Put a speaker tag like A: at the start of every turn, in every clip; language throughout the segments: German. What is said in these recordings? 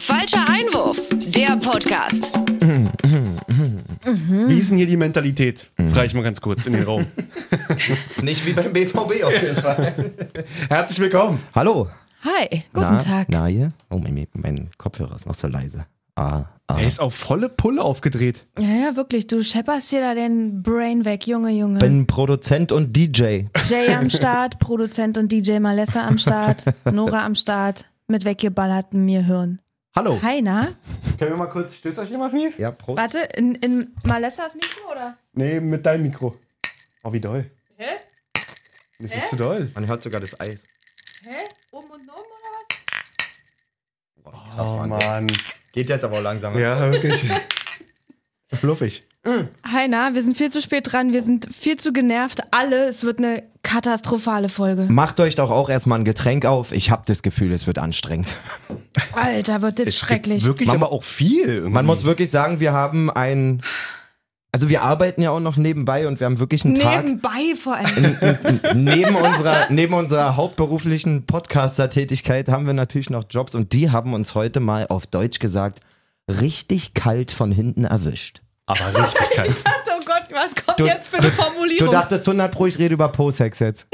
A: Falscher Einwurf, der Podcast. Hm.
B: Wie ist denn hier die Mentalität? Frage ich mal ganz kurz in den Raum.
C: Nicht wie beim BVB auf jeden Fall.
B: Herzlich willkommen.
C: Hallo.
A: Hi, guten
C: na,
A: Tag.
C: Na, ihr? Oh, mein, mein Kopfhörer ist noch so leise. Ah, ah.
B: Er ist auf volle Pulle aufgedreht.
A: Ja, ja, wirklich, du schepperst dir da den Brain weg, Junge, Junge.
C: Bin Produzent und DJ.
A: Jay am Start, Produzent und DJ Malessa am Start, Nora am Start, mit weggeballertem mir Hirn.
C: Hallo.
A: Hi, na?
B: Können wir mal kurz Stößerchen machen hier?
C: Ja, Prost.
A: Warte, in, in Malessas Mikro, oder?
B: Nee, mit deinem Mikro. Oh, wie doll.
A: Hä?
B: Das ist zu doll.
C: Man hört sogar das Eis.
A: Hä? Oben und oben, oder was?
C: Boah, krass,
B: Oh
C: Mann.
B: Mann.
C: Geht jetzt aber auch langsam.
B: Ja, wirklich. Fluffig.
A: Hi, na, wir sind viel zu spät dran, wir sind viel zu genervt, alle, es wird eine katastrophale Folge.
C: Macht euch doch auch erstmal ein Getränk auf. Ich habe das Gefühl, es wird anstrengend.
A: Alter, wird das schrecklich.
B: Wirklich,
C: Man-
B: aber auch viel.
C: Man muss wirklich sagen, wir haben ein. Also wir arbeiten ja auch noch nebenbei und wir haben wirklich einen Tag.
A: Nebenbei vor allem.
C: neben unserer, neben unserer hauptberuflichen Podcaster-Tätigkeit haben wir natürlich noch Jobs und die haben uns heute mal auf Deutsch gesagt, richtig kalt von hinten erwischt.
B: Aber richtig kalt.
A: oh Gott, was kommt
C: Du-
A: jetzt für eine
C: Du
A: Formulierung?
C: dachtest 100 pro, ich rede über Po-Sex jetzt.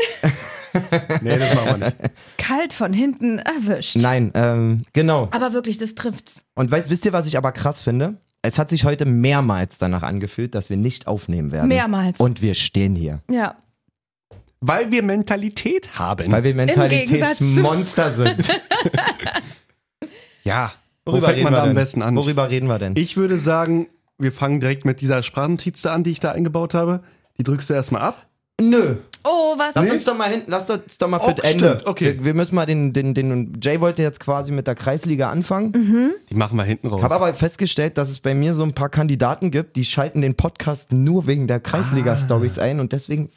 B: nee, das machen wir nicht.
A: Kalt von hinten erwischt.
C: Nein, ähm, genau.
A: Aber wirklich, das trifft's.
C: Und weißt, wisst ihr, was ich aber krass finde? Es hat sich heute mehrmals danach angefühlt, dass wir nicht aufnehmen werden.
A: Mehrmals.
C: Und wir stehen hier,
A: Ja.
B: Weil wir Mentalität haben.
C: weil wir
A: Gegensatz zu-
C: Mentalitätsmonster sind.
B: ja. Wo
C: Worüber
B: fängt
C: reden
B: man
C: wir
B: da am
C: denn?
B: besten an?
C: Worüber reden wir denn?
B: Ich würde sagen, wir fangen direkt mit dieser Sprachnotiz da an, die ich da eingebaut habe. Die drückst du erstmal ab.
C: nö.
A: Oh, was?
C: Lass uns doch mal hin, lass uns doch mal für
B: Oh,
C: das Ende.
B: stimmt, okay.
C: Wir, wir müssen mal den, den, den, Jay wollte jetzt quasi mit der Kreisliga anfangen.
B: Die machen wir hinten raus.
C: Ich habe aber festgestellt, dass es bei mir so ein paar Kandidaten gibt, die schalten den Podcast nur wegen der
B: Ah.
C: Kreisliga-Stories ein und deswegen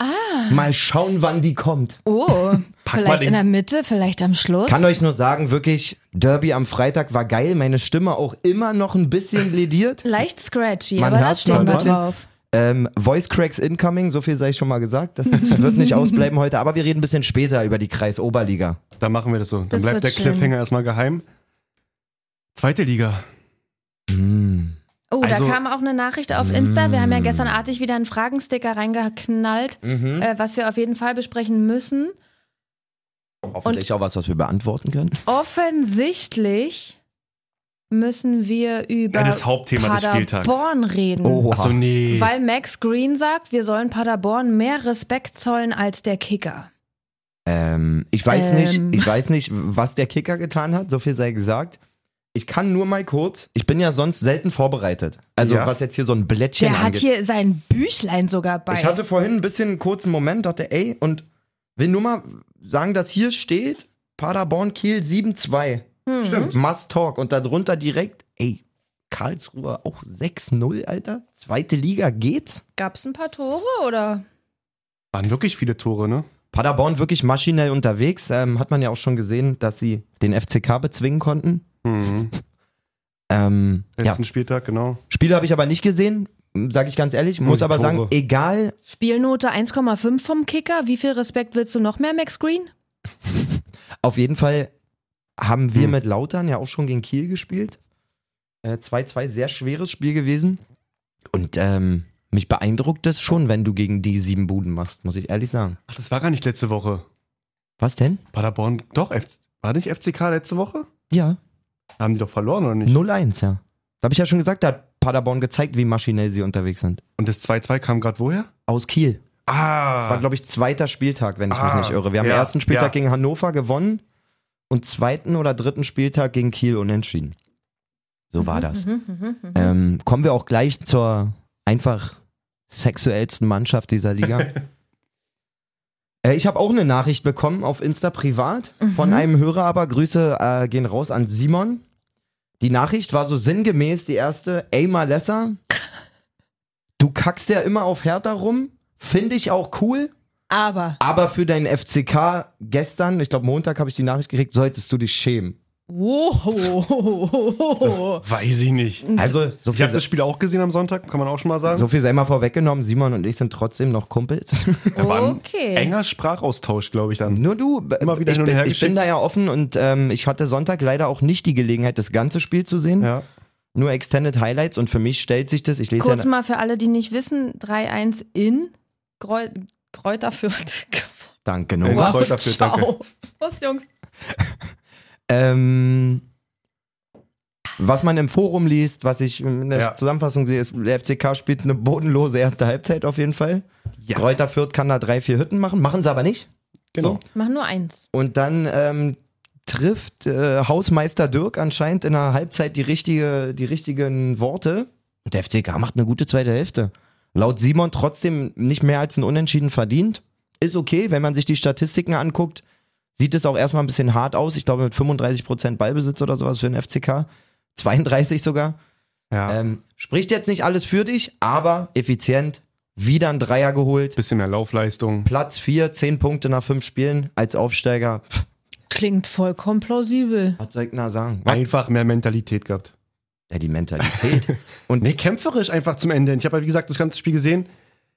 C: mal schauen, wann die kommt.
A: Oh,
B: mal
A: vielleicht
B: den-
A: in der Mitte, vielleicht am Schluss.
C: Kann euch nur sagen, wirklich, Derby am Freitag war geil, meine Stimme auch immer noch ein bisschen lediert.
A: Leicht scratchy,
C: Man
A: aber da
C: hört's
A: stehen
C: noch
A: wir
C: ein bisschen.
A: drauf.
C: Ähm, Voice Cracks incoming, so viel sei ich schon mal gesagt. Das, das wird nicht ausbleiben heute, aber wir reden ein bisschen später über die Kreisoberliga.
B: Dann machen wir das so. Dann
A: Das wird
B: bleibt der
A: schön.
B: Cliffhanger erstmal geheim. Zweite Liga.
A: Oh,
B: Also- Mm.
A: da kam auch eine Nachricht auf Insta. Wir haben ja gestern artig wieder einen Fragensticker reingeknallt,
C: Mhm.
A: äh, was wir auf jeden Fall besprechen müssen.
C: Hoffentlich auch was, was wir beantworten können.
A: Offensichtlich müssen wir über
B: Ja, das Hauptthema des Spieltags. Oh,
A: Paderborn reden.
C: Oha.
B: Achso, nee.
A: Weil Max Green sagt, wir sollen Paderborn mehr Respekt zollen als der Kicker.
C: Ähm, ich weiß
A: Ähm.
C: nicht, ich weiß nicht, was der Kicker getan hat, so viel sei gesagt. Ich kann nur mal kurz, ich bin ja sonst selten vorbereitet. Also
B: Ja.
C: was jetzt hier so ein Blättchen
A: Der hat
C: angeht.
A: hier sein Büchlein sogar bei.
C: ich hatte vorhin ein bisschen einen kurzen Moment, dachte, ey, und will nur mal sagen, dass hier steht Paderborn Kiel 7-2.
A: Hm.
C: Stimmt. Must Talk und darunter direkt, ey, Karlsruhe auch 6-0, Alter. Zweite Liga geht's.
A: Gab's ein paar Tore oder?
B: Waren wirklich viele Tore, ne?
C: Paderborn wirklich maschinell unterwegs. Ähm, hat man ja auch schon gesehen, dass sie den FCK bezwingen konnten.
B: Mhm.
C: Ähm, ja.
B: Letzten Spieltag, genau.
C: Spiele habe ich aber nicht gesehen, sage ich ganz ehrlich. Muss
B: die
C: aber
B: Tore.
C: sagen, egal.
A: Spielnote 1,5 vom Kicker. Wie viel Respekt willst du noch mehr, Max Green?
C: Auf jeden Fall haben wir
B: Hm.
C: mit Lautern ja auch schon gegen Kiel gespielt. Äh, 2-2, sehr schweres Spiel gewesen. Und ähm, mich beeindruckt es schon, wenn du gegen die sieben Buden machst, muss ich ehrlich sagen.
B: Ach, das war gar nicht letzte Woche.
C: Was denn?
B: Paderborn, doch, F war nicht FCK letzte Woche?
C: Ja,
B: Haben die doch verloren, oder nicht?
C: 0-1, ja. Da habe ich ja schon gesagt, da hat Paderborn gezeigt, wie maschinell sie unterwegs sind.
B: Und das 2-2 kam gerade woher?
C: Aus Kiel. Das war,
B: Ah,
C: glaube ich, zweiter Spieltag, wenn ich mich
B: Ah,
C: nicht irre. Wir haben
B: ja,
C: ersten Spieltag
B: ja.
C: gegen Hannover gewonnen und zweiten oder dritten Spieltag gegen Kiel unentschieden. So war das.
A: Mhm,
C: ähm, kommen wir auch gleich zur einfach sexuellsten Mannschaft dieser Liga. äh, ich habe auch eine Nachricht bekommen auf Insta privat von einem Hörer, aber Grüße äh, gehen raus an Simon. Die Nachricht war so sinngemäß die erste, ey Malessa, du kackst ja immer auf Hertha rum, finde ich auch cool,
A: Aber.
C: aber für deinen FCK gestern, ich glaube Montag habe ich die Nachricht gekriegt, solltest du dich schämen.
A: Wow.
B: Weiß ich nicht.
C: Also, so
B: Ich
C: viel,
B: habe
C: sei-
B: das Spiel auch gesehen am Sonntag, kann man auch schon mal sagen.
C: so viel sei mal vorweggenommen. Simon und ich sind trotzdem noch Kumpels.
B: Da war ein
A: Okay.
B: enger Sprachaustausch, glaube ich, dann.
C: Nur du, b-
B: Immer wieder
C: ich,
B: hin und
C: bin,
B: her
C: ich bin
B: geschickt.
C: da ja offen und ähm, ich hatte Sonntag leider auch nicht die Gelegenheit, das ganze Spiel zu sehen.
B: Ja.
C: Nur Extended Highlights und für mich stellt sich das, ich lese
A: Kurz
C: ja,
A: mal für alle, die nicht wissen: 3-1 in Greu Kräuter Fürth.
C: danke
B: In
C: Nora,
B: Kräuter Fürth, danke.
A: Was, Jungs?
C: ähm, was man im Forum liest, was ich in der
B: Ja.
C: Zusammenfassung sehe, ist, der FCK spielt eine bodenlose erste Halbzeit auf jeden Fall.
B: Ja.
C: Kräuter Fürth kann da drei, vier Hütten machen, machen sie aber nicht.
B: Genau.
A: Mach nur eins.
C: Und dann ähm, trifft äh, Hausmeister Dirk anscheinend in der Halbzeit die, richtige, die richtigen Worte. Und der FCK macht eine gute zweite Hälfte. Laut Simon trotzdem nicht mehr als ein Unentschieden verdient. Ist okay, wenn man sich die Statistiken anguckt, sieht es auch erstmal ein bisschen hart aus. Ich glaube mit 35% Ballbesitz oder sowas für den FCK. 32 sogar.
B: Ja.
C: Ähm, spricht jetzt nicht alles für dich, aber effizient. Wieder ein Dreier geholt.
B: Bisschen mehr Laufleistung.
C: Platz 4, 10 Punkte nach 5 Spielen als Aufsteiger. Pff,
A: Klingt vollkommen plausibel.
C: Was soll ich denn da sagen?
B: Einfach mehr Mentalität gehabt.
C: Ja, die Mentalität.
B: Nee, kämpferisch einfach zum Ende. Ich habe halt, wie gesagt, das ganze Spiel gesehen.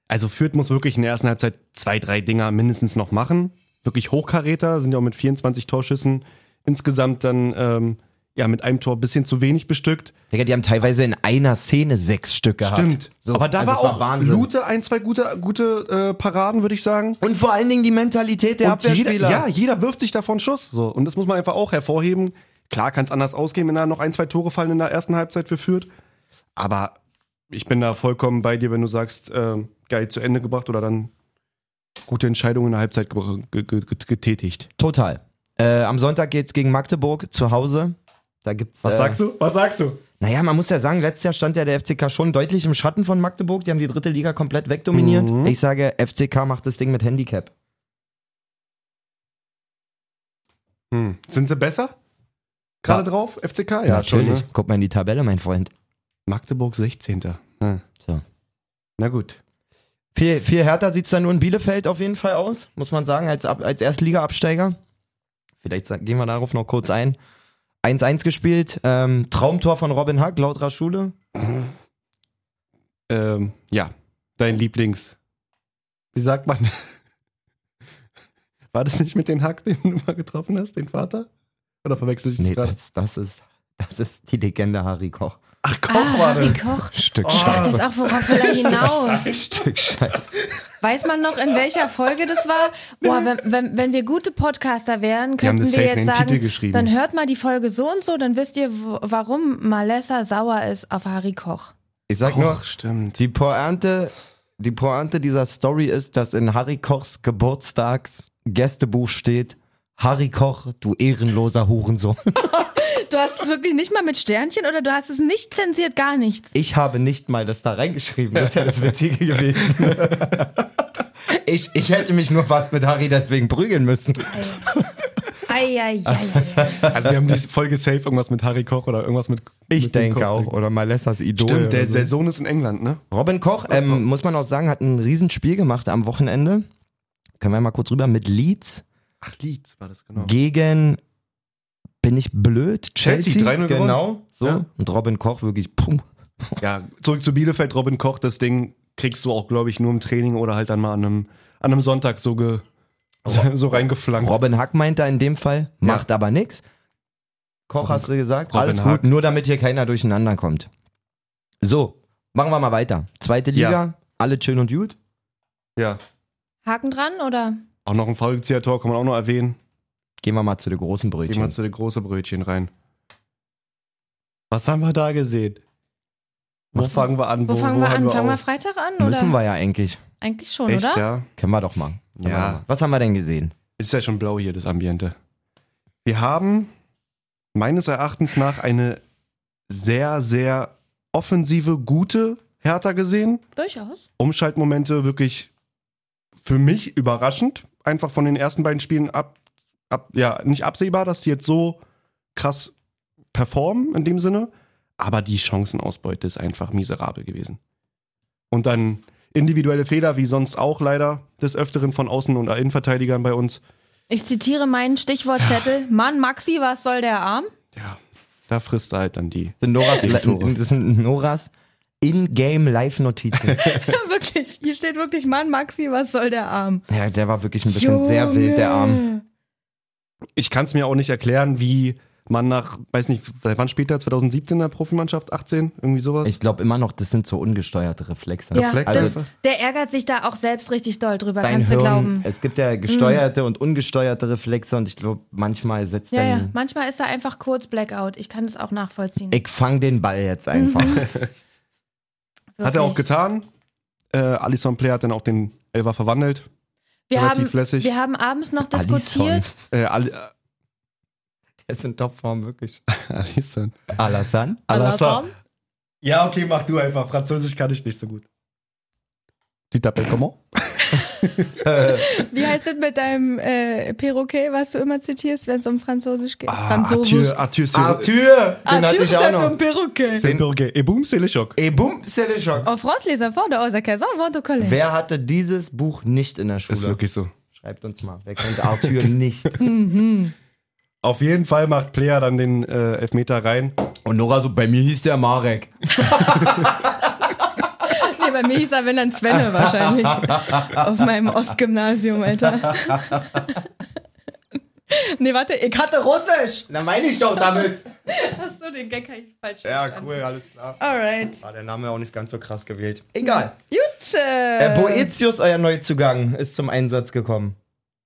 B: Also Fürth muss wirklich in der ersten Halbzeit zwei, drei Dinger mindestens noch machen. Wirklich Hochkaräter, sind ja auch mit 24 Torschüssen insgesamt dann ähm, ja mit einem Tor ein bisschen zu wenig bestückt.
C: Digga, die haben teilweise in einer Szene sechs Stück gehabt. So,
B: Aber da
C: also
B: war
C: es
B: auch
C: Wahnsinn.
B: Lute ein, zwei gute, gute äh, Paraden, würde ich sagen.
C: Und vor allen Dingen die Mentalität der
B: Und
C: Abwehrspieler.
B: Jeder, ja, jeder wirft sich davon Schuss. So. Und das muss man einfach auch hervorheben. Klar kann es anders ausgehen, wenn da noch ein, zwei Tore fallen in der ersten Halbzeit für Fürth. Aber ich bin da vollkommen bei dir, wenn du sagst, ähm, geil zu Ende gebracht oder dann gute Entscheidungen in der Halbzeit gebr- ge- ge- get- getätigt.
C: Total. Äh, am Sonntag geht's gegen Magdeburg zu Hause. Da gibt's. äh,
B: du? Was sagst du?
C: Naja, man muss ja sagen, letztes Jahr stand ja der FCK schon deutlich im Schatten von Magdeburg. Die haben die dritte Liga komplett wegdominiert.
B: Mhm.
C: Ich sage, FCK macht das Ding mit Handicap.
B: Hm. Sind sie besser? Gerade
C: Ja.
B: drauf? FCK? Ja,
C: Natürlich.
B: schon, ne?
C: Guck mal in die Tabelle, mein Freund.
B: Magdeburg 16. Hm.
C: So.
B: Na gut.
C: Viel, viel härter sieht es dann nur in Bielefeld auf jeden Fall aus, muss man sagen, als, Ab- als Erstliga-Absteiger. Vielleicht sa- gehen wir darauf noch kurz ein. 1-1 gespielt, ähm, Traumtor von Robin Hack, lauterer Schule.
B: Ähm, ja, dein Lieblings. Wie sagt man? War das nicht mit den Hack, den du mal getroffen hast, den Vater? Oder verwechsel ich das
C: Nee,
B: gerade?
C: das, das, ist, das ist die Legende Harry Koch.
B: Ach, Koch
A: Ah, Oh. Harry Koch. Ah.
C: Stück
A: Ich dachte jetzt auch, worauf will er hinaus?
C: Stück Scheiße.
A: Weiß man noch, in welcher Folge das war? Boah, wenn, wenn, wenn wir gute Podcaster wären,
B: haben
A: könnten
B: das
A: wir
B: safe in
A: jetzt
B: den Titel
A: sagen,
B: geschrieben.
A: dann hört mal die Folge so und so, dann wisst ihr, wo- warum Malessa sauer ist auf Harry Koch.
C: Ich sag nur,
B: stimmt.
C: die Pointe, die Pointe dieser Story ist, dass in Harry Kochs Geburtstags Gästebuch steht, Harry Koch, du ehrenloser Hurensohn.
A: Du hast es wirklich nicht mal mit Sternchen oder du hast es nicht zensiert, gar nichts.
C: Ich habe nicht mal das da reingeschrieben. Das ist ja das Witzige gewesen. Ich, ich hätte mich nur fast mit Harry deswegen prügeln müssen.
A: Eieiei.
B: Also wir haben die Folge safe irgendwas mit Harry Koch oder irgendwas mit
C: Ich
B: mit dem
C: denke
B: Koch.
C: auch. Oder Malessas Idol.
B: Stimmt, der,
C: oder so.
B: der Sohn ist in England, ne?
C: Robin Koch, ähm, muss man auch sagen, hat ein Riesenspiel gemacht am Wochenende. Können wir mal kurz rüber mit Leeds
B: Ach, Leeds war das genau.
C: gegen, bin ich blöd, Chelsea.
B: Chelsea, 3-0 gewonnen.
C: Genau, so.
B: Ja.
C: Und Robin Koch wirklich, pum.
B: Ja, zurück zu Bielefeld, Robin Koch, das Ding kriegst du auch, glaube ich, nur im Training oder halt dann mal an einem, an einem Sonntag so, ge,
C: Oh.
B: so reingeflankt.
C: Robin Hack meint da in dem Fall, macht aber nix. Koch hast du gesagt,
B: Robin
C: alles
B: Hack.
C: gut, nur damit hier keiner durcheinander kommt. So, machen wir mal weiter. Zweite Liga,
B: Ja.
C: alle schön und gut.
B: Ja.
A: Haken dran oder?
B: Auch noch ein Faulzieher-Tor kann man auch noch erwähnen.
C: Gehen wir mal zu den großen
B: Gehen wir
C: Brötchen.
B: zu den großen Brötchen rein. Was haben wir da gesehen? Wo
A: Was-
B: fangen wir an?
A: Wo, fangen wir
B: hören
A: an? Fangen wir
B: auf?
A: Freitag an oder?
C: Müssen wir ja eigentlich.
A: Eigentlich schon,
B: Echt,
A: oder?
B: ja?
C: Können wir doch mal.
B: Ja.
C: Können wir doch mal. Was haben wir denn gesehen?
B: Ist ja schon blau hier, das Ambiente. Wir haben meines Erachtens nach eine sehr, sehr offensive, gute Hertha gesehen.
A: Durchaus.
B: Umschaltmomente wirklich für mich überraschend. Einfach von den ersten beiden Spielen ab, ab ja, nicht absehbar, dass die jetzt so krass performen in dem Sinne. Aber die Chancenausbeute ist einfach miserabel gewesen. Und dann individuelle Fehler, wie sonst auch leider des Öfteren von Außen- und Innenverteidigern bei uns.
A: Ich zitiere meinen Stichwortzettel. Mann, Maxi, was soll der Arm?
B: Ja, da frisst er halt dann die.
C: sind Noras,
B: Gegen Tore.
C: das sind Noras in-game Live-Notizen.
A: wirklich, hier steht wirklich, Mann, Maxi, was soll der Arm?
C: ja, der war wirklich ein bisschen sehr wild, der Arm.
B: Ich kann es mir auch nicht erklären, wie man nach, weiß nicht, seit wann spielt er? 2017 in der Profimannschaft? 18? Irgendwie sowas?
C: Ich glaube immer noch, das sind so ungesteuerte Reflexe.
A: Ja,
B: Reflex.
A: das,
B: Also-
A: der ärgert sich da auch selbst richtig doll drüber,
C: Dein
A: kannst
C: Hirn,
A: du glauben.
C: es gibt ja gesteuerte und ungesteuerte Reflexe und ich glaube, manchmal setzt
A: Ja, ja.
C: dann,
A: Manchmal ist da einfach kurz Blackout. Ich kann das auch nachvollziehen.
C: ich fang den Ball jetzt einfach.
A: Mhm.
B: Hat er auch
A: Wirklich.
B: getan. Äh, Alisson Player hat dann auch den Elfer verwandelt.
A: wir
B: relativ
A: haben,
B: lässig.
A: Wir haben abends noch
C: Alisson,
A: diskutiert.
B: Äh, Ali, äh,
C: der ist in Topform, wirklich.
B: Alisson.
C: Alassane?
B: Alassane. Ja, okay, mach du einfach. Französisch kann ich nicht so gut. Tu t'appelles comment?
A: Wie heißt es mit deinem äh, Perroquet, was du immer zitierst, wenn es um Französisch geht?
C: Ah,
B: Ah, Arthur, Ah, Arthur,
C: Arthur! Den hatte ich auch noch.
A: Perroquet.
B: C'est Bourget. Et boum, c'est le choc.
C: Et boum, c'est le choc.
A: En France, les enfants de Osakasan vont au collège.
C: Wer hatte dieses Buch nicht in der
B: Ist
C: Schule?
B: wirklich so.
C: Schreibt uns mal. Wer kennt Arthur nicht?
B: Auf jeden Fall macht Player dann den äh, Elfmeter rein.
C: Und Nora so, bei mir hieß der Marek.
A: Nee, bei mir hieß er, wenn dann Svenne wahrscheinlich. Auf meinem Ostgymnasium, Alter. nee, warte, ich hatte Russisch.
C: Na meine ich doch damit.
A: Achso, den Gag habe ich falsch
C: ja,
A: verstanden.
C: cool, alles klar.
A: Alright.
C: War der Name auch nicht ganz so krass gewählt. Egal.
A: Gut.
C: Äh,
A: Äh,
C: Boetius, euer Neuzugang, ist zum Einsatz gekommen.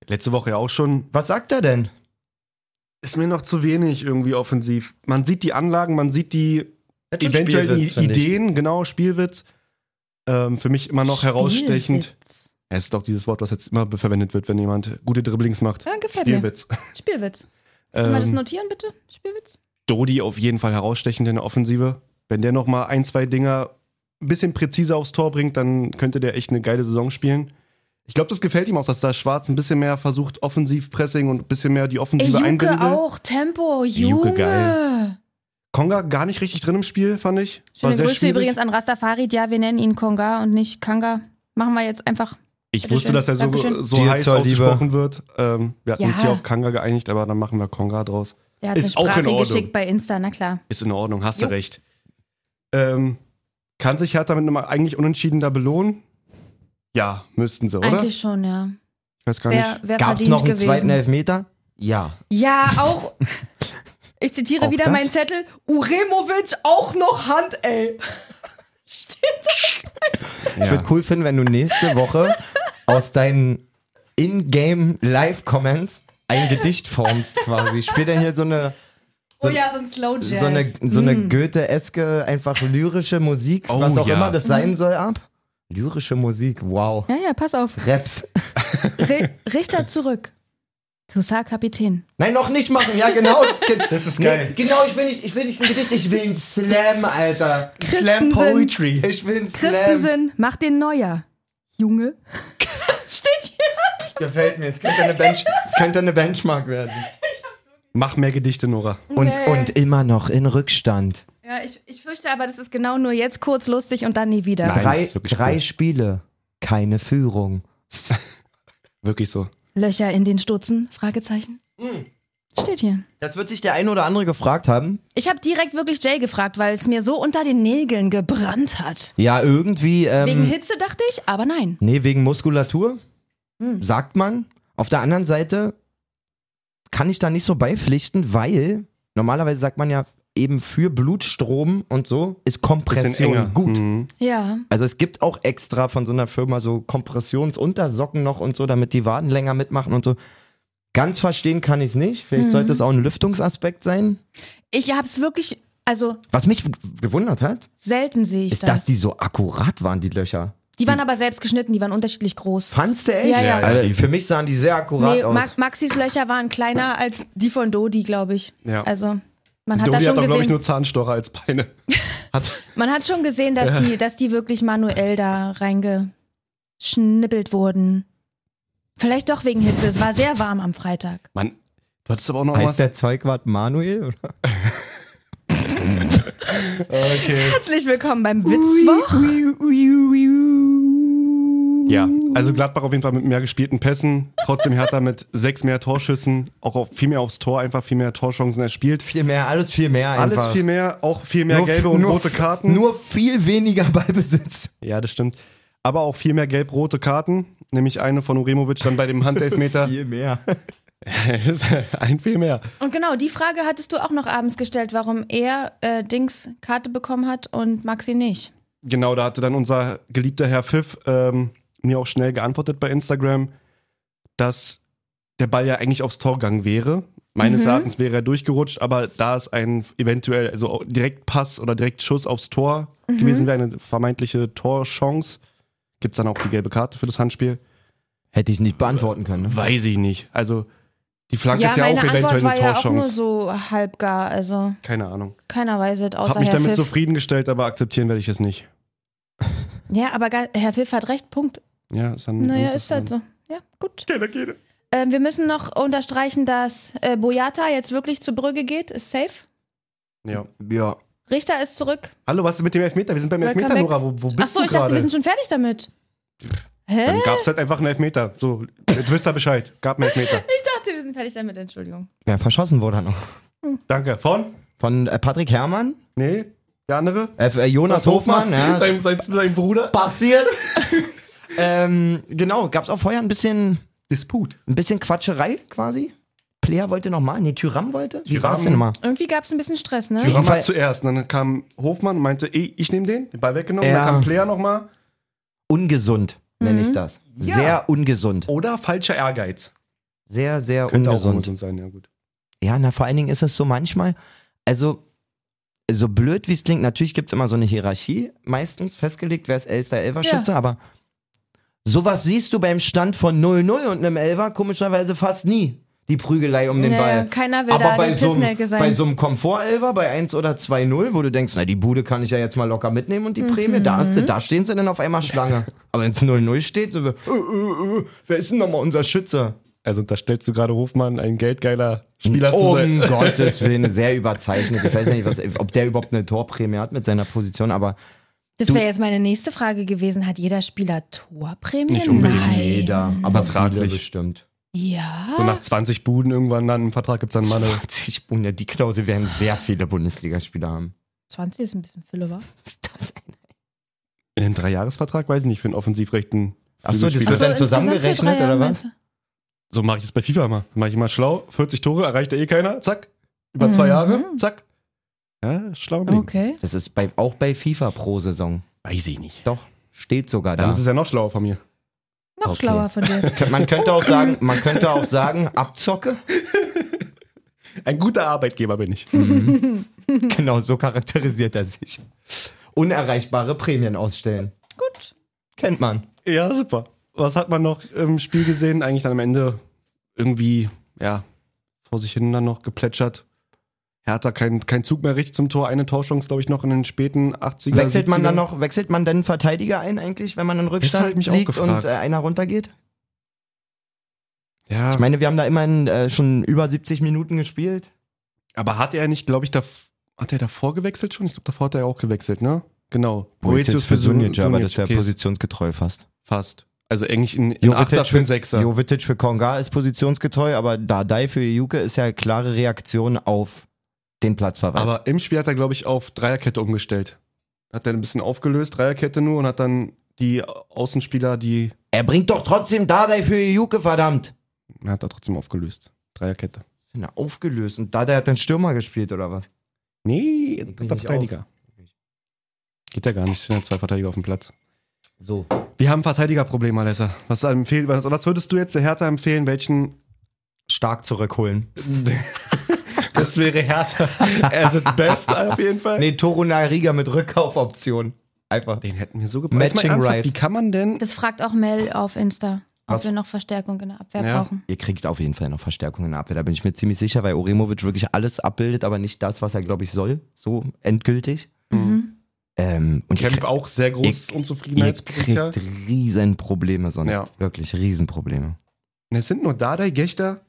B: Letzte Woche ja auch schon.
C: Was sagt er denn?
B: Ist mir noch zu wenig irgendwie offensiv. Man sieht die Anlagen, man sieht die
C: Hat schon
B: eventuellen
C: Spielwitz,
B: I-
C: finde ich.
B: Ideen, genau, Spielwitz. Ähm, für mich immer noch herausstechend.
A: Spielwitz.
B: Es ist doch dieses Wort, was jetzt immer be- verwendet wird, wenn jemand gute Dribblings macht.
A: Ja, gefällt mir.
B: Spielwitz.
A: Spielwitz. Können wir das
B: Ähm,
A: notieren, bitte? Spielwitz?
B: Dodi auf jeden Fall herausstechend in der Offensive. Wenn der noch mal ein, zwei Dinger ein bisschen präziser aufs Tor bringt, dann könnte der echt eine geile Saison spielen. Ich glaube, das gefällt ihm auch, dass da Schwarz ein bisschen mehr versucht, Offensivpressing und ein bisschen mehr die Offensive
A: Ey, Juke
B: einbinden will.
A: auch, Tempo,
B: Juke,
A: Junge.
B: geil. Konga gar nicht richtig drin im Spiel, fand ich.
A: Schöne Grüße
B: schwierig.
A: übrigens an Rastafarid. Ja, wir nennen ihn Konga und nicht Kanga. Machen wir jetzt einfach.
B: Ich
A: Bitteschön.
B: wusste, dass er so,
A: Dankeschön.
B: so
C: Dir
B: heiß
C: zur Liebe.
B: ausgesprochen wird. Ähm, wir hatten
A: Ja.
B: uns hier auf Kanga geeinigt, aber dann machen wir Konga draus.
A: Der hat
B: Ist auch
A: eine
B: in
A: Sprache
B: Ordnung.
A: geschickt bei Insta, na klar.
B: Ist in Ordnung, hast
A: Jo.
B: du recht. Ähm, kann sich Hertha mit einem eigentlich unentschieden da belohnen? Ja, müssten sie, oder?
A: Eigentlich schon, ja.
B: ich weiß gar
A: Wer,
B: nicht.
A: wer
C: Gab's
A: verdient
C: noch einen
A: gewesen?
C: zweiten Elfmeter? Ja.
A: Ja, auch. Ich zitiere
C: Auch
A: wieder
C: das?
A: meinen Zettel. Uremovic auch noch Hand, ey. Steht
C: Ich würde cool finden, wenn du nächste Woche aus deinen In-Game Live-Comments ein Gedicht formst quasi. Spiel dann hier so eine,
A: da. Oh ja, so ein Slow Jazz.
C: so eine, so eine
A: Hm.
C: Goethe-eske, einfach lyrische Musik,
B: Oh,
C: was auch
B: ja.
C: immer das
A: Hm.
C: sein soll, ab. Lyrische Musik, wow.
A: ja, ja, pass auf.
C: Raps.
A: Re Richter zurück. Toussaint Kapitän.
C: Nein, noch nicht machen. Ja, genau.
B: Das ist
C: Nee, genau, ich will nicht, ich will nicht ein Gedicht, ich will ein Slam, Alter.
A: Christensen.
C: Ich will ein Slam.
A: Christensen, mach den Neuer. Junge. Steht hier.
C: Gefällt mir. Es könnte eine, Bench es könnte eine Benchmark werden.
B: Mach mehr Gedichte, Nora.
C: Und,
A: Nee.
C: und immer noch in Rückstand.
A: Ja, ich, ich fürchte aber, das ist genau nur jetzt kurz lustig und dann nie wieder.
B: Nein.
C: Drei,
B: ist wirklich
C: drei
B: cool.
C: Spiele, keine Führung.
B: Wirklich so.
A: Löcher in den Stutzen? Fragezeichen. Steht hier.
C: Das wird sich der ein oder andere gefragt haben.
A: Ich habe direkt wirklich Jay gefragt, weil es mir so unter den Nägeln gebrannt hat.
C: Ja, irgendwie. Ähm,
A: Wegen Hitze dachte ich, aber nein.
C: Nee, wegen Muskulatur, sagt man. Auf der anderen Seite kann ich da nicht so beipflichten, weil normalerweise sagt man ja eben für Blutstrom und so
B: Bisschen enger.
C: ist Kompression gut.
B: Mhm.
A: Ja.
C: Also es gibt auch extra von so einer Firma so Kompressionsuntersocken noch und so, damit die Waden länger mitmachen und so. Ganz verstehen kann ich es nicht. Vielleicht
A: Mhm.
C: sollte es auch ein Lüftungsaspekt sein.
A: Ich habe es wirklich, also
C: Was mich w- gewundert hat,
A: selten sehe ich
C: ist,
A: das.
C: dass die so akkurat waren, die Löcher.
A: Die waren aber selbst geschnitten, die waren unterschiedlich groß.
C: Fandst du echt?
A: Ja, ja.
C: Alter, für mich sahen die sehr akkurat
A: Nee,
C: aus.
A: Ma Maxis Löcher waren kleiner als die von Dodi, glaube ich.
B: Ja.
A: Also man hat
B: Dodi
A: da
B: hat
A: schon
B: doch, glaube ich,
A: gesehen,
B: nur Zahnstocher als Beine. Hat,
A: man hat schon gesehen, dass die, dass die wirklich manuell da reingeschnippelt wurden. Vielleicht doch wegen Hitze. Es war sehr warm am Freitag.
B: Mann, du hattest aber auch noch
C: heißt
B: was.
C: der Zeugwart Manuel? Oder?
B: Okay.
A: Herzlich willkommen beim Witzwoch.
B: Ja, Also Gladbach auf jeden Fall mit mehr gespielten Pässen, trotzdem Hertha mit sechs mehr Torschüssen, auch auf viel mehr aufs Tor, einfach viel mehr Torchancen erspielt.
C: Viel mehr, alles viel mehr
B: Alles
C: einfach.
B: viel mehr, auch viel mehr gelbe und
C: nur,
B: rote
C: f-
B: Karten.
C: Nur viel weniger Ballbesitz.
B: Ja, das stimmt. Aber auch viel mehr gelb-rote Karten, nämlich eine von Uremovic dann bei dem Handelfmeter.
C: Viel mehr.
B: Ein viel mehr.
A: Und genau, die Frage hattest du auch noch abends gestellt, warum er äh, Dings Karte bekommen hat und Maxi nicht.
B: Genau, da hatte dann unser geliebter Herr Pfiff ähm, mir auch schnell geantwortet bei Instagram, dass der Ball ja eigentlich aufs Tor gegangen wäre. Meines
A: Mhm.
B: Erachtens wäre er durchgerutscht, aber da es ein eventuell, also direkt Pass oder direkt Schuss aufs Tor
A: Mhm.
B: gewesen wäre, eine vermeintliche Torchance, gibt es dann auch die gelbe Karte für das Handspiel?
C: Hätte ich nicht beantworten können. Ne?
B: Weiß ich nicht. Also die Flanke ist ja
A: meine
B: auch eventuell
A: Antwort war
B: eine
A: ja auch nur
B: Torchance.
A: so halbgar, also
B: Keine Ahnung.
A: keiner weiß es außer
B: Hab mich
A: Herr
B: damit
A: Pfiff.
B: zufriedengestellt, aber akzeptieren werde ich es nicht.
A: Ja, aber ge- Herr Pfiff hat recht, Punkt.
B: Ja, ist dann.
A: Naja,
B: dann
A: ist halt so. Ja, gut.
B: Keine, keine.
A: Ähm, wir müssen noch unterstreichen, dass äh, Boyata jetzt wirklich zur Brügge geht, ist safe.
B: Ja.
C: Ja.
A: Richter ist zurück.
B: Hallo, was ist mit dem Elfmeter? Wir sind beim
A: Welcome
B: Elfmeter,
A: back.
B: Nora. Wo, wo bist
A: Achso,
B: du
A: ich dachte, wir
B: gerade?
A: sind Äh. schon fertig damit. Hä?
B: Dann gab es halt einfach einen Elfmeter. So, jetzt wisst ihr Bescheid. Gab einen Elfmeter.
A: Ich dachte, wir sind fertig damit, Entschuldigung.
C: Wer verschossen wurde noch?
B: Danke. Von?
C: Von äh, Patrick Herrmann?
B: Nee, der andere?
C: Äh, äh, Jonas Hofmann? Ja.
B: Sein, sein, sein Bruder?
C: Passiert. ähm, genau, gab es auch vorher ein bisschen,
B: Disput.
C: ein bisschen Quatscherei quasi. Player wollte nochmal, nee, Tyram wollte. Wie
B: Thuram-
C: war's denn nochmal?
A: Irgendwie gab es ein bisschen Stress, ne?
C: jeden
B: Tyram war
C: Fall-
B: zuerst. Und dann kam Hofmann und meinte, ey, ich nehme den. Den Ball weggenommen.
C: Ja.
B: Dann kam Player nochmal.
C: Ungesund, nenne ich das.
B: Ja.
C: Sehr ungesund.
B: Oder falscher Ehrgeiz.
C: Sehr, sehr
B: Könnte auch
C: ungesund.
B: ungesund sein, ja gut.
C: Ja, na, vor allen Dingen ist es so manchmal, also so blöd wie es klingt, natürlich gibt es immer so eine Hierarchie, meistens festgelegt, wer ist Elster Elverschütze, aber sowas siehst du beim Stand von 0-0 und einem Elfer komischerweise fast nie, die Prügelei um den
A: Ja, ja,
C: Ball.
A: keiner will
C: aber
A: da
C: bei
A: der
C: so, einem,
A: Pissnelke sein.
C: bei so einem Komfort-Elfer, bei 1 oder 2-0, wo du denkst, na, die Bude kann ich ja jetzt mal locker mitnehmen und die
A: Mhm.
C: Prämie, da, hast du, da stehen sie dann auf einmal Schlange. aber wenn es 0-0 steht, so, äh, äh, äh, wer ist denn nochmal unser Schütze?
B: Also unterstellst du gerade Hofmann, ein geldgeiler Spieler zu sein.
C: Um Gottes Willen, sehr überzeichnet. Ich weiß nicht, was, ob der überhaupt eine Torprämie hat mit seiner Position, aber
A: Das
C: Du-
A: wäre jetzt meine nächste Frage gewesen. Hat jeder Spieler Torprämie?
B: Nicht unbedingt
A: Nein.
C: jeder, aber viele
B: Vertraglich.
C: bestimmt.
A: Ja.
B: So nach 20 Buden irgendwann dann im Vertrag gibt's dann mal eine.
C: 20 Buden, ja, oh ne, die Klausel werden sehr viele Bundesligaspieler haben.
A: 20 ist ein bisschen Fülle, wa?
C: Was ist das denn?
B: In einem Dreijahresvertrag, weiß ich nicht, für einen offensivrechten.
C: Ach so, das
B: Flügelspieler.
C: Wird
A: Ach so,
C: dann zusammengerechnet,
A: insgesamt für drei
C: oder
A: Jahre,
C: was?
A: meinst
B: So mache ich das bei FIFA immer. Mache ich immer schlau. 40 Tore erreicht ja eh keiner. Zack. Über zwei Jahre. Zack. Ja, schlau.
A: du?
B: Ding.
A: Okay.
C: Das ist bei, auch bei FIFA pro Saison.
B: Weiß ich nicht.
C: Doch, steht sogar
B: Dann
C: da.
B: ist es ja noch schlauer von mir.
A: Noch
C: Okay.
A: schlauer von dir.
C: Man könnte auch sagen, man könnte auch sagen, Abzocke.
B: Ein guter Arbeitgeber bin ich.
C: Genau, so charakterisiert er sich. Unerreichbare Prämien ausstellen.
A: Gut.
C: Kennt man.
B: ja, super. Was hat man noch im Spiel gesehen? Eigentlich dann am Ende irgendwie, ja, vor sich hin dann noch geplätschert. Hertha kein, kein Zug mehr richtig zum Tor. Eine Torchance, glaube ich, noch in den späten 80er.
C: Wechselt man
B: 70er.
C: dann noch, wechselt man denn Verteidiger ein eigentlich, wenn man in Rückstand
B: hab ich mich auch
C: liegt
B: gefragt.
C: und äh, einer runtergeht?
B: Ja.
C: Ich meine, wir haben da immerhin äh, schon über 70 Minuten gespielt.
B: Aber hat er nicht, glaube ich, da, hat er davor gewechselt schon? Ich glaube, davor hat er auch gewechselt, ne? Genau. Sun- okay,
C: positionsgetreu fast.
B: Fast. Also eigentlich in, in Achter
C: Jovetic
B: für
C: für,
B: einen Sechser.
C: Jovetic für Konga ist positionsgetreu, aber Dardai für Juke ist ja klare Reaktion auf den Platzverweis.
B: Aber im Spiel hat er, glaube ich, auf Dreierkette umgestellt. Hat er ein bisschen aufgelöst, Dreierkette nur, und hat dann die Außenspieler, die.
C: er bringt doch trotzdem Dardai für Juke, verdammt!
B: Er hat er trotzdem aufgelöst. Dreierkette.
C: Na, aufgelöst. Und Dardai hat dann Stürmer gespielt, oder was?
B: Nee,
C: Bring
B: dritter
C: ich
B: Verteidiger. Geht ja gar nicht, es sind ja zwei Verteidiger auf dem Platz.
C: So.
B: Wir haben Verteidigerprobleme, Alessa. Was, empfehl- was, was würdest du jetzt der Hertha empfehlen? Welchen
C: Stark zurückholen.
B: Das wäre härter. As it best auf jeden Fall.
C: Nee, Torunai Riga mit Rückkaufoption. Einfach.
B: Den hätten wir so gebraucht.
C: Matching
B: Ich meine, ernsthaft,
C: right.
B: Wie kann man denn?
A: Das fragt auch Mel auf Insta, ob
B: Was?
A: wir noch Verstärkung in der Abwehr
B: Ja.
A: brauchen.
C: Ihr kriegt auf jeden Fall noch Verstärkung in der Abwehr. Da bin ich mir ziemlich sicher, weil Uremovic wirklich alles abbildet, aber nicht das, was er, glaube ich, soll. So endgültig.
A: Mhm.
C: Ähm, und ihr,
B: Kempf
C: krieg,
B: auch sehr groß
C: Ich- ihr
B: Unzufriedenheitspotenzial.
C: kriegt Riesenprobleme sonst.
B: Ja.
C: Wirklich Riesenprobleme.
B: Ne, Es sind nur Dardai, Gechter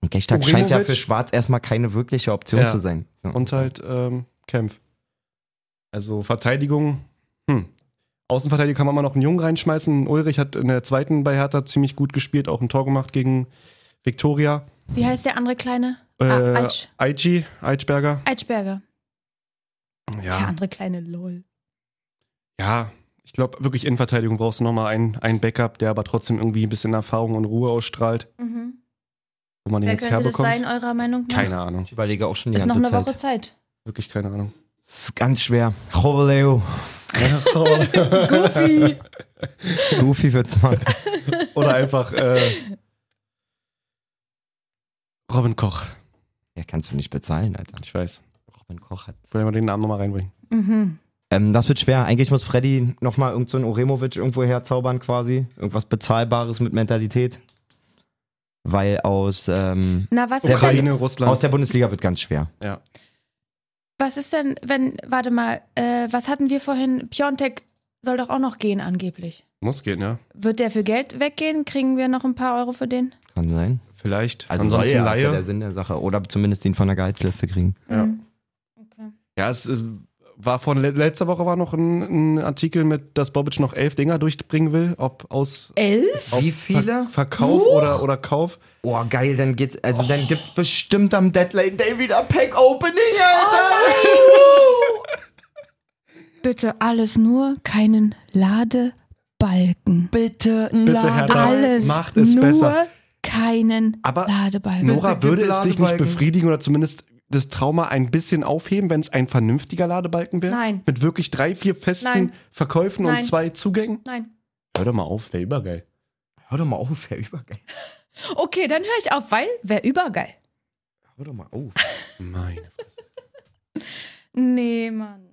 C: Und Gechtag scheint ja
B: Uremovic-
C: für Schwarz erstmal keine wirkliche Option
B: Ja.
C: zu sein. Ja.
B: und halt ähm, Kempf. Also Verteidigung. Hm. Außenverteidiger kann man mal noch einen Jungen reinschmeißen. Ulrich hat in der zweiten bei Hertha ziemlich gut gespielt, auch ein Tor gemacht gegen Viktoria.
A: Wie heißt der andere Kleine?
B: Äh,
A: Ah, Eitsch.
B: Aichi, Eitschberger.
A: Eitschberger. Der
B: Ja,
A: andere Kleine, lol.
B: ja. ich glaube, wirklich in Verteidigung brauchst du nochmal einen, einen Backup, der aber trotzdem irgendwie ein bisschen Erfahrung und Ruhe ausstrahlt,
A: Mhm.
B: wo man den
A: Wer
B: jetzt
A: könnte das
B: herbekommt.
A: sein, eurer Meinung nach?
B: Keine Ahnung.
C: Ich überlege auch schon die
A: Ist noch
C: ganze
A: eine
C: Zeit.
A: Woche Zeit.
B: Wirklich keine Ahnung.
C: Ist ganz schwer. Jovaleo.
A: Goofy.
C: Goofy wird's machen.
B: Oder einfach äh, Robin Koch.
C: Ja, kannst du nicht bezahlen, Alter.
B: Ich weiß.
C: Robin Koch hat.
B: Wollen wir den Namen nochmal reinbringen?
A: mhm.
C: Ähm, das wird schwer. Eigentlich muss Freddy nochmal irgend so einen Oremovic irgendwo herzaubern quasi. Irgendwas Bezahlbares mit Mentalität. Weil aus, ähm,
A: Na, was ist, denn,
B: Ukraine, Russland.
C: aus der Bundesliga wird ganz schwer.
B: ja.
A: was ist denn, wenn, warte mal, äh, was hatten wir vorhin? Piontek soll doch auch noch gehen, angeblich.
B: Muss gehen, ja.
A: Wird der für Geld weggehen? Kriegen wir noch ein paar Euro für den?
C: Kann sein.
B: Vielleicht.
C: Also soll
B: Ansonsten
C: ja, ist ja der
B: Laie.
C: Sinn der Sache. Oder zumindest den von der Gehaltsliste kriegen.
B: Ja.
A: Mhm. Okay.
B: Ja, es äh, war von le letzter Woche war noch ein, ein Artikel mit, dass Bobic noch elf Dinger durchbringen will, ob aus
A: Elf?
B: auf
C: Wie viele?
B: Ver Verkauf oder, oder Kauf.
C: Oh, geil, dann geht's. Also dann gibt's bestimmt am Deadline Day wieder Pack Opening, Alter!
A: Bitte alles nur keinen Ladebalken.
C: Bitte ein
B: Bitte, Herr
C: Laden.
B: Dahn.
A: Alles
B: macht es
A: nur
B: besser.
A: keinen
C: Aber
A: Ladebalken.
C: Bitte
B: Nora,
C: gib
B: würde es dich nicht
C: Ladebalken.
B: befriedigen oder zumindest das Trauma ein bisschen aufheben, wenn es ein vernünftiger Ladebalken wäre?
A: Nein.
B: Mit wirklich drei, vier festen
A: Nein.
B: Verkäufen
A: Nein.
B: und zwei Zugängen?
A: Nein.
B: Hör doch mal auf, wäre übergeil.
C: Hör doch mal auf, Herr Übergeil.
A: Okay, dann höre ich auf, weil wäre übergeil.
C: Hör doch mal auf.
B: Meine Fresse.
A: Nee, Mann.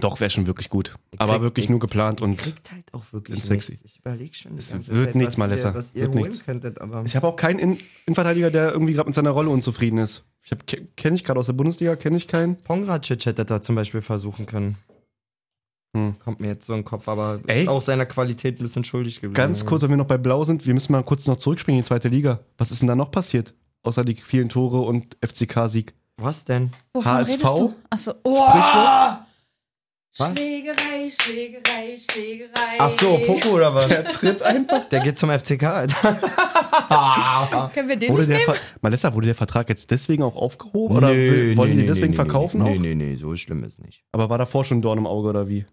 B: Doch, wäre schon wirklich gut.
C: Ich
B: Aber
C: krieg-
B: wirklich
C: ich
B: nur geplant und
C: Kriegt halt auch wirklich
B: Bin sexy.
C: nichts. Ich überlege schon. die
B: Es
C: ganze
B: wird
C: Zeit,
B: nichts,
C: was
B: Malessa.
C: Ihr, was ihr
B: Wird
C: holen
B: nichts.
C: könntet, aber.
B: Ich habe auch keinen In Innenverteidiger, der irgendwie gerade mit seiner Rolle unzufrieden ist. Ich hab- ke- kenne ich gerade aus der Bundesliga, kenne ich keinen.
C: Pongracic hätte da zum Beispiel versuchen können.
B: Hm.
C: Kommt mir jetzt so in den Kopf, aber
B: Ey.
C: ist auch seiner Qualität ein bisschen schuldig geblieben.
B: Ganz kurz, wenn wir noch bei Blau sind, wir müssen mal kurz noch zurückspringen in die zweite Liga. Was ist denn da noch passiert? Außer die vielen Tore und FCK-Sieg.
C: Was denn?
A: Wovon
B: HSV?
A: redest du? Achso. Oh.
B: Sprichwort?
C: Was?
A: Schlägerei, Schlägerei, Schlägerei.
C: Ach so, Poco oder was? Der,
B: Tritt einfach.
C: geht zum FCK, Alter.
A: Können wir den
B: Wurde
A: nicht
B: der
A: nehmen?
B: Ver Malessa, wurde der Vertrag jetzt deswegen auch aufgehoben? oder will- wollen die deswegen verkaufen
C: nee,
B: auch?
C: Nee, nee, so schlimm ist nicht.
B: Aber war davor schon Dorn im Auge oder wie?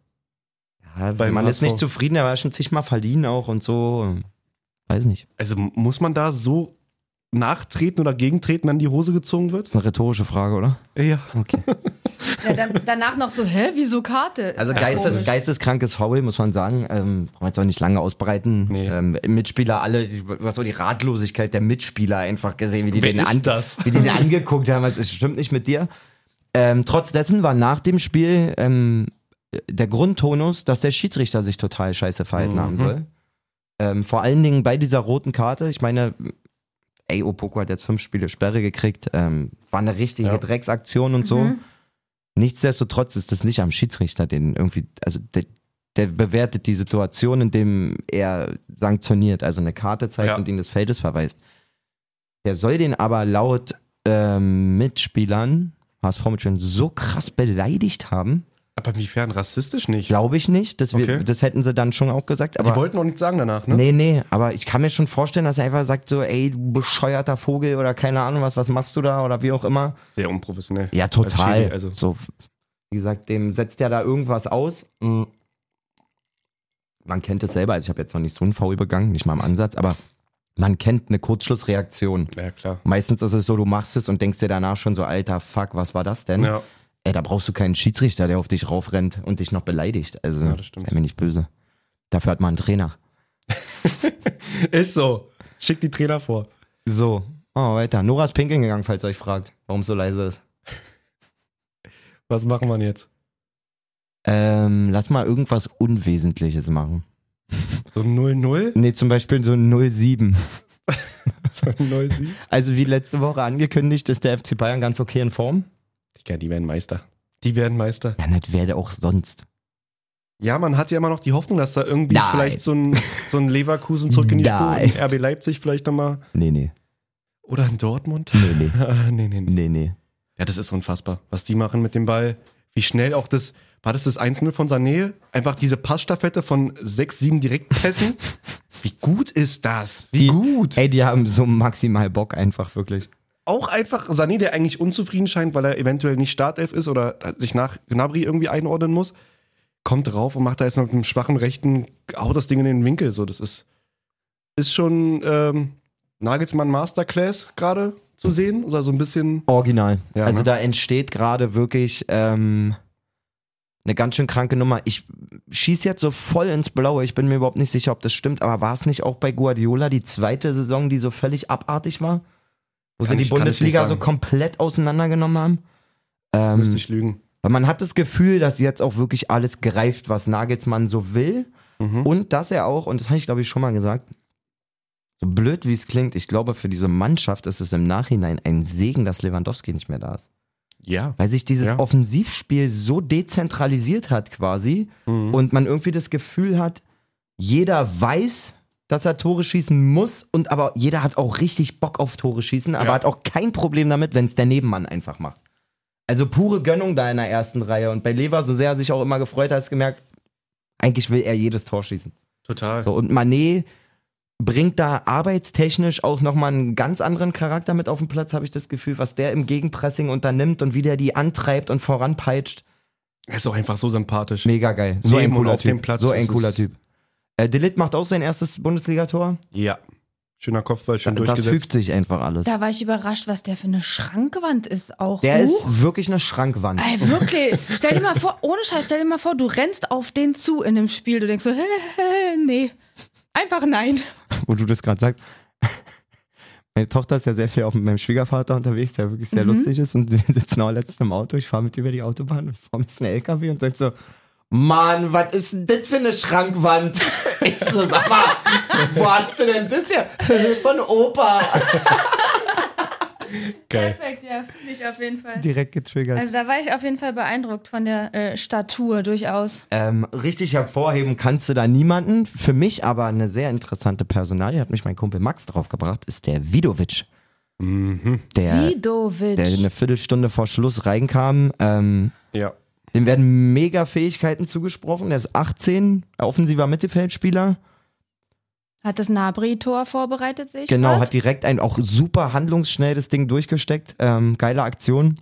C: Ja,
B: Beim
C: man ist
B: HSV.
C: nicht zufrieden, er war schon zigmal verliehen auch und so. Weiß nicht.
B: Also muss man da so nachtreten oder gegentreten, wenn die Hose gezogen wird?
C: Ist eine rhetorische Frage, oder?
B: Ja.
A: Ja, dann, danach noch so, hä, wieso Karte? Ist
C: Also
A: ja
C: geistes,
A: komisch.
C: geisteskrankes Foul, muss man sagen. Ähm, brauchen wir jetzt auch nicht lange ausbreiten.
B: Nee.
C: Ähm, Mitspieler alle, die- du hast auch die Ratlosigkeit der Mitspieler einfach gesehen, wie die,
B: Wer
C: den,
B: ist
C: an,
B: das?
C: Wie die den angeguckt haben. Es stimmt nicht mit dir. Ähm, trotz dessen war nach dem Spiel ähm, der Grundtonus, dass der Schiedsrichter sich total scheiße verhalten
B: Mhm.
C: haben soll. Ähm, vor allen Dingen bei dieser roten Karte. Ich meine, ey, Opoko hat jetzt fünf Spiele Sperre gekriegt. Ähm, war eine richtige
B: Ja.
C: Drecksaktion und so.
A: Mhm.
C: Nichtsdestotrotz ist das nicht am Schiedsrichter, den irgendwie, also der, der bewertet die Situation, indem er sanktioniert, also eine Karte zeigt
B: Ja.
C: und ihn des Feldes verweist. Der soll den aber laut ähm, Mitspielern, HSV-Mitspielern, so krass beleidigt haben.
B: Aber inwiefern rassistisch nicht?
C: Glaube ich nicht. Das, wir,
B: Okay.
C: das hätten sie dann schon auch gesagt. Aber
B: die wollten auch nichts sagen danach, ne?
C: Nee, nee, aber ich kann mir schon vorstellen, dass er einfach sagt so, ey, du bescheuerter Vogel oder keine Ahnung was, was machst du da oder wie auch immer.
B: Sehr unprofessionell.
C: Ja, total.
B: Schiri, also.
C: so, wie gesagt, dem setzt ja da irgendwas aus. Mm. Man kennt es selber, also ich habe jetzt noch nicht so einen Foul begangen, nicht mal im Ansatz, aber man kennt eine Kurzschlussreaktion.
B: Ja, klar.
C: Meistens ist es so, du machst es und denkst dir danach schon so, alter Fuck, was war das denn?
B: Ja.
C: Ey, da brauchst du keinen Schiedsrichter, der auf dich raufrennt und dich noch beleidigt. Also,
B: Ja,
C: ja,
B: das stimmt.
C: mir nicht böse. Dafür hat man einen Trainer.
B: Ist so. Schick die Trainer vor.
C: So. Oh, weiter. Nora ist pinkeln gegangen, falls ihr euch fragt, warum es so leise ist.
B: Was machen wir denn jetzt?
C: Ähm, lass mal irgendwas Unwesentliches machen.
B: So ein 0-0?
C: Nee, zum Beispiel so ein 07.
B: So ein 0-7?
C: Also wie letzte Woche angekündigt, ist der FC Bayern ganz okay in Form.
B: Digga, die werden Meister. Die werden Meister.
C: Ja, das werde auch sonst.
B: Ja, man hat ja immer noch die Hoffnung, dass da irgendwie
C: Nein.
B: vielleicht so ein, so ein Leverkusen zurück in die Spur.
C: Nein.
B: und RB Leipzig vielleicht nochmal.
C: Nee, nee.
B: Oder in Dortmund?
C: Nee, nee.
B: Ah, nee, nee, nee.
C: Nee, nee.
B: Ja, das ist unfassbar. Was die machen mit dem Ball, wie schnell auch das, war das das 1-0 von Sané? Einfach diese Passstaffette von sechs, sieben Direktpässen. wie gut ist das? Wie
C: Die-
B: gut.
C: Ey, die haben so maximal Bock einfach, wirklich.
B: Auch einfach Sané, der eigentlich unzufrieden scheint, weil er eventuell nicht Startelf ist oder sich nach Gnabry irgendwie einordnen muss, kommt drauf und macht da erstmal mit einem schwachen rechten, haut das Ding in den Winkel. So, das ist, ist schon ähm, Nagelsmann Masterclass gerade zu sehen oder so ein bisschen.
C: Original.
B: Ja,
C: also
B: ne?
C: da entsteht gerade wirklich ähm, eine ganz schön kranke Nummer. Ich schieß jetzt so voll ins Blaue. Ich bin mir überhaupt nicht sicher, ob das stimmt. Aber war es nicht auch bei Guardiola die zweite Saison, die so völlig abartig war? Wo sie
B: Kann
C: die
B: ich- kann ich nicht
C: Bundesliga so
B: sagen.
C: komplett auseinandergenommen haben? Ähm,
B: Müsste ich lügen.
C: weil man hat das Gefühl, dass jetzt auch wirklich alles greift, was Nagelsmann so will.
B: Mhm.
C: Und dass er auch, und das habe ich glaube ich schon mal gesagt, so blöd wie es klingt, ich glaube für diese Mannschaft ist es im Nachhinein ein Segen, dass Lewandowski nicht mehr da ist.
B: Ja.
C: Weil sich dieses
B: Ja.
C: Offensivspiel so dezentralisiert hat quasi
B: Mhm.
C: und man irgendwie das Gefühl hat, jeder weiß, dass er Tore schießen muss und aber jeder hat auch richtig Bock auf Tore schießen, aber
B: Ja.
C: hat auch kein Problem damit, wenn es der Nebenmann einfach macht. Also pure Gönnung da in der ersten Reihe und bei Lever, so sehr er sich auch immer gefreut hat, ist gemerkt, eigentlich will er jedes Tor schießen.
B: Total.
C: So, und Manet bringt da arbeitstechnisch auch nochmal einen ganz anderen Charakter mit auf den Platz, habe ich das Gefühl, was der im Gegenpressing unternimmt und wie der die antreibt und voranpeitscht.
B: Er ist auch einfach so sympathisch.
C: Mega geil. So
B: Neben
C: ein
B: und
C: cooler
B: auf dem
C: Typ.
B: Platz,
C: so
B: das
C: ein
B: ist-
C: cooler Typ. Äh, Delit macht auch sein erstes Bundesligator.
B: Ja. Schöner Kopfball, schön
C: Das
B: durchgesetzt.
C: fügt sich einfach alles.
A: Da war ich überrascht, was der für eine Schrankwand ist auch.
C: Der
A: Huch.
C: ist wirklich eine Schrankwand.
A: Ey, wirklich. Stell dir mal vor, ohne Scheiß, stell dir mal vor, du rennst auf den zu in dem Spiel. Du denkst so, hä, nee. Einfach nein.
C: wo du das gerade sagst. Meine Tochter ist ja sehr viel auch mit meinem Schwiegervater unterwegs, der wirklich
A: Mhm.
C: sehr lustig ist. Und wir sitzen auch letztens im Auto. Ich fahre mit über die Autobahn und vor mir ist ein LKW und sagt so: Mann, was ist denn das für eine Schrankwand? Ich so, sag mal, wo hast du denn das hier? Von Opa.
B: Geil.
A: Perfekt, ja, nicht auf jeden Fall.
C: Direkt getriggert.
A: Also da war ich auf jeden Fall beeindruckt von der äh, Statur durchaus.
C: Ähm, richtig hervorheben kannst du da niemanden. Für mich aber eine sehr interessante Personalie, hat mich mein Kumpel Max draufgebracht, ist der Vidovic.
B: Mhm.
C: Der, der
A: Vidovic.
C: eine Viertelstunde vor Schluss reinkam. Ähm,
B: Ja.
C: Dem werden mega Fähigkeiten zugesprochen. Der ist 18, offensiver Mittelfeldspieler.
A: Hat das Nabri-Tor vorbereitet, sehe ich
C: Genau,
A: grad?
C: hat direkt ein auch super handlungsschnell das Ding durchgesteckt. Ähm, geile Aktion.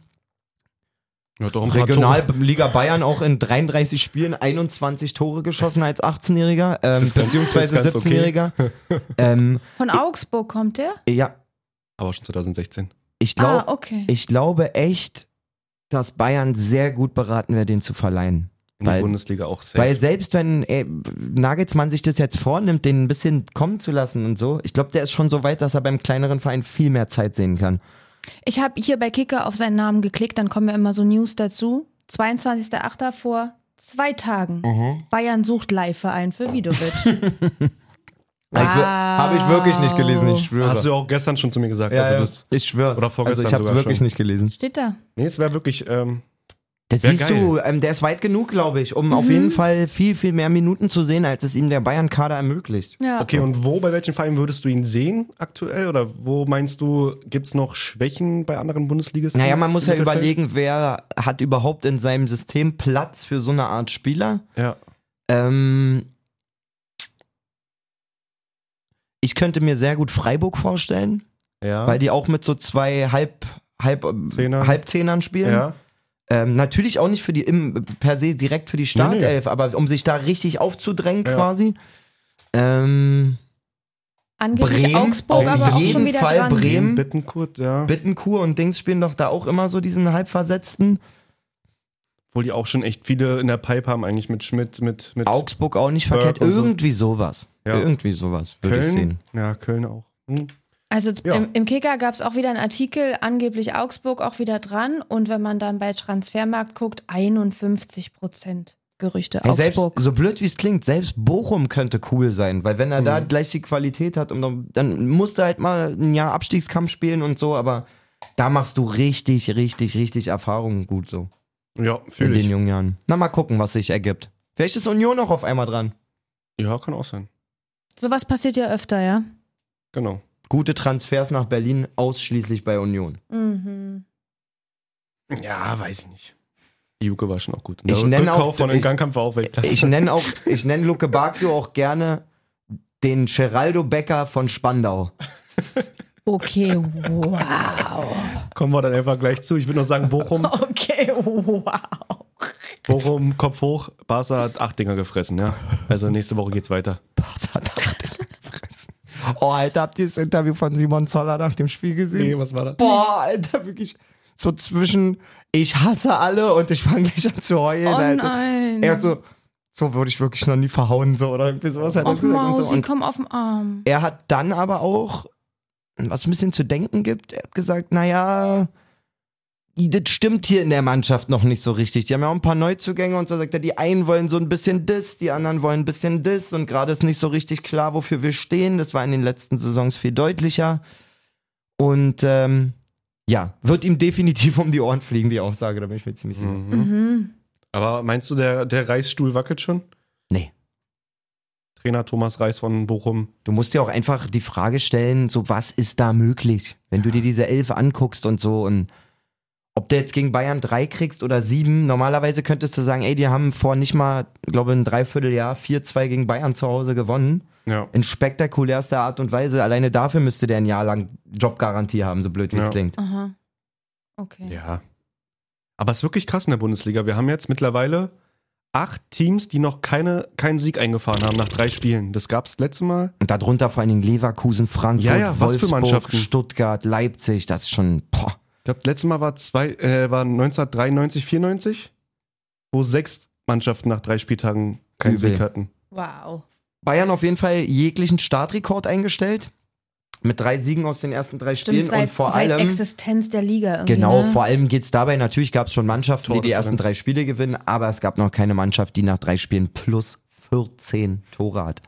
B: Hat auch ein paar Tore.
C: Regionalliga Bayern auch in 33 Spielen 21 Tore geschossen als 18-Jähriger, ähm,
B: ist ganz-
C: beziehungsweise
B: das ist ganz okay.
C: 17-Jähriger. Ähm,
A: Von Augsburg kommt der?
C: ja,
B: Aber schon 2016.
C: ich, glaub,
A: ah, okay.
C: ich glaube echt, dass Bayern sehr gut beraten wäre, den zu verleihen.
B: In
C: Weil-
B: der Bundesliga auch safe.
C: Weil selbst wenn ey, Nagelsmann sich das jetzt vornimmt, den ein bisschen kommen zu lassen und so, ich glaube, der ist schon so weit, dass er beim kleineren Verein viel mehr Zeit sehen kann.
A: Ich habe hier bei Kicker auf seinen Namen geklickt, dann kommen ja immer so News dazu. 22.08. vor zwei Tagen.
C: Mhm.
A: Bayern sucht Leihverein für Vidovic. Wow.
C: Habe Ah. ich wirklich nicht gelesen, ich schwöre.
B: Hast du auch gestern schon zu mir gesagt.
C: ja,
B: also
C: ja.
B: Das,
C: ich schwöre.
B: Oder
C: also
B: vorgestern
C: ich habe es
B: sogar
C: wirklich
B: schon.
C: nicht gelesen.
A: Steht da.
B: nee, es wäre wirklich. Ähm,
C: Das
B: Wär
C: siehst
B: geil.
C: du, ähm, der ist weit genug, glaube ich, um auf
A: Mhm.
C: jeden Fall viel, viel mehr Minuten zu sehen, als es ihm der Bayern-Kader ermöglicht.
A: Ja.
B: okay, und wo, bei welchen Vereinen würdest du ihn sehen aktuell? Oder wo meinst du, gibt es noch Schwächen bei anderen Bundesligisten?
C: Naja, man muss ja
B: Mittelfeld?
C: überlegen, wer hat überhaupt in seinem System Platz für so eine Art Spieler.
B: Ja.
C: Ähm, ich könnte mir sehr gut Freiburg vorstellen,
B: Ja.
C: weil die auch mit so zwei Halb, Halb,
B: Zehnern.
C: Halbzehnern spielen.
B: ja.
C: Ähm, natürlich auch nicht für die im, per se direkt für die Startelf, aber um sich da richtig aufzudrängen
B: Ja.
C: quasi. Ähm,
A: Angeblich
C: Bremen,
A: Augsburg,
C: auf
A: aber auch
C: jeden
A: schon wieder
C: Fall
A: dran.
C: Bremen. Bremen.
B: Bittenkurt, ja.
C: Bittenkur und Dings spielen doch da auch immer so diesen Halbversetzten.
B: Obwohl die auch schon echt viele in der Pipe haben, eigentlich mit Schmidt, mit. mit
C: Augsburg auch nicht
B: Berg
C: verkehrt.
B: und so.
C: Irgendwie sowas.
B: Ja.
C: Irgendwie sowas, würde ich
B: Köln.
C: sehen.
B: Ja, Köln auch. Hm.
A: Also
B: Ja.
A: im, im Kicker gab es auch wieder einen Artikel, angeblich Augsburg auch wieder dran. Und wenn man dann bei Transfermarkt guckt, 51 Prozent Gerüchte
C: Ey, selbst,
A: Augsburg.
C: so blöd wie es klingt, selbst Bochum könnte cool sein, weil wenn er da
B: Mhm.
C: gleich die Qualität hat, und dann, dann musst du halt mal ein Jahr Abstiegskampf spielen und so, aber da machst du richtig, richtig, richtig Erfahrungen gut so
B: Ja,
C: in
B: fühle
C: den
B: ich.
C: jungen Jahren. Na, mal gucken, was sich ergibt. Vielleicht ist Union noch auf einmal dran.
B: Ja, kann auch sein.
A: Sowas passiert ja öfter, ja.
B: Genau.
C: Gute Transfers nach Berlin ausschließlich bei Union.
A: Mhm.
B: Ja, weiß ich nicht. Juke war schon auch gut.
C: Ich nenne
B: Rückkauf
C: auch-
B: von
C: ich-
B: den Gangkampf war auch Weltklasse.
C: Ich nenne auch, ich nenne Luke Bakio auch gerne den Geraldo Becker von Spandau.
A: Okay, wow.
B: Kommen wir dann einfach gleich zu. Ich würde noch sagen, Bochum,
A: Okay, wow.
B: Bochum, Kopf hoch. Barca hat acht Dinger gefressen, ja. Also nächste Woche geht's weiter.
C: Oh, Alter, habt ihr das Interview von Simon Zoller nach dem Spiel gesehen?
B: was war das?
C: Boah, Alter, wirklich. So zwischen, ich hasse alle und ich fange gleich an zu heulen.
A: Oh
C: Alter.
A: nein.
C: Er so, so würde ich wirklich noch nie verhauen, so oder irgendwie sowas hat er
A: auf
C: gesagt. Und, so.
A: Mausi,
C: und
A: komm auf den Arm.
C: er hat dann aber auch, was ein bisschen zu denken gibt, er hat gesagt, naja, das stimmt hier in der Mannschaft noch nicht so richtig. Die haben ja auch ein paar Neuzugänge und so sagt er, die einen wollen so ein bisschen das, die anderen wollen ein bisschen das und gerade ist nicht so richtig klar, wofür wir stehen. Das war in den letzten Saisons viel deutlicher. Und ähm, ja, wird ihm definitiv um die Ohren fliegen, die Aussage, da bin ich mir ziemlich sicher.
A: Mhm.
B: Aber meinst du, der, der Reisstuhl wackelt schon?
C: Nee.
B: Trainer Thomas Reis von Bochum.
C: Du musst dir auch einfach die Frage stellen, so was ist da möglich, wenn du dir diese Elf anguckst und so und ob du jetzt gegen Bayern drei kriegst oder sieben, normalerweise könntest du sagen, ey, die haben vor nicht mal, glaube ein Dreivierteljahr 4-2 gegen Bayern zu Hause gewonnen.
B: Ja.
C: In spektakulärster Art und Weise. Alleine dafür müsste der ein Jahr lang Jobgarantie haben, so blöd wie es
B: Ja.
C: klingt.
A: Aha. Okay.
B: Ja. Aber es ist wirklich krass in der Bundesliga. Wir haben jetzt mittlerweile acht Teams, die noch keine, keinen Sieg eingefahren haben nach drei Spielen. Das gab's letzte Mal.
C: Und darunter vor allen Dingen Leverkusen, Frankfurt,
B: Ja, ja, was für
C: Wolfsburg,
B: Mannschaften?
C: Stuttgart, Leipzig, das ist schon, boah.
B: Ich glaube, letztes Mal war, zwei, äh, war 1993, 94, wo sechs Mannschaften nach drei Spieltagen keinen
C: Übel.
B: Sieg hatten.
A: Wow.
C: Bayern auf jeden Fall jeglichen Startrekord eingestellt. Mit drei Siegen aus den ersten drei Spielen
A: Stimmt, seit,
C: und vor
A: seit
C: allem.
A: Existenz der Liga irgendwie.
C: Genau,
A: ne?
C: vor allem geht es dabei, natürlich gab es schon Mannschaften, die die ersten
B: Tordifferenz.
C: drei Spiele gewinnen, aber es gab noch keine Mannschaft, die nach drei Spielen plus 14 Tore hat.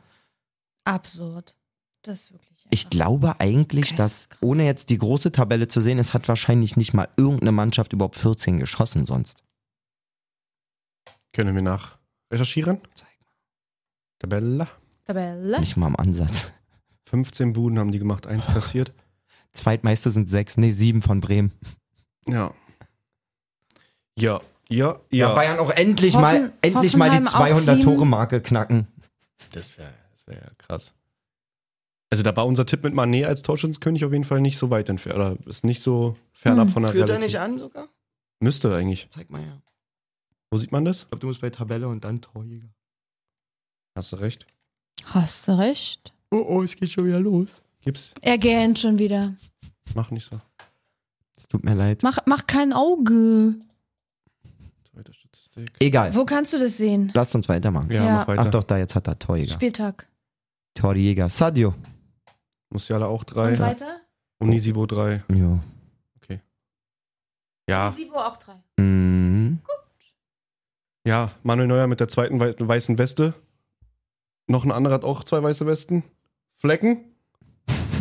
A: Absurd. Das ist wirklich.
C: Ich
A: einfach-
C: glaube eigentlich, dass,
A: Geisteskrank.
C: ohne jetzt die große Tabelle zu sehen, es hat wahrscheinlich nicht mal irgendeine Mannschaft überhaupt 14 geschossen sonst.
B: Können wir nach recherchieren?
C: Zeig
B: Tabella.
A: Tabelle.
C: Nicht mal im Ansatz.
B: 15 Buden haben die gemacht, eins
C: Ah.
B: kassiert.
C: Zweitmeister sind sechs, nee, sieben von Bremen.
B: Ja. Ja, ja, ja.
C: Ja, Bayern auch endlich mal,
A: Hoffen-
C: endlich mal die
A: Hoffenheim auch sieben.
C: 200-Tore-Marke knacken.
B: Das wäre das wär ja krass. Also da war unser Tipp mit Manet als Torschützenkönig auf jeden Fall nicht so weit entfernt. Oder ist nicht so fernab
A: Hm.
B: von der Realität.
C: an sogar?
B: Müsste eigentlich.
C: Zeig mal her.
B: Wo sieht man das?
C: glaube, du musst bei Tabelle und dann Torjäger.
B: Hast du recht.
A: Hast du recht.
C: Oh, oh, es geht schon wieder los.
B: Gib's.
A: Er gähnt schon wieder.
B: Mach nicht so.
C: Es tut mir leid.
A: Mach, mach kein Auge.
B: Zweite Statistik.
C: Egal.
A: Wo kannst du das sehen?
C: Lasst uns weitermachen.
B: Ja,
A: Ja.
B: mach weiter.
C: Ach doch, da jetzt hat er Torjäger.
A: Spieltag.
C: Torjäger. Sadio.
B: Musiala auch
A: Und
B: drei.
A: weiter?
B: Unisivo drei.
C: Jo. Ah.
B: Ja.
A: Sivo auch drei.
C: Mhm.
B: Ja, Manuel Neuer mit der zweiten wei weißen Weste. Noch ein anderer hat auch zwei weiße Westen. Flecken?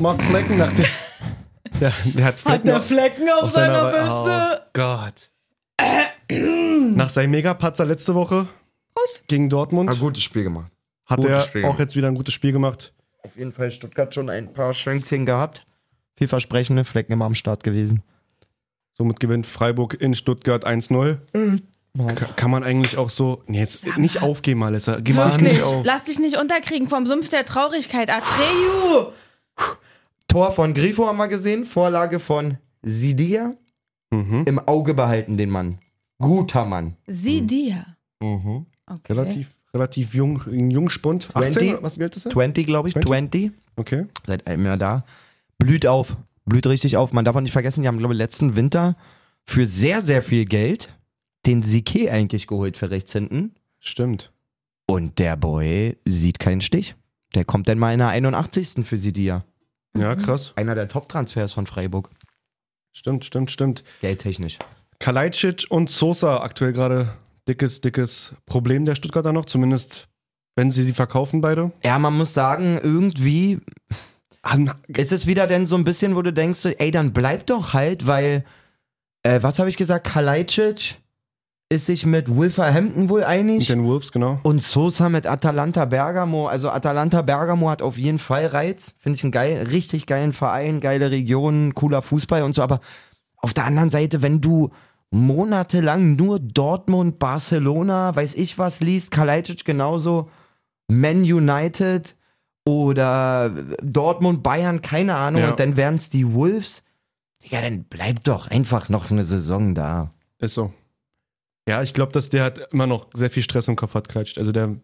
B: Mark Flecken nach dem. Der, der hat Flecken.
C: Genau.
B: auf-
A: Flecken auf,
B: Wei- Oh Gott. Nach seinem Megapatzer letzte Woche gegen Dortmund
C: gutes Spiel gemacht.
B: hat
C: gutes
B: er
C: Spiel.
B: auch jetzt wieder ein gutes Spiel gemacht.
C: Auf jeden Fall Stuttgart schon ein paar Schwänzchen gehabt. Vielversprechende Flecken immer am Start gewesen.
B: Somit gewinnt Freiburg in Stuttgart 1-0. Ka- Kann man eigentlich auch so. Nee, jetzt
A: Mhm. Sag mal.
B: nicht aufgeben, Alessa. Gib mal
A: Wirklich.
B: nicht auf.
A: Lass dich nicht unterkriegen vom Sumpf der Traurigkeit. Atreyu!
C: Tor von Grifo haben wir gesehen. Vorlage von Sidia.
B: Mhm.
C: Im Auge behalten den Mann. Guter Mann.
A: Sieh dir.
B: Mhm.
A: Okay.
B: Relativ, relativ jung, ein Jungspund. 18,
C: 20?
B: oder was Geld ist er?
C: 20, glaube ich. 20.
B: Okay.
C: seit einem Jahr halt da, blüht auf, blüht richtig auf. Man darf auch nicht vergessen, die haben, glaube ich, letzten Winter für sehr, sehr viel Geld den Sique eigentlich geholt für rechts hinten.
B: Stimmt.
C: Und der Boy sieht keinen Stich. Der kommt dann mal in der 81. für Sidia.
A: Mhm.
B: Ja, krass.
C: Einer der Top-Transfers von Freiburg.
B: Stimmt, stimmt, stimmt.
C: Geldtechnisch.
B: Kalajdzic und Sosa aktuell gerade dickes, dickes Problem der Stuttgarter noch. Zumindest, wenn sie sie verkaufen beide.
C: Ja, man muss sagen, irgendwie
B: An,
C: ist es wieder denn so ein bisschen, wo du denkst, ey, dann bleib doch halt, weil, äh, was habe ich gesagt, Kalajdzic ist sich mit Wolverhampton wohl einig.
B: mit den Wolves, genau.
C: Und Sosa mit Atalanta Bergamo. Also Atalanta Bergamo hat auf jeden Fall Reiz. Finde ich einen geil, richtig geilen Verein, geile Regionen, cooler Fußball und so. Aber auf der anderen Seite, wenn du monatelang nur Dortmund, Barcelona, weiß ich was liest, Kalajdzic genauso, Man United oder Dortmund, Bayern, keine Ahnung,
B: Ja.
C: und dann wären es die Wolves. Digga, dann bleib doch einfach noch eine Saison da.
B: Ist so. Ja, ich glaube, dass der hat immer noch sehr viel Stress im Kopf hat, klatscht. Also der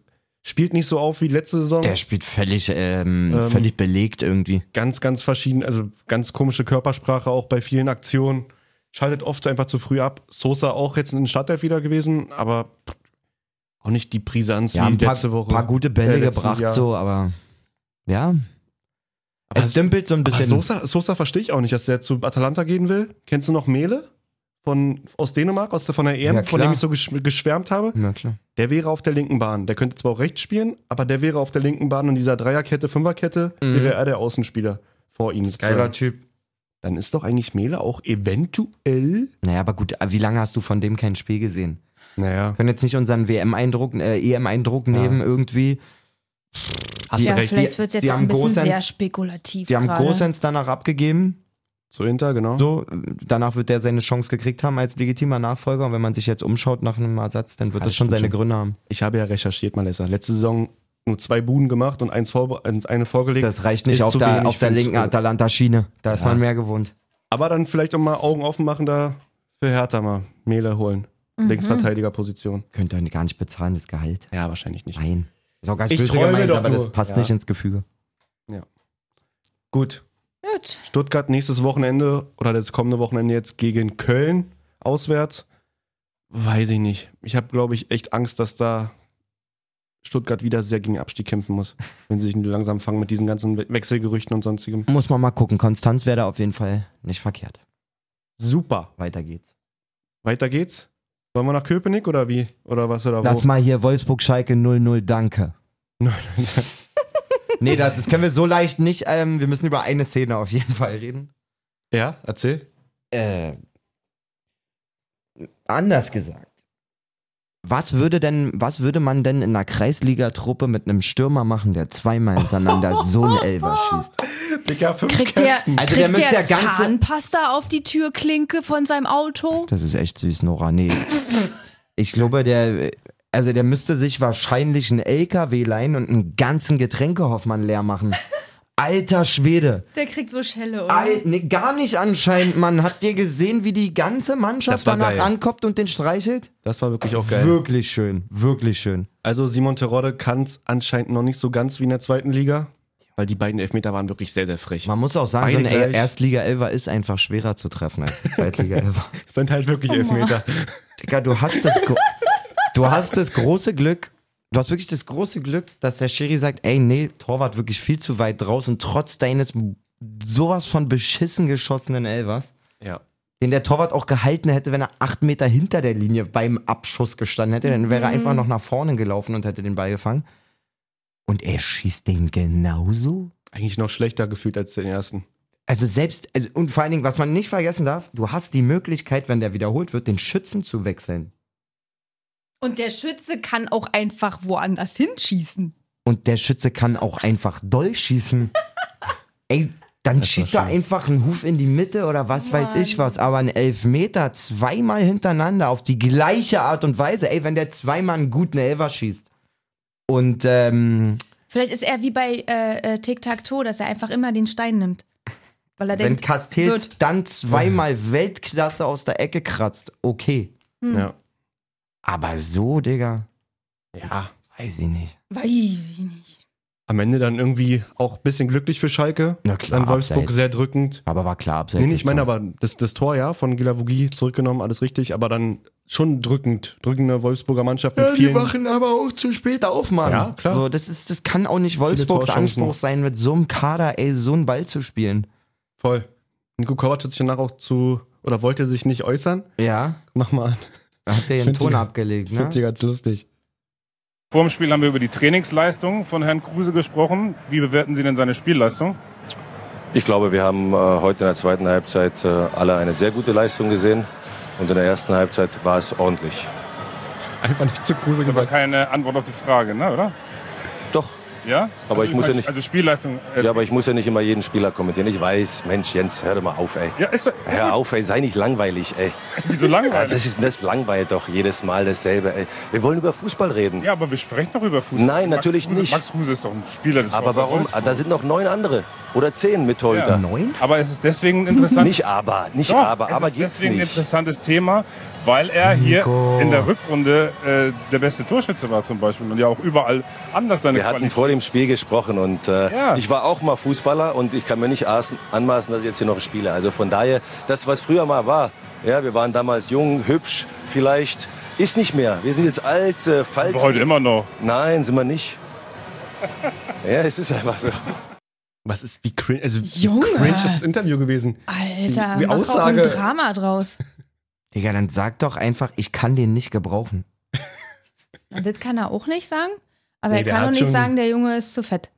B: spielt nicht so auf wie letzte Saison.
C: Der spielt völlig, ähm,
B: Ähm.
C: völlig belegt irgendwie.
B: ganz, ganz verschieden, also ganz komische Körpersprache auch bei vielen Aktionen. Schaltet oft einfach zu früh ab. Sosa auch jetzt in Stadtelf wieder gewesen, aber auch nicht die Brisanz
C: Ja,
B: wie
C: ein paar,
B: letzte Woche.
C: paar gute Bälle
B: äh, letzten
C: gebracht,
B: Jahr.
C: so, aber ja.
B: Aber
C: es dümpelt so ein
B: aber
C: bisschen.
B: Sosa, Sosa verstehe ich auch nicht, dass der zu Atalanta gehen will. Kennst du noch Mele? Von, aus Dänemark, aus der, von der EM,
C: Ja,
B: von
C: klar.
B: dem ich so gesch- geschwärmt habe.
C: Ja, klar.
B: Der wäre auf der linken Bahn. Der könnte zwar auch rechts spielen, aber der wäre auf der linken Bahn und dieser Dreierkette, Fünferkette
C: Mhm.
B: wäre er der Außenspieler vor ihm. sozusagen.
C: Typ.
B: Dann ist doch eigentlich Mele auch eventuell.
C: Naja, aber gut, wie lange hast du von dem kein Spiel gesehen?
B: Naja,
C: Wir können jetzt nicht unseren WM-Eindruck, äh, EM-Eindruck nehmen irgendwie.
B: hast
A: ja,
B: du recht.
A: vielleicht
C: die-
A: wird es
C: die
A: jetzt auch
C: haben
A: ein bisschen
C: Gosens-
A: sehr spekulativ.
C: Die haben
A: gerade.
C: Gosens danach abgegeben.
B: Zu Inter, genau.
C: So, äh, danach wird der seine Chance gekriegt haben als legitimer Nachfolger. Und wenn man sich jetzt umschaut nach einem Ersatz, dann
B: Ja,
C: wird das
B: das
C: schon
B: stimmt
C: seine
B: schon.
C: Gründe haben.
B: Ich habe ja recherchiert, Malessa. Letzte Saison nur zwei Buden gemacht und eins vorbe und eine vorgelegt.
C: Das reicht nicht
B: Ist
C: auf
B: zu
C: der,
B: wenig
C: auf der
B: für's-
C: linken Atalanta-Schiene. Da ist
B: Ja.
C: man mehr gewohnt.
B: Aber dann vielleicht auch mal Augen offen machen da für Hertha mal. Mele holen.
A: Mhm.
B: Linksverteidigerposition.
C: Könnt ihr gar nicht bezahlen, das Gehalt.
B: Ja, wahrscheinlich nicht.
C: Nein. Ist auch gar nicht
B: Ich
C: böse
B: träume
C: gemeint,
B: doch
C: aber das
B: nur.
C: passt
B: Ja.
C: nicht ins Gefüge.
B: Gut.
A: Gut.
B: Stuttgart nächstes Wochenende oder das kommende Wochenende jetzt gegen Köln auswärts. Weiß ich nicht. Ich habe, glaube ich, echt Angst, dass da Stuttgart wieder sehr gegen Abstieg kämpfen muss, wenn sie sich langsam fangen mit diesen ganzen We- Wechselgerüchten und sonstigem.
C: Muss man mal gucken. Konstanz wäre da auf jeden Fall nicht verkehrt.
B: Super.
C: Weiter geht's.
B: Weiter geht's. Wollen wir nach Köpenick oder wie? Oder was oder
C: Lass
B: wo?
C: mal hier Wolfsburg-Schalke 0-0, danke. Nee, das, das können wir so leicht nicht. Ähm, wir müssen über eine Szene auf jeden Fall reden.
B: ja, erzähl.
C: Äh, anders gesagt. Was würde denn, was würde man denn in einer Kreisliga-Truppe mit einem Stürmer machen, der zweimal hintereinander so einen Elfer schießt?
B: Digga, fünf
A: Kriegt der,
C: Also der
A: kriegt
C: müsste ja
A: der,
C: ganze-
A: Zahnpasta auf die Türklinke von seinem Auto?
C: Das ist echt süß, Nora. Nee. Ich glaube, der, also der müsste sich wahrscheinlich einen LKW leihen und einen ganzen Getränkehoffmann leer machen. Alter Schwede.
A: Der kriegt so Schelle, oder?
C: Alt, nee, gar nicht anscheinend, Mann. Habt ihr gesehen, wie die ganze Mannschaft
B: Das war
C: danach
B: geil.
C: ankommt und den streichelt?
B: Das war wirklich auch geil.
C: Wirklich schön, wirklich schön.
B: Also Simon Terodde kann es anscheinend noch nicht so ganz wie in der zweiten Liga, weil die beiden Elfmeter waren wirklich sehr, sehr frech.
C: Man muss auch sagen,
B: Beide
C: so eine
B: gleich.
C: Erstliga-Elfer ist einfach schwerer zu treffen als ein Zweitliga-Elfer.
B: Das sind halt wirklich Elfmeter.
C: Digga, du hast das, gro- du hast das große Glück, du hast wirklich das große Glück, dass der Schiri sagt, ey, nee, Torwart wirklich viel zu weit draußen, trotz deines sowas von beschissen geschossenen Elvers,
B: Ja.
C: den der Torwart auch gehalten hätte, wenn er acht Meter hinter der Linie beim Abschuss gestanden hätte, dann wäre er einfach noch nach vorne gelaufen und hätte den Ball gefangen. Und er schießt den genauso?
B: Eigentlich noch schlechter gefühlt als den ersten.
C: Also selbst, also und vor allen Dingen, was man nicht vergessen darf, du hast die Möglichkeit, wenn der wiederholt wird, den Schützen zu wechseln.
A: Und der Schütze kann auch einfach woanders hinschießen.
C: Und der Schütze kann auch einfach doll schießen. Ey, dann schießt er einfach einen Huf in die Mitte oder was weiß ich was. Aber ein Elfmeter zweimal hintereinander auf die gleiche Art und Weise. Ey, wenn der zweimal einen guten Elfer schießt. Und ähm,
A: Vielleicht ist er wie bei äh, äh, Tic-Tac-Toe, dass er einfach immer den Stein nimmt. Weil er
C: wenn
A: denkt,
C: Castells
A: wird.
C: dann zweimal Weltklasse aus der Ecke kratzt, okay.
A: Hm.
B: Ja.
C: Aber so, Digga,
B: Ja.
C: weiß ich nicht.
A: weiß ich nicht.
B: Am Ende dann irgendwie auch ein bisschen glücklich für Schalke.
C: Na klar,
B: An Wolfsburg
C: abseits.
B: sehr drückend.
C: Aber war klar, abseits.
B: Nee, nee, ich
C: des
B: meine
C: Tores.
B: aber das, das Tor, ja, von Gilavogi zurückgenommen, alles richtig, aber dann schon drückend. Drückende Wolfsburger Mannschaft mit
C: Ja, die
B: vielen.
C: wachen aber auch zu spät auf, Mann.
B: Ja, klar.
C: So, das, ist, das kann auch nicht Wolfsburgs
B: Torchancen.
C: Anspruch sein, mit so einem Kader, ey, so einen Ball zu spielen.
B: Voll. Nico Kovac hat sich danach auch zu, oder wollte sich nicht äußern.
C: Ja.
B: Mach mal an.
C: Habt ihr den
B: Find
C: Ton
B: die-
C: abgelegt, ne?
B: Find's ja ganz lustig.
D: Vor dem Spiel haben wir über die Trainingsleistung von Herrn Kruse gesprochen. Wie bewerten Sie denn seine Spielleistung?
E: Ich glaube, wir haben äh, heute in der zweiten Halbzeit äh, alle eine sehr gute Leistung gesehen. Und in der ersten Halbzeit war es ordentlich.
B: Einfach nicht zu Kruse
D: Das war
B: gesagt.
D: keine Antwort auf die Frage, ne, oder?
E: Doch,
D: Ja?
E: Aber
D: also,
E: ich muss ja nicht-
D: Also Spielleistung. äh,
E: Ja, aber ich muss ja nicht immer jeden Spieler kommentieren. Ich weiß, Mensch, Jens, hör doch mal auf, ey.
D: ja, ist doch
E: Hör auf, ey, sei nicht langweilig, ey.
D: wieso
E: Ja,
D: langweilig.
E: das, ist, das langweilt doch jedes Mal dasselbe, ey. Wir wollen über Fußball reden.
D: Ja, aber wir sprechen doch über Fußball.
E: Nein,
D: Max
E: natürlich
D: Kruse,
E: nicht.
D: Max Kruse ist doch ein Spieler des
E: aber
D: VfL
E: warum?
D: Wolfsburg.
E: Ah, Da sind noch neun andere. Oder zehn mit
D: Ja.
E: Torhüter.
C: Neun?
D: Aber es ist deswegen interessant.
E: Nicht aber, nicht
D: Doch,
E: aber,
D: es
E: aber
D: ist
E: gibt's
D: deswegen ein
E: nicht.
D: interessantes Thema, weil er hier
C: Nico.
D: in der Rückrunde äh, der beste Torschütze war zum Beispiel und ja auch überall anders seine
E: Wir hatten vor dem Spiel gesprochen und äh,
D: Ja.
E: ich war auch mal Fußballer und ich kann mir nicht aß- anmaßen, dass ich jetzt hier noch spiele. Also von daher, das was früher mal war, ja, wir waren damals jung, hübsch, vielleicht ist nicht mehr. Wir sind jetzt alt, äh, faltig.
D: Aber heute immer noch.
E: Nein, sind wir nicht. Ja, es ist einfach so.
B: Was ist wie cringe? Also, wie
A: Junge.
B: cringe ist das Interview gewesen.
A: Alter,
B: Wie
A: mach auch ein
B: Aussage.
A: Drama draus.
C: Digga, dann sag doch einfach, ich kann den nicht gebrauchen.
A: Das kann er auch nicht sagen. Aber
B: Nee,
A: er
B: der
A: kann
B: hat
A: auch nicht
B: schon-
A: sagen, der Junge ist zu fett.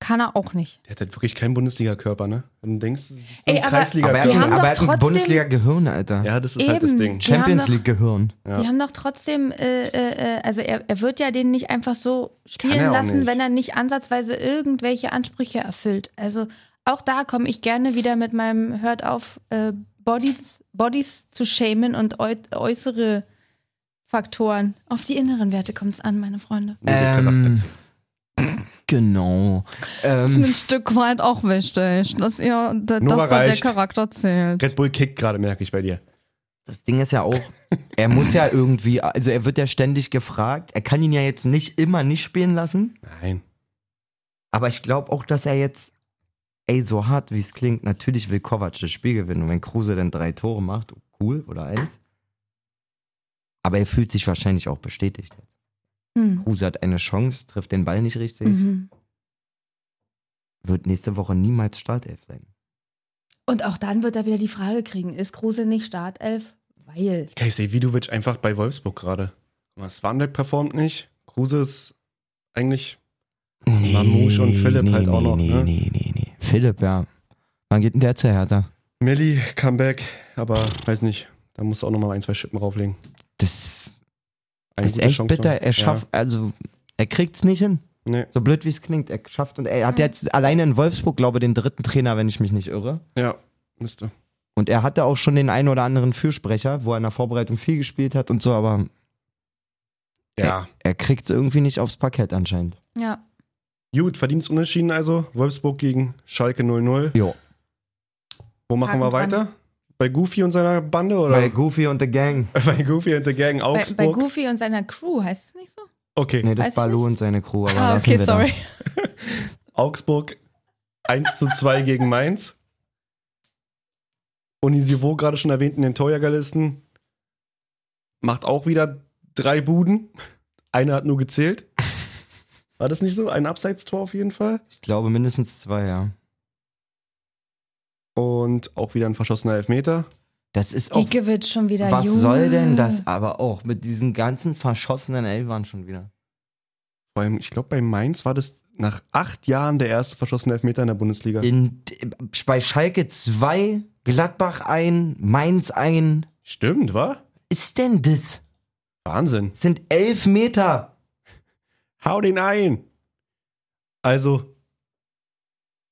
A: Kann er auch nicht.
B: Der hat halt wirklich keinen Bundesliga-Körper, ne? Wenn du denkst, das ist so
A: Ey,
B: ein
A: aber-
C: Aber er
A: Die
C: hat,
B: Kreisliga-Typ.
A: haben
C: ein-
A: doch
C: aber er hat ein
A: trotzdem-
C: Bundesliga-Gehirn, Alter.
B: Ja, das ist
A: Eben.
B: halt das Ding.
A: Die haben
C: Champions
A: doch-
C: League-Gehirn.
B: Ja.
A: Die haben doch trotzdem, äh, äh, äh, also er, er wird ja den nicht einfach so
B: Kann er
A: spielen
B: auch
A: lassen,
B: nicht.
A: wenn er nicht ansatzweise irgendwelche Ansprüche erfüllt. Also auch da komme ich gerne wieder mit meinem Hört auf, äh, Bodies, Bodies zu shamen und äu äußere Faktoren. Auf die inneren Werte kommt es an, meine Freunde.
C: Ähm,
B: Hm.
C: genau.
A: Das ist
C: Ähm,
A: ein Stück weit auch wichtig, dass ihr, dass
B: Nur
A: da der
B: reicht.
A: Charakter zählt.
B: Red Bull kickt gerade, merke ich bei dir.
C: das Ding ist ja auch, er muss ja irgendwie, also er wird ja ständig gefragt. Er kann ihn ja jetzt nicht immer nicht spielen lassen.
B: Nein.
C: Aber ich glaube auch, dass er jetzt, ey, so hart wie es klingt, natürlich will Kovac das Spiel gewinnen. Und wenn Kruse dann drei Tore macht, cool, oder eins. Aber er fühlt sich wahrscheinlich auch bestätigt.
A: Hm.
C: Kruse hat eine Chance, trifft den Ball nicht richtig,
A: Mhm.
C: wird nächste Woche niemals Startelf sein.
A: Und auch dann wird er wieder die Frage kriegen, ist Kruse nicht Startelf? Weil.
B: Kann ich sehe Vidovic einfach bei Wolfsburg gerade. Guck mal, Swanberg performt nicht. Kruse ist eigentlich.
C: Nee,
B: Mamouche und Philipp halt auch noch,
C: Nee,
B: ne?
C: nee, nee, nee. Philipp, ja. Wann geht denn der zu Hertha?
B: Milli, Comeback, aber weiß nicht. Da musst du auch nochmal ein, zwei Schippen drauflegen.
C: Das
B: Eine
C: ist
B: gute
C: echt
B: Chance
C: bitter.
B: noch.
C: Er schafft, also, er kriegt's nicht hin.
B: Ja. Nee.
C: So blöd wie es klingt, er schafft und er hat jetzt alleine in Wolfsburg, glaube ich, den dritten Trainer, wenn ich mich nicht irre.
B: ja, müsste.
C: Und er hatte auch schon den einen oder anderen Fürsprecher, wo er in der Vorbereitung viel gespielt hat und so, aber
B: Ja.
C: er kriegt's irgendwie nicht aufs Parkett anscheinend.
A: Ja.
B: Gut, Verdienstunterschieden also. Wolfsburg gegen Schalke 0-0.
C: Jo.
B: Wo machen
A: Haken
B: wir
A: dran.
B: weiter? Bei Goofy und seiner Bande oder
C: Bei Goofy und the Gang.
B: bei Goofy und der Gang
A: Bei,
B: Augsburg?
A: bei Goofy und seiner Crew heißt es nicht so?
B: okay.
C: Nee,
A: Weiß ich
C: das war Lou
A: nicht.
C: und seine Crew, aber
A: Ah,
C: lassen
A: okay,
C: wir
A: sorry.
B: Augsburg 1 zu 2 gegen Mainz. Unisivo, gerade schon erwähnt in den Torjägerlisten, macht auch wieder drei Buden. Einer hat nur gezählt. War das nicht so? Ein Abseitstor auf jeden Fall.
C: Das. Ich glaube mindestens zwei, ja.
B: Und auch wieder ein verschossener Elfmeter.
C: Das ist auch
A: Giekewitsch schon wieder.
C: Was
A: Junge.
C: soll denn das aber auch mit diesen ganzen verschossenen Elfern schon wieder?
B: Vor allem, ich glaube, bei Mainz war das nach acht Jahren der erste verschossene Elfmeter in der Bundesliga.
C: In, bei Schalke 2, Gladbach ein, Mainz ein.
B: Stimmt, wa?
C: Ist denn das?
B: Wahnsinn.
C: Das sind elf Meter.
B: Hau den ein! Also,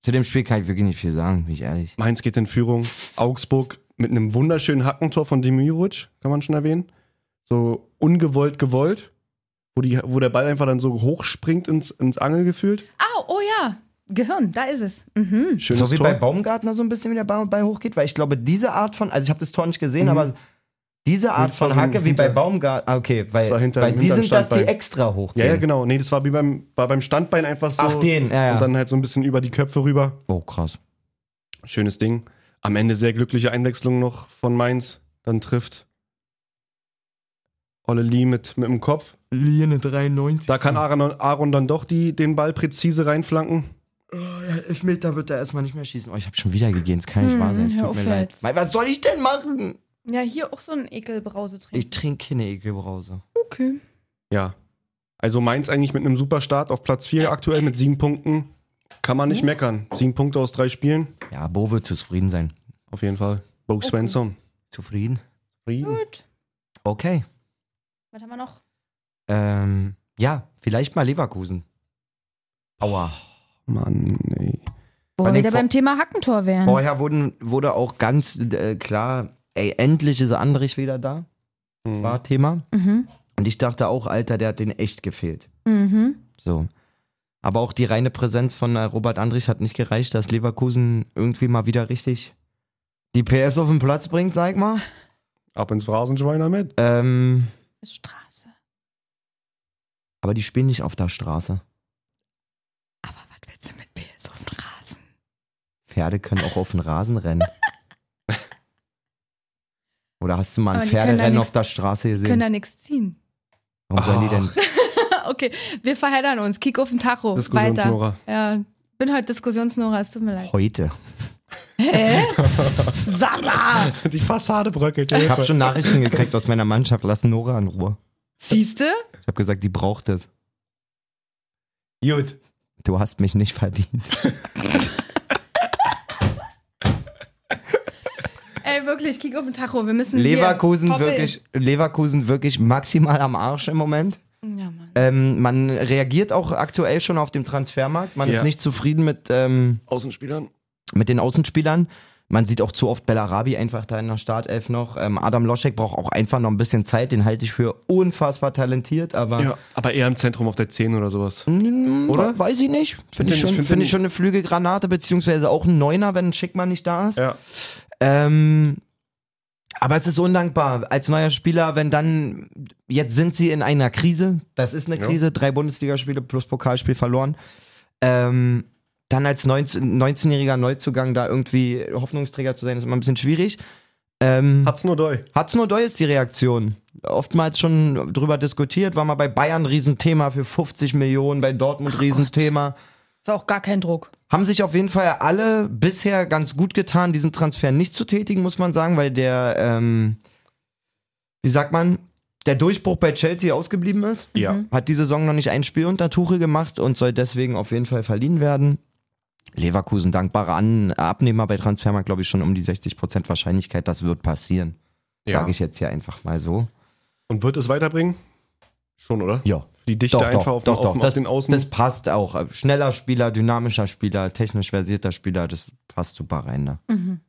C: Zu dem Spiel kann ich wirklich nicht viel sagen, bin ich ehrlich.
B: Mainz geht in Führung. Augsburg mit einem wunderschönen Hackentor von Demirovic, kann man schon erwähnen. So ungewollt gewollt, wo, die, wo der Ball einfach dann so hochspringt ins, ins Angel gefühlt.
A: Au, oh ja. Gehirn, da ist es. Mhm.
B: Schönes
C: so wie
B: Tor.
C: bei Baumgartner so ein bisschen, wie der Ball, Ball hochgeht, weil ich glaube, diese Art von, also ich habe das Tor nicht gesehen,
B: Mhm.
C: aber diese Art
B: das war
C: von
B: so ein
C: Hacke wie
B: hinter-
C: bei Baumgartner, ah, okay, weil,
B: Das war hinter-
C: weil die
B: hinterm
C: sind das, die
B: Standbein.
C: extra hochgehen.
B: ja, ja, genau. Nee, das war wie beim, war beim Standbein einfach so.
C: Ach, den, ja, ja.
B: Und dann halt so ein bisschen über die Köpfe rüber.
C: Oh, krass.
B: Schönes Ding. Am Ende sehr glückliche Einwechslung noch von Mainz. Dann trifft Olle Lee mit, mit dem Kopf.
C: Liene 93.
B: Da kann Aaron, Aaron dann doch die, den Ball präzise reinflanken.
C: Elf Meter Oh, wird er erstmal nicht mehr schießen. Oh, ich habe schon wieder gegeben. Es kann
A: Hm,
C: nicht wahr sein. Es
A: hör
C: tut
A: auf
C: mir leid.
A: jetzt.
C: Mei, Was soll ich denn machen?
A: Ja, hier auch so ein Ekelbrause trinken.
C: Ich trinke keine Ekelbrause.
A: Okay.
B: Ja. Also Mainz eigentlich mit einem super Start auf Platz 4 aktuell mit sieben Punkten. Kann man nicht meckern. Sieben Punkte aus drei Spielen.
C: Ja, Bo wird zufrieden sein.
B: Auf jeden Fall. Bo Svensson.
C: Zufrieden?
B: Frieden.
A: Gut.
C: Okay.
A: Was haben wir noch?
C: Ähm, ja, vielleicht mal Leverkusen. Aua.
B: Mann, ey.
A: Wo wir
C: Vor allem
A: wieder
C: vor-
A: beim Thema Hackentor wären.
C: Vorher wurden, wurde auch ganz äh, klar, ey, endlich ist Andrich wieder da,
B: Hm.
C: war Thema.
A: Mhm.
C: Und ich dachte auch, Alter, der hat den echt gefehlt.
A: Mhm.
C: So. Aber auch die reine Präsenz von äh, Robert Andrich hat nicht gereicht, dass Leverkusen irgendwie mal wieder richtig die PS auf den Platz bringt, sag mal.
B: Ab ins Phrasenschwein damit.
C: Ähm,
A: Straße.
C: aber die spielen nicht auf der Straße.
A: Aber was willst du mit PS auf den Rasen?
C: Pferde können auch auf den Rasen rennen. Oder hast du mal
A: Aber
C: ein
A: die können da
C: Pferderennen
A: nix-
C: auf der Straße
A: Können
C: gesehen?
A: da nichts ziehen. Ah,
C: Warum sollen die denn?
A: okay, wir verheddern uns. Kick auf den Tacho. Weiter.
B: Diskussionsnora.
A: Ja, bin heute Diskussionsnora, es tut mir leid.
C: Heute.
A: Hä? Sag mal!
B: Die Fassade bröckelt.
C: Ich habe
B: Hilfe.
C: schon Nachrichten gekriegt aus meiner Mannschaft. Lass Nora in Ruhe.
A: Siehste?
C: Ich habe gesagt, die braucht es.
B: Gut.
C: Du hast mich nicht verdient.
A: Ey, wirklich, kick auf den Tacho. Wir müssen. hier-
C: Leverkusen
A: Hoppel.
C: wirklich, Leverkusen wirklich maximal am Arsch im Moment.
A: Ja, Mann.
C: Ähm, man reagiert auch aktuell schon auf dem Transfermarkt. Man
B: Ja.
C: ist nicht zufrieden mit, ähm,
E: Außenspielern?
C: mit den Außenspielern. Man sieht auch zu oft Bellarabi einfach da in der Startelf noch. Ähm, Adam Loschek braucht auch einfach noch ein bisschen Zeit. Den halte ich für unfassbar talentiert, aber
B: Ja, aber eher im Zentrum auf der 10 oder sowas.
C: Mm,
B: Oder?
C: Weiß ich nicht.
B: Find
C: Finde ich,
B: den-
C: schon-
B: ich find
C: find
B: den-
C: ich schon eine Flügelgranate, beziehungsweise auch ein Neuner, wenn ein Schickmann nicht da ist.
B: Ja.
C: Ähm, aber es ist undankbar als neuer Spieler, wenn dann, jetzt sind sie in einer Krise, das ist eine
B: Ja.
C: Krise, drei Bundesligaspiele plus Pokalspiel verloren. Ähm, dann als 19, 19-jähriger Neuzugang da irgendwie Hoffnungsträger zu sein, ist immer ein bisschen schwierig. Ähm,
B: Hat's nur doll.
C: Hat's nur doll ist die Reaktion. Oftmals schon drüber diskutiert, war mal bei Bayern Riesenthema für 50 Millionen, bei Dortmund Riesenthema.
A: Ist auch gar kein Druck.
C: Haben sich auf jeden Fall alle bisher ganz gut getan, diesen Transfer nicht zu tätigen, muss man sagen, weil der, ähm, wie sagt man, der Durchbruch bei Chelsea ausgeblieben ist.
B: Ja.
C: Hat die Saison noch nicht ein Spiel unter Tuchel gemacht und soll deswegen auf jeden Fall verliehen werden. Leverkusen dankbare An Abnehmer bei Transfermarkt, glaube ich, schon um die 60% Wahrscheinlichkeit, das wird passieren.
B: Ja.
C: Sage ich jetzt hier einfach mal so.
B: Und wird es weiterbringen? Schon, oder?
C: Ja.
B: Die Dichte
C: Doch, doch,
B: einfach auf,
C: doch,
B: auf,
C: doch.
B: auf
C: Das-
B: den Außen.
C: Das passt auch. Schneller Spieler, dynamischer Spieler, technisch versierter Spieler, das passt super rein, ne?
A: Mhm.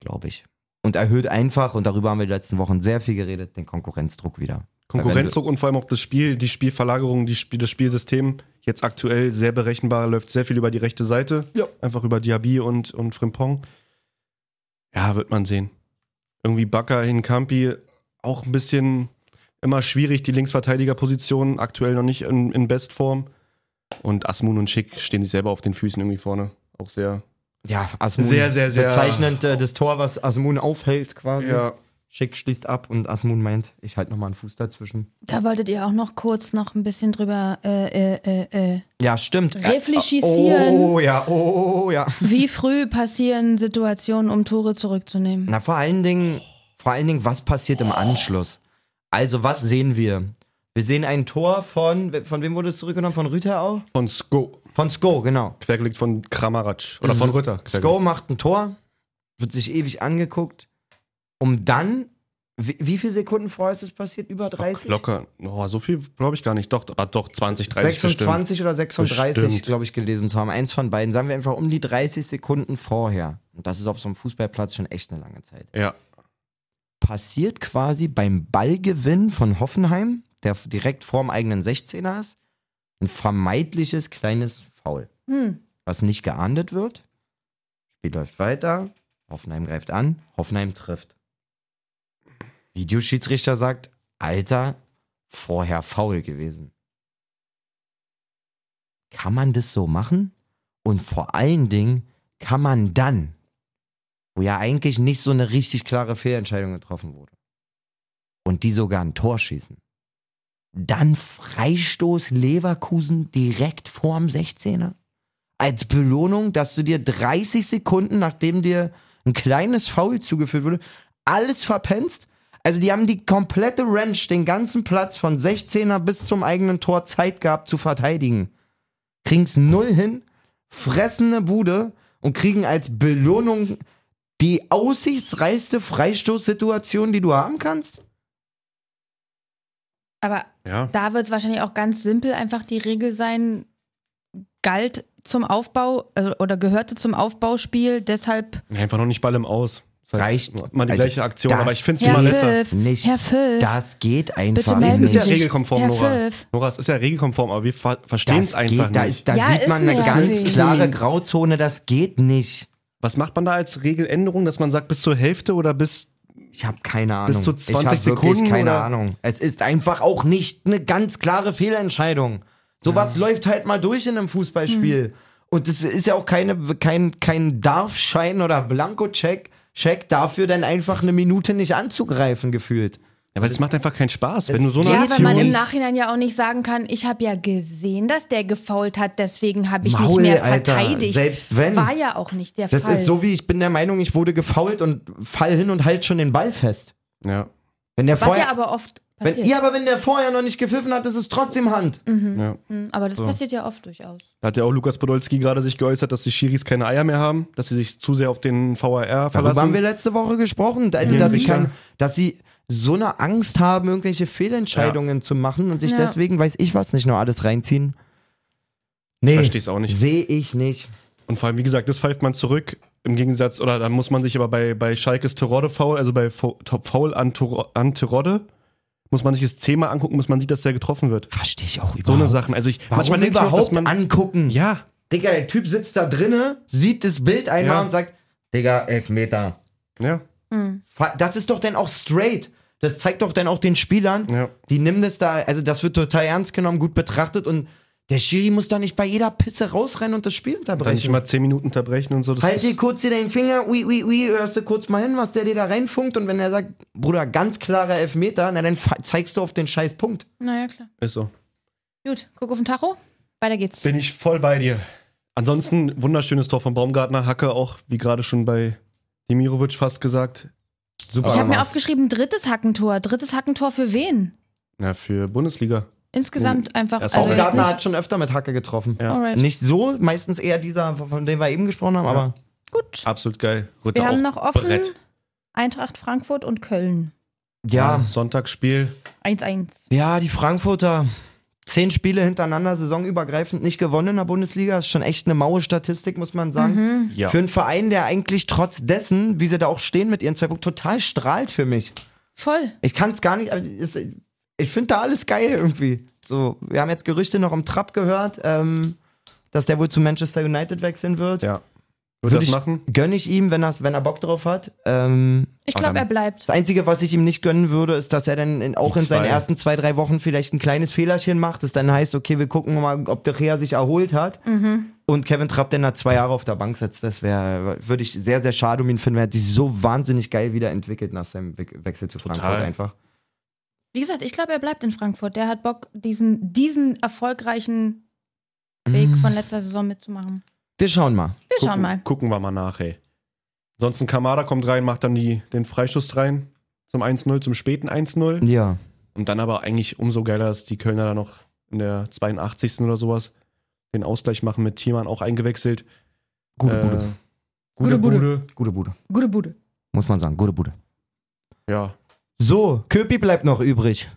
C: glaube ich. Und erhöht einfach, und darüber haben wir die letzten Wochen sehr viel geredet, den Konkurrenzdruck wieder.
B: Konkurrenzdruck und vor allem auch das Spiel, die Spielverlagerung, die Spiel, das Spielsystem. Jetzt aktuell sehr berechenbar, läuft sehr viel über die rechte Seite. Ja. Einfach über Diaby und, und Frimpong. Ja, wird man sehen. Irgendwie Bakker Hinkampi auch ein bisschen immer schwierig, die Linksverteidigerposition. Aktuell noch nicht in, in Bestform. Und Asmun und Schick stehen sich selber auf den Füßen irgendwie vorne. Auch sehr.
C: Ja, Asmun.
B: Sehr, sehr, sehr-
C: Bezeichnend äh, das Tor, was Asmun aufhält quasi.
B: Ja.
C: Schick schließt ab und Asmun meint, ich halte nochmal einen Fuß dazwischen.
A: Da wolltet ihr auch noch kurz noch ein bisschen drüber äh, äh, äh, äh,
C: Ja, stimmt.
A: reflektieren.
C: Oh ja, oh, oh, oh ja.
A: Wie früh passieren Situationen, um Tore zurückzunehmen?
C: Na, vor allen Dingen, vor allen Dingen, was passiert im Anschluss? Also, was sehen wir? Wir sehen ein Tor von, von wem wurde es zurückgenommen? Von Rüther auch?
B: Von Sko.
C: Von Sko, genau.
B: Quergelegt von Kramaric. Oder von Rütter.
C: Sko macht ein Tor, wird sich ewig angeguckt, um dann, wie, wie viele Sekunden vorher ist es passiert? Über 30?
B: Locker. Oh, so viel glaube ich gar nicht. Doch, ah, doch 20, 30 bestimmt.
C: 26 oder 36,
B: Bestimmt.
C: glaube ich, gelesen zu haben. Eins von beiden. Sagen wir einfach um die 30 Sekunden vorher. Und das ist auf so einem Fußballplatz schon echt eine lange Zeit.
B: Ja.
C: Passiert quasi beim Ballgewinn von Hoffenheim, der f- direkt vorm eigenen 16er ist, ein vermeidliches kleines Foul.
A: Hm.
C: was nicht geahndet wird. Spiel läuft weiter. Hoffenheim greift an. Hoffenheim trifft. Videoschiedsrichter sagt, Alter, vorher faul gewesen. Kann man das so machen? Und vor allen Dingen kann man dann, wo ja eigentlich nicht so eine richtig klare Fehlentscheidung getroffen wurde, und die sogar ein Tor schießen, dann Freistoß Leverkusen direkt vorm 16er? als Belohnung, dass du dir 30 Sekunden, nachdem dir ein kleines Foul zugeführt wurde, alles verpennst. Also die haben die komplette Range, den ganzen Platz von 16er bis zum eigenen Tor Zeit gehabt zu verteidigen. Kriegen's null hin, fressen eine Bude und kriegen als Belohnung die aussichtsreichste Freistoßsituation, die du haben kannst.
A: Aber
B: Ja.
A: da wird es wahrscheinlich auch ganz simpel einfach die Regel sein, galt zum Aufbau äh, oder gehörte zum Aufbauspiel, deshalb
B: Einfach noch nicht Ball im Aus. Das heißt,
C: Reicht.
B: Mal die
C: Alter,
B: gleiche Aktion,
C: das-
B: aber ich finde es
A: Herr
B: mal besser.
A: Pfiff,
C: Nicht.
A: Herr Pfiff,
C: Das geht einfach
A: bitte melden
B: Ist
A: Sie
B: ja
A: sich.
B: regelkonform,
A: Herr
B: Nora.
A: Pfiff.
B: Nora, es ist ja regelkonform, aber wir verstehen es
C: Das
B: einfach
C: geht, da,
B: nicht.
C: da
A: Ja,
C: sieht
A: ist
C: man eine
A: nervig.
C: ganz klare Grauzone, das geht nicht.
B: Was macht man da als Regeländerung, dass man sagt, bis zur Hälfte oder bis.
C: Ich habe keine Ahnung.
B: zu
C: ich
B: 20
C: hab
B: Sekunden
C: wirklich keine
B: oder-
C: Ahnung. Es ist einfach auch nicht eine ganz klare Fehlentscheidung. Sowas läuft halt mal durch in einem
A: Hm.
C: Fußballspiel. Und es ist ja auch keine, kein, kein Darfschein oder Blankocheck Check dafür, dann einfach eine Minute nicht anzugreifen gefühlt.
B: Ja, weil das macht einfach keinen Spaß, wenn du so eine
A: Ja, weil
B: Aktion.
A: man im Nachhinein ja auch nicht sagen kann, ich habe ja gesehen, dass der gefault hat, deswegen habe ich nicht
C: Maul,
A: mehr
C: Alter,
A: verteidigt.
C: selbst wenn.
A: War ja auch nicht der
C: Das
A: Fall.
C: ist so wie, ich bin der Meinung, ich wurde gefault und fall hin und halt schon den Ball fest.
B: ja,
C: Wenn der
A: Was
C: vorher,
A: ja aber oft
C: wenn,
A: passiert.
C: ja, aber wenn der vorher noch nicht gepfiffen hat, ist es trotzdem Hand.
B: ja.
A: Hm, aber das passiert ja oft durchaus.
B: Da hat ja auch Lukas Podolski gerade sich geäußert, dass die Schiris keine Eier mehr haben, dass sie sich zu sehr auf den VAR
C: Darüber haben wir
B: verlassen.
C: letzte Woche gesprochen, also,
B: Ja,
C: dass, sie
B: sicher.
C: kein, dass sie so eine Angst haben, irgendwelche Fehlentscheidungen zu machen und sich
A: Ja.
C: deswegen, weiß ich was, nicht nur alles reinziehen. Nee,
B: Versteh's auch nicht.
C: sehe ich nicht.
B: Und vor allem, wie gesagt, das pfeift man zurück. Im Gegensatz, oder da muss man sich aber bei, bei Schalkes Terodde Foul, also bei Fo- Top Foul an, Toro- an Terodde, muss man sich das zehnmal angucken, bis man sieht, dass der getroffen wird.
C: Verstehe ich auch überhaupt.
B: So eine Sachen. Also ich
C: Warum
B: manchmal denke ich
C: überhaupt
B: noch, dass man
C: angucken?
B: ja,
C: Digga, der Typ sitzt da drinne, sieht das Bild einmal
B: Ja.
C: und sagt, Digga, Elfmeter.
B: ja,
C: Fa- Das ist doch dann auch straight. Das zeigt doch dann auch den Spielern,
B: ja.
C: die nehmen das da, also das wird total ernst genommen, gut betrachtet und der Schiri muss da nicht bei jeder Pisse rausrennen und das Spiel
B: Dann nicht
C: unterbrechen.
B: immer zehn Minuten unterbrechen und so. Das
C: Halt
B: ist-
C: dir kurz hier den Finger, ui, ui, ui, hörst du kurz mal hin, was der dir da reinfunkt und wenn er sagt, Bruder, ganz klarer Elfmeter, na dann fa- zeigst du auf den scheiß Punkt.
A: Naja, klar.
B: ist so.
A: Gut, guck auf den Tacho. Weiter geht's.
B: Bin ich voll bei dir. Ansonsten wunderschönes Tor von Baumgartner. Hacke auch, wie gerade schon bei Demirovic fast gesagt. Super.
A: ich habe mir
B: gemacht.
A: aufgeschrieben, drittes Hackentor. Drittes Hackentor für wen?
B: Na, für Bundesliga.
A: Insgesamt einfach.
B: das
A: Also
B: auch
A: jetzt
B: Gartner
C: Baumgartner
A: nicht,
C: hat schon öfter mit Hacke getroffen.
B: Ja.
A: alright.
C: Nicht so, meistens eher dieser, von dem wir eben gesprochen haben, aber
A: Gut.
B: Absolut geil. Rütter
A: Wir haben
B: auch
A: noch offen
B: Brett.
A: Eintracht Frankfurt und Köln.
C: ja,
B: Sonntagsspiel.
A: 1-1.
C: Ja, die Frankfurter. Zehn Spiele hintereinander, saisonübergreifend nicht gewonnen in der Bundesliga. Ist schon echt eine maue Statistik, muss man sagen.
B: Ja.
C: Für einen Verein, der eigentlich trotz dessen, wie sie da auch stehen mit ihren zwei Punkten, total strahlt für mich.
A: Voll.
C: Ich kann es gar nicht. aber es- Ich finde da alles geil irgendwie. So, wir haben jetzt Gerüchte noch im Trab gehört, ähm, dass der wohl zu Manchester United wechseln wird.
B: Ja. Wird
C: Würde
B: das
C: ich,
B: machen?
C: Gönne ich ihm, wenn, er's- wenn er Bock drauf hat. Ähm,
A: Ich
B: Aber
A: glaube,
B: dann-
A: er bleibt.
C: das Einzige, was ich ihm nicht gönnen würde, ist, dass er dann in, auch
B: Die
C: in seinen
B: zwei.
C: ersten zwei, drei Wochen vielleicht ein kleines Fehlerchen macht. Das dann heißt, okay, wir gucken mal, ob der Rea sich erholt hat. Und Kevin Trapp dann nach zwei Jahre auf der Bank sitzt. Das wäre, würde ich sehr, sehr schade um ihn finden. Er hat sich so wahnsinnig geil wieder entwickelt nach seinem We Wechsel zu Frankfurt
B: Total.
C: einfach.
A: Wie gesagt, ich glaube, er bleibt in Frankfurt. Der hat Bock, diesen, diesen erfolgreichen Weg von letzter Saison mitzumachen.
C: Wir schauen mal.
A: Wir
B: Gucken-
A: schauen mal.
B: Gucken wir mal nach, ey. Ansonsten Kamada kommt rein, macht dann die, den Freistoß rein zum 1-0, zum späten 1-0.
C: Ja.
B: Und dann aber eigentlich umso geiler, dass die Kölner da noch in der 82. oder sowas den Ausgleich machen mit Thiemann auch eingewechselt.
C: Gute
B: Äh,
C: Bude.
B: Gute
A: Gute
B: Bude.
A: Bude.
C: Gute Bude.
A: Gute Bude.
C: Muss man sagen. Gute Bude.
B: Ja.
C: So, Köpi bleibt noch übrig.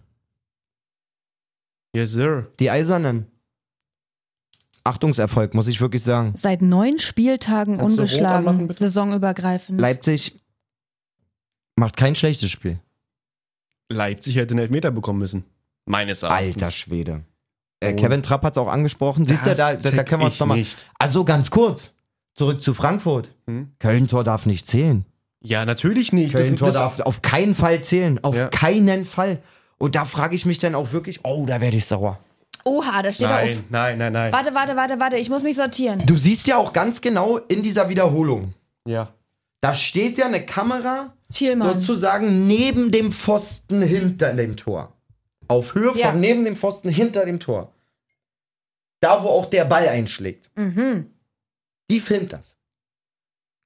B: Yes, sir.
C: Die Eisernen. Achtungserfolg, muss ich wirklich sagen.
A: Seit neun Spieltagen
B: Kannst du rot anmachen,
A: ungeschlagen,
B: bitte?
A: saisonübergreifend.
C: Leipzig macht kein schlechtes Spiel.
B: Leipzig hätte einen Elfmeter bekommen müssen. Meines Erachtens.
C: Alter Schwede. Äh,
B: Oh.
C: Kevin Trapp hat es auch angesprochen. Siehst du,
B: Das
C: da, da, da
B: check
C: können wir uns
B: ich
C: nochmal.
B: nicht.
C: Also ganz kurz. Zurück zu Frankfurt.
B: Hm?
C: Köln-Tor darf nicht zählen.
B: Ja, natürlich nicht. Das-
C: Köln-Tor
B: das-
C: darf auf keinen Fall zählen. Auf
B: Ja.
C: keinen Fall. Und da frage ich mich dann auch wirklich, oh, da werde ich sauer.
A: Oha, da steht er auf.
B: Nein, nein, nein, nein.
A: Warte, warte, warte, warte. Ich muss mich sortieren.
C: Du siehst ja auch ganz genau in dieser Wiederholung.
B: Ja.
C: Da steht ja eine Kamera
A: Thielmann.
C: sozusagen neben dem Pfosten hinter dem Tor. Auf Höhe
A: Ja.
C: von neben dem Pfosten hinter dem Tor. Da, wo auch der Ball einschlägt.
A: Mhm.
C: Die filmt das.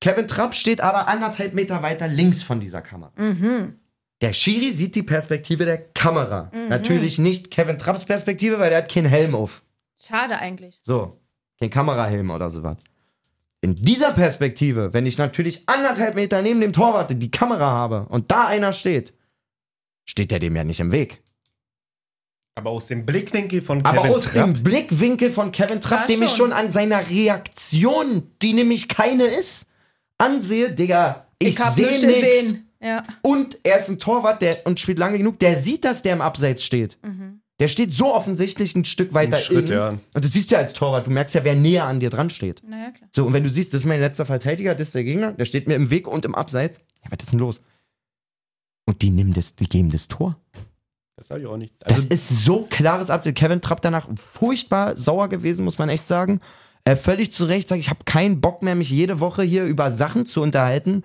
C: Kevin Trapp steht aber anderthalb Meter weiter links von dieser Kamera.
A: Mhm.
C: Der Schiri sieht die Perspektive der Kamera. Natürlich nicht Kevin Trapps Perspektive, weil der hat keinen Helm auf.
A: Schade eigentlich.
C: So, kein Kamerahelm oder sowas. In dieser Perspektive, wenn ich natürlich anderthalb Meter neben dem Torwart die Kamera habe und da einer steht, steht der dem ja nicht im Weg.
B: Aber aus dem Blickwinkel von
C: Aber
B: Kevin
C: aus
B: Trapp,
C: dem Blickwinkel von Kevin Trapp,
A: Ja,
C: dem ich
A: schon.
C: schon an seiner Reaktion, die nämlich keine ist, ansehe, Digga, ich,
A: hab
C: sehe
A: nichts
C: nichts.
A: gesehen. Ja.
C: Und er ist ein Torwart der, und spielt lange genug, der sieht, dass der im Abseits steht.
A: Mhm.
C: Der steht so offensichtlich ein Stück weiter
B: Ein Schritt,
C: innen.
B: ja.
C: Und das siehst du ja als Torwart, du merkst ja, wer näher an dir dran steht.
A: Naja, klar.
C: So, und wenn du siehst, das ist mein letzter Verteidiger, das ist der Gegner, der steht mir im Weg und im Abseits. Ja, was ist denn los? Und die nehmen das, die geben das Tor.
B: das habe ich auch nicht.
C: Das
B: Also,
C: ist so klares Abseits. Kevin Trapp danach furchtbar sauer gewesen, muss man echt sagen. Äh, völlig zu Recht sagt, ich habe keinen Bock mehr, mich jede Woche hier über Sachen zu unterhalten,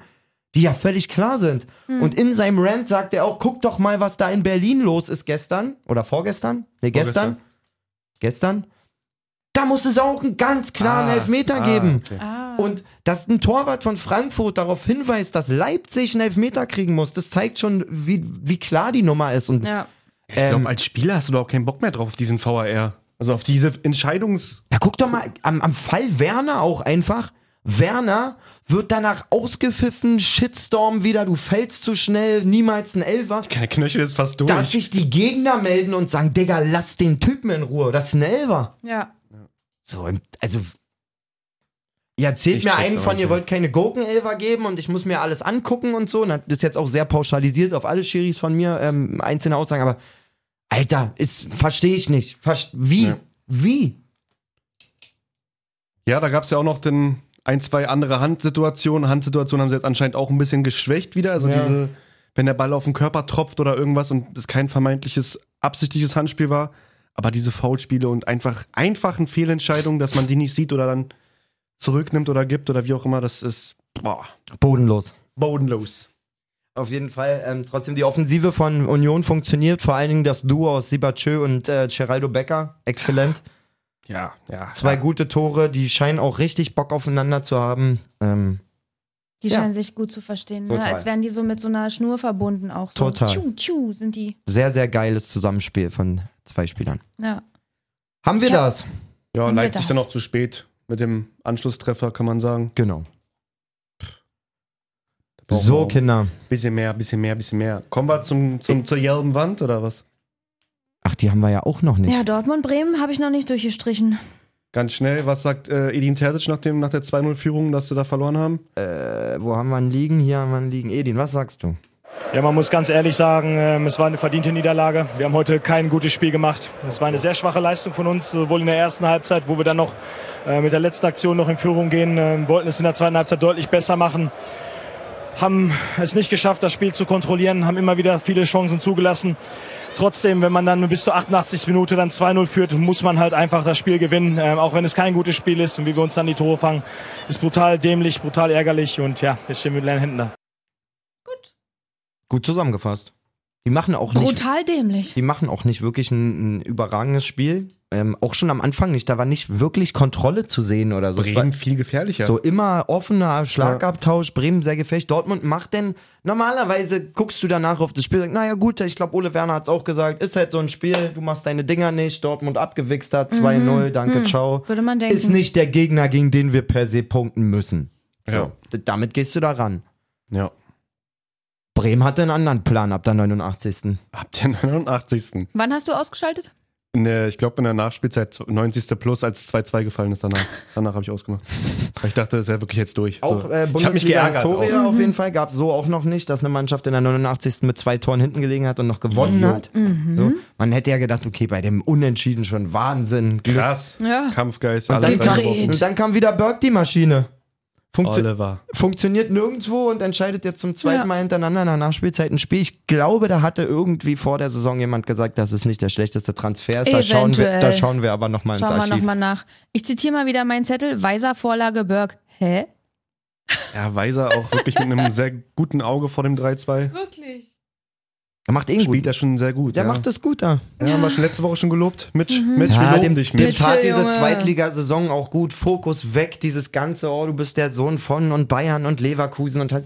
C: die ja völlig klar sind.
B: Hm.
C: Und in seinem Rant sagt er auch, guck doch mal, was da in Berlin los ist gestern oder vorgestern. Nee, gestern. Gestern. Da muss es auch einen ganz klaren
B: Ah,
C: Elfmeter
B: ah,
C: geben.
B: okay.
A: Ah.
C: Und dass ein Torwart von Frankfurt darauf hinweist, dass Leipzig einen Elfmeter kriegen muss, das zeigt schon, wie, wie klar die Nummer ist. Und
A: ja.
B: Ich glaube,
C: Ähm,
B: als Spieler hast du da auch keinen Bock mehr drauf, auf diesen VAR. Also auf diese Entscheidungs...
C: Na, guck doch mal, am, am Fall Werner auch einfach. Werner wird danach ausgepfiffen, Shitstorm wieder, du fällst zu schnell, niemals ein Elfer.
B: Der Knöchel ist fast durch.
C: Dass sich die Gegner melden und sagen, Digga, lass den Typen in Ruhe, das ist ein Elfer.
A: ja.
C: So, im- also. Ihr erzählt
B: Ich
C: mir
B: check's
C: einen
B: auch
C: von,
B: nicht,
C: ihr
B: ja.
C: wollt keine Gurkenelfer geben und ich muss mir alles angucken und so. Und das ist jetzt auch sehr pauschalisiert auf alle Schiris von mir, ähm, einzelne Aussagen, aber Alter, ist, verstehe ich nicht. Verst wie?
B: Ja.
C: Wie?
B: Ja, da gab es ja auch noch den ein, zwei andere Handsituationen. Handsituationen haben sie jetzt anscheinend auch ein bisschen geschwächt wieder. Also
C: Ja.
B: diese, wenn der Ball auf den Körper tropft oder irgendwas und es kein vermeintliches, absichtliches Handspiel war. Aber diese Foulspiele und einfach einfachen Fehlentscheidungen, dass man die nicht sieht oder dann zurücknimmt oder gibt oder wie auch immer, das ist boah,
C: Bodenlos.
B: bodenlos.
C: Auf jeden Fall. Ähm, trotzdem, die Offensive von Union funktioniert. Vor allen Dingen das Duo aus Sibachö und äh, Geraldo Becker. Exzellent.
B: Ja, ja.
C: Zwei gute Tore, die scheinen auch richtig Bock aufeinander zu haben. Ähm,
A: Die
C: Ja.
A: scheinen sich gut zu verstehen, ne?
C: Total.
A: als wären die so mit so einer Schnur verbunden auch. So.
C: Total.
A: Tschu, tschu, sind die.
C: sehr, sehr geiles Zusammenspiel von zwei Spielern.
A: Ja.
C: Haben wir
A: Ja.
C: das?
B: Ja,
A: Haben wir
B: Leipzig
A: das?
B: dann auch zu spät mit dem Anschlusstreffer, kann man sagen.
C: Genau.
B: brauchen wir
C: So,
B: auch.
C: Kinder.
B: Bisschen mehr, bisschen mehr, bisschen mehr. Kommen wir zum, zum, zur gelben Wand oder was?
C: Ach, die haben wir ja auch noch nicht.
A: Ja, Dortmund, Bremen habe ich noch nicht durchgestrichen.
B: Ganz schnell, was sagt äh, Edin Terzic nach, dem, nach der 2-0-Führung, dass sie da verloren haben?
C: Äh, wo haben wir einen liegen? Hier haben wir einen liegen. Edin, was sagst du?
F: Ja, man muss ganz ehrlich sagen, ähm, es war eine verdiente Niederlage. Wir haben heute kein gutes Spiel gemacht. Es war eine sehr schwache Leistung von uns, sowohl in der ersten Halbzeit, wo wir dann noch äh, mit der letzten Aktion noch in Führung gehen, ähm, wollten es in der zweiten Halbzeit deutlich besser machen, haben es nicht geschafft, das Spiel zu kontrollieren, haben immer wieder viele Chancen zugelassen. Trotzdem, wenn man dann bis zur 88. Minute dann 2-0 führt, muss man halt einfach das Spiel gewinnen, ähm, auch wenn es kein gutes Spiel ist und wie wir uns dann die Tore fangen, ist brutal dämlich, brutal ärgerlich und ja, jetzt stehen wir mit leeren Händen da.
C: Gut zusammengefasst. Die machen auch nicht.
A: Brutal dämlich.
C: Die machen auch nicht wirklich ein, ein überragendes Spiel. Ähm, auch schon am Anfang nicht. Da war nicht wirklich Kontrolle zu sehen oder so. Es war-
B: viel gefährlicher.
C: So immer offener Schlagabtausch, Bremen sehr gefecht. Dortmund macht denn, normalerweise guckst du danach auf das Spiel und sagst, naja gut, ich glaube, Ole Werner hat es auch gesagt, ist halt so ein Spiel, du machst deine Dinger nicht, Dortmund abgewichst hat, 2-0, danke, ciao.
A: Würde man denken.
C: Ist nicht der Gegner, gegen den wir per se punkten müssen.
B: Ja.
C: D- Damit gehst du da ran.
B: ja.
C: Bremen hatte einen anderen Plan ab der 89.
B: Ab der 89.
A: Wann hast du ausgeschaltet?
B: In der, ich glaube, in der Nachspielzeit 90. Plus, als 2-2 gefallen ist danach. Danach habe ich ausgemacht. Weil ich dachte, das ist ja wirklich jetzt durch.
C: Auch
B: so.
C: äh,
B: ich habe mich
C: Bundesliga
B: geärgert.
C: Historie
B: Auch.
C: auf
A: Mhm.
C: jeden Fall gab es so auch noch nicht, dass eine Mannschaft in der 89. mit zwei Toren hinten gelegen hat und noch gewonnen
B: Jo.
C: hat.
A: Mhm.
C: So, man hätte ja gedacht, okay, bei dem Unentschieden schon Wahnsinn. Glück.
B: Krass.
A: Ja.
B: Kampfgeist,
C: Und
B: alles
C: dann, kam,
B: reingeworfen.
C: und dann kam wieder Berg die Maschine. Funktio
B: Oliver.
C: Funktioniert nirgendwo und entscheidet jetzt zum zweiten
A: Ja.
C: Mal hintereinander nach Nachspielzeit ein Spiel. Ich glaube, da hatte irgendwie vor der Saison jemand gesagt, dass es nicht der schlechteste Transfer ist. Da schauen, wir,
A: Eventuell.
C: da schauen wir aber nochmal ins
A: Schauen wir
C: Archiv.
A: nochmal nach. Ich zitiere mal wieder meinen Zettel. Weiser Vorlage Berg. Hä?
B: Ja, Weiser auch wirklich mit einem sehr guten Auge vor dem 3-2.
A: Wirklich?
C: er macht eh ihn
B: Spielt
C: gut.
B: er schon sehr gut.
C: Der macht es gut da.
B: Ja, haben wir schon letzte Woche schon gelobt. Mitch, Mitch wir
C: Ja,
B: loben
C: dem,
B: dich,
C: dem
B: Mitch.
A: Mitchell,
C: tat diese
A: Junge.
C: Zweitligasaison auch gut. Fokus weg, dieses ganze, oh, du bist der Sohn von und Bayern und Leverkusen und hat,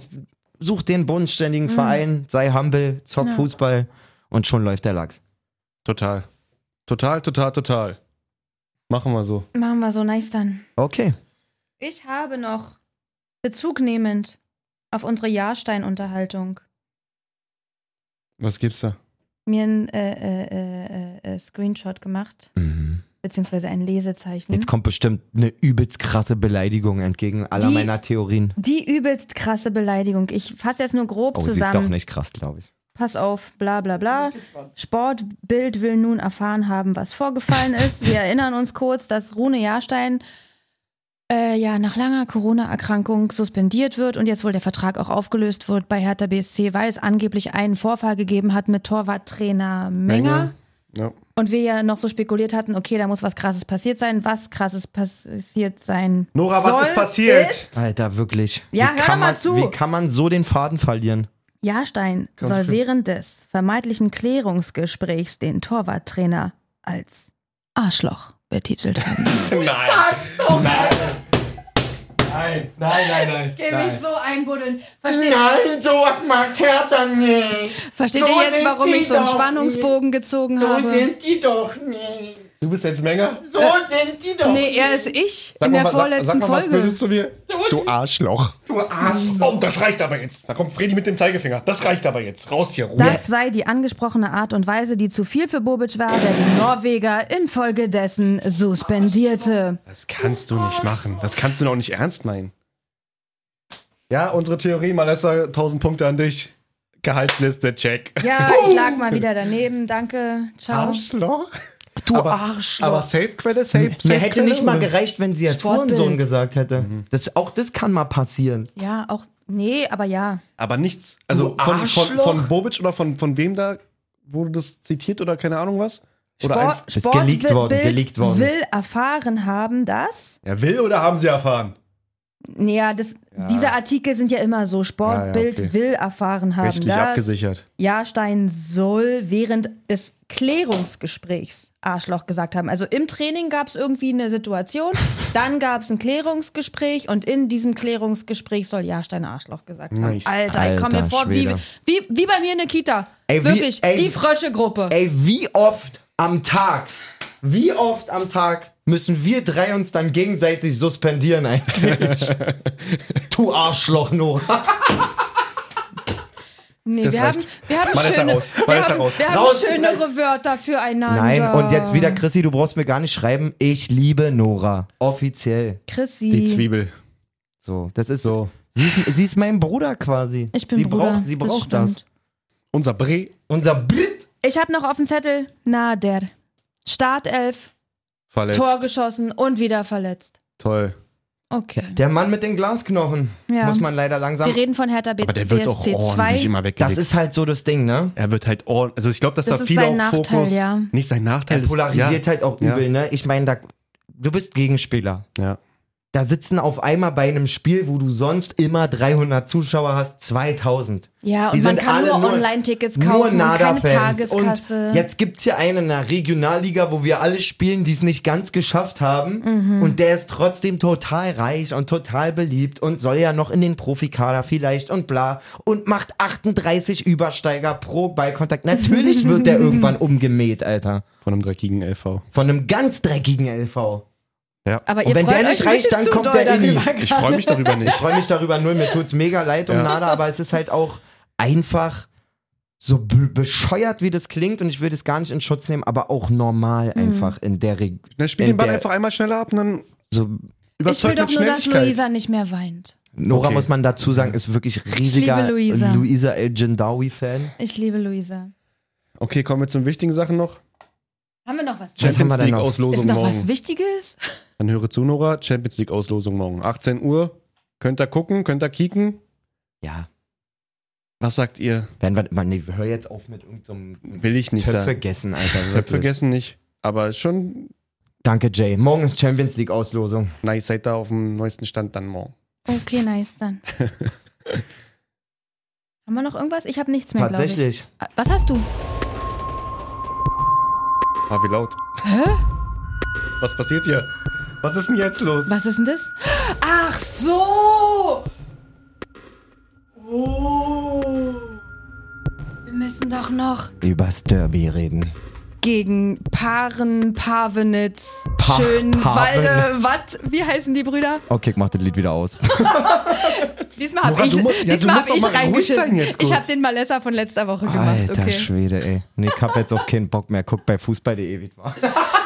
C: such den
G: Mhm.
C: bodenständigen Verein, sei humble, zock
A: Ja.
C: Fußball und schon läuft der Lachs.
B: Total. Total, total, total. Machen wir so.
A: Machen wir so nice dann.
C: Okay.
A: Ich habe noch Bezug nehmend auf unsere Jahrsteinunterhaltung.
B: Was gibt's da?
G: mir einen äh, äh, äh, äh, Screenshot gemacht,
C: Mhm.
G: beziehungsweise ein Lesezeichen.
C: Jetzt kommt bestimmt eine übelst krasse Beleidigung entgegen aller
G: Die-
C: meiner Theorien.
G: Die übelst krasse Beleidigung. Ich fasse jetzt nur grob
C: Oh, sie ist doch
G: zusammen.
C: nicht krass, glaube ich.
G: Pass auf, bla bla bla. Sportbild will nun erfahren haben, was vorgefallen ist. Wir erinnern uns kurz, dass Rune Jahrstein äh, ja nach langer Corona-Erkrankung suspendiert wird und jetzt wohl der Vertrag auch aufgelöst wird bei Hertha BSC, weil es angeblich einen Vorfall gegeben hat mit Torwarttrainer Menger.
B: Menger. Ja.
G: Und wir ja noch so spekuliert hatten, okay, da muss was Krasses passiert sein. Was Krasses passiert sein
B: Nora, was
G: soll,
B: ist passiert?
G: Ist,
C: Alter, wirklich.
G: Ja, hör doch
C: kann
G: mal
C: man,
G: zu.
C: Wie kann man so den Faden verlieren?
G: Jahrstein soll während des vermeintlichen Klärungsgesprächs den Torwarttrainer als Arschloch betitelt haben.
B: Nein, nein, nein, nein.
G: Geh mich so einbuddeln. Versteht, Nein,
A: sowas macht Hertha nicht.
G: versteht
A: so
G: ihr jetzt,
A: sind
G: warum
A: Genau, die
G: ich so einen
A: doch
G: Spannungsbogen gezogen
A: So
G: habe?
A: sind die doch nicht.
B: Du bist jetzt Menger?
A: So sind die doch
G: Nee, er ist ich in der vorletzten Folge.
B: zu mir? Du Arschloch. Du Arschloch. Oh, das reicht aber jetzt. Da kommt Freddy mit dem Zeigefinger. Das reicht aber jetzt. Raus hier, Ruhe.
G: Das sei die angesprochene Art und Weise, die zu viel für Bobic war, der die Norweger infolgedessen suspendierte.
B: Das kannst du nicht machen. Das kannst du noch nicht ernst meinen. Ja, unsere Theorie, Malessa, 1000 Punkte an dich. Gehaltsliste, check.
G: Ja, ich lag mal wieder daneben. Danke. Ciao.
B: Arschloch?
C: Du
B: Aber-
C: Arschloch.
B: Aber Safe-Quelle, safe, safe
C: Mir hätte nicht mal gereicht, wenn sie als
G: Sportbild.
C: Hurensohn gesagt hätte.
B: Mhm.
C: Das, auch das kann mal passieren.
G: Ja, auch. Nee, aber ja.
B: Aber nichts. Also
C: Du
B: von, von,
C: Arschloch.
B: von Bobic oder von, von wem da wurde das zitiert oder keine Ahnung was? Oder
G: Spor-
B: ein,
C: Ist geleakt worden, geleakt worden.
G: will erfahren haben, dass.
B: ja, will oder haben sie erfahren?
G: Naja, das, diese Artikel sind ja immer so. Sportbild
B: Ja, ja, okay.
G: will erfahren haben,
B: Rechtlich
G: dass
B: abgesichert.
G: Jahrstein soll während des Klärungsgesprächs Arschloch gesagt haben. Also im Training gab es irgendwie eine Situation, dann gab es ein Klärungsgespräch und in diesem Klärungsgespräch soll Jahrstein Arschloch gesagt haben.
B: Nice.
G: Alter, ich komme mir
C: Alter
G: vor wie,
C: Schwede.
G: wie, wie bei mir in der Kita.
C: Ey, wie-
G: Wirklich,
C: ey,
G: die Frösche-Gruppe.
C: Ey, wie oft am Tag, wie oft am Tag müssen wir drei uns dann gegenseitig suspendieren eigentlich? du Arschloch, Nora.
G: Nee,
B: Das
G: wir
B: reicht.
G: haben, wir haben
B: Mal ist er
G: schöne,
B: raus. Mal ist
G: wir
B: er
G: haben,
B: raus.
G: wir haben
C: Raus ist
G: schönere Wörter füreinander.
C: Nein, und jetzt wieder, Chrissy, du brauchst mir gar nicht schreiben, ich liebe Nora. Offiziell.
G: Chrissy.
B: Die Zwiebel.
C: So, das ist
B: So.
C: Sie ist, sie ist mein Bruder quasi.
G: Ich bin
C: sie
G: Bruder.
C: Braucht, sie braucht das.
G: stimmt.
B: Unser Bre.
C: Unser Brit.
G: Ich habe noch auf dem Zettel Nader. Startelf,
B: Verletzt.
G: Tor geschossen und wieder verletzt.
B: Toll.
G: Okay.
C: Der Mann mit den Glasknochen.
G: Ja.
C: Muss man leider
G: Wir
C: langsam.
G: reden von Hertha B
B: Aber der wird doch
G: BSC
B: ordentlich
G: 2.
B: immer
C: Das
B: weggelegt.
C: ist halt so das Ding, ne?
B: er wird halt ordentlich. Also ich glaube, dass
G: Das
B: da
G: ist
B: viel
G: sein
B: auch
G: Nachteil,
B: Fokus.
G: ja.
B: Nicht sein Nachteil.
C: Er polarisiert
B: ja.
C: halt auch
B: Ja.
C: übel, ne? Ich meine, da, du bist Gegenspieler.
B: Ja.
C: Da sitzen auf einmal bei einem Spiel, wo du sonst immer 300 Zuschauer hast, 2000.
G: Ja,
C: Die
G: und man
C: sind
G: kann
C: alle
G: nur
C: nur-
G: Online-Tickets
C: Nur
G: kaufen und keine
C: Nada-Fans.
G: Tageskasse.
C: Und jetzt gibt's hier einen in der Regionalliga, wo wir alle spielen, die es nicht ganz geschafft haben.
G: Mhm.
C: Und der ist trotzdem total reich und total beliebt und soll ja noch in den Profikader vielleicht und bla. Und macht 38 Übersteiger pro Ballkontakt. Natürlich wird der irgendwann umgemäht, Alter.
B: Von einem dreckigen LV.
C: Von einem ganz dreckigen LV.
G: Aber ihr
C: Und wenn
G: freut
C: der
G: euch
C: nicht
G: ein
C: reicht,
G: bisschen
C: dann
G: zu
C: kommt
G: doll
C: der eh Inni.
G: darüber.
B: Ich freue mich darüber
C: Ich
B: nicht.
C: freue mich darüber null. Mir tut's mega leid um
B: Ja.
C: Nada, aber es ist halt auch einfach so be- bescheuert, wie das klingt. Und ich will das gar nicht in Schutz nehmen, aber auch
G: Hm.
C: normal einfach in der Region.
B: Na, Ne, spiel den Ball einfach einmal schneller ab und dann
C: So,
G: Ich will
B: überzeugt
G: doch
B: mit
G: nur, dass
B: Schnelligkeit.
G: Luisa nicht mehr weint.
C: Nora
B: Okay.
C: muss man dazu sagen, ist wirklich riesiger
G: liebe Luisa.
C: Luisa El Jindawi-Fan.
G: Ich liebe Luisa.
B: Okay, kommen wir zu den wichtigen Sachen noch.
G: Haben wir noch
C: Was
G: was?
C: haben wir
B: Champions
C: denn
B: League
C: noch?
G: Ist
B: Auslosung
G: noch was
B: morgen.
G: Wichtiges?
B: Dann höre zu, Nora. Champions League Auslosung morgen. 18 Uhr. Könnt ihr gucken, könnt ihr kicken.
C: Ja,
B: Was sagt ihr?
C: wenn wir, man, nee, hör jetzt auf mit irgendeinem
B: Will ich nicht
C: Töpfe
B: sagen.
C: vergessen, Alter.
B: Töpfe
C: wirklich.
B: vergessen nicht. Aber ist schon
C: Danke, Jay. Morgen ist Champions League Auslosung.
B: nice. Seid da auf dem neuesten Stand dann morgen.
G: Okay, nice dann. Haben wir noch irgendwas? Ich habe nichts mehr, glaube ich.
C: Tatsächlich.
G: Was hast du?
B: Ah, wie laut. Hä? Was passiert hier? Was ist denn jetzt los?
G: Was ist denn das? Ach so! Oh. Wir müssen doch noch
C: Übers Derby reden.
G: gegen Paaren, Pavenitz,
C: Pa-
G: Schönwalde,
C: Pavenitz.
G: Watt, wie heißen die Brüder?
C: Okay, ich mach das Lied wieder aus.
A: Diesmal habe
B: Nora,
A: ich,
B: du mu- ja, du
A: diesmal
B: musst
A: hab
B: doch
A: ich
B: mal ruhig sein
A: reingeschissen.
B: jetzt kurz.
A: ich habe den Malessa von letzter Woche gemacht.
C: Alter
A: okay.
C: Schwede, ey. Nee, ich hab jetzt auch keinen Bock mehr. Guck bei fußball.de, wie es war.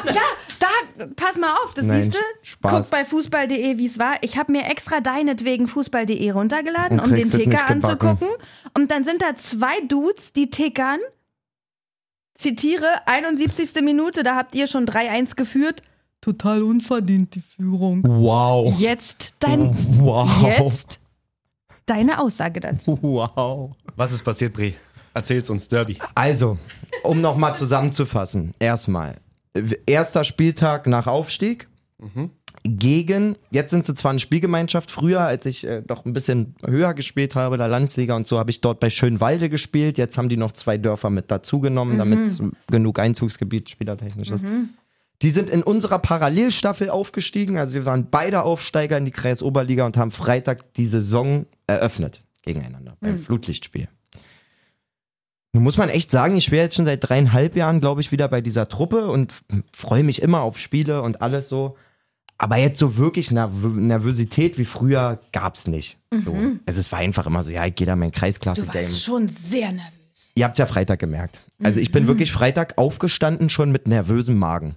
A: Ja, da, pass mal auf, das
C: Nein,
A: siehst du.
C: Spaß.
A: Guck bei fußball.de, wie es war. Ich habe mir extra deinetwegen fußball.de runtergeladen, um
C: Und
A: den
C: kriegst es
A: Ticker
C: nicht gebacken.
A: anzugucken. Und dann sind da zwei Dudes, die tickern. Zitiere, 71. Minute, da habt ihr schon 3-1 geführt. Total unverdient die Führung.
C: Wow.
A: Jetzt
C: Oh.
A: dein,
C: Wow.
A: jetzt deine Aussage dazu.
C: Wow.
B: Was ist passiert, Bre? Erzähl's uns, Derby.
C: Also, um nochmal zusammenzufassen. Erstmal, w- erster Spieltag nach Aufstieg Mhm. gegen, jetzt sind sie zwar eine Spielgemeinschaft, früher, als ich äh, noch ein bisschen höher gespielt habe, der Landesliga und so, habe ich dort bei Schönwalde gespielt. Jetzt haben die noch zwei Dörfer mit dazugenommen,
A: Mhm.
C: damit es genug Einzugsgebiet spielertechnisch ist. Die sind in unserer Parallelstaffel aufgestiegen. Also wir waren beide Aufsteiger in die Kreisoberliga und haben Freitag die Saison eröffnet gegeneinander
A: Mhm.
C: beim Flutlichtspiel. Nun muss man echt sagen, ich wäre jetzt schon seit dreieinhalb Jahren, glaube ich, wieder bei dieser Truppe und f- freue mich immer auf Spiele und alles so. Aber jetzt so wirklich Nerv Nervosität wie früher gab's nicht. So. Also es war einfach immer so, ja, ich gehe da mein
A: Mhm. Du
C: Kreisklasse-Game.
A: warst schon sehr nervös.
C: Ihr habt ja Freitag gemerkt. Also ich
A: Mhm.
C: bin wirklich Freitag aufgestanden, schon mit nervösem Magen.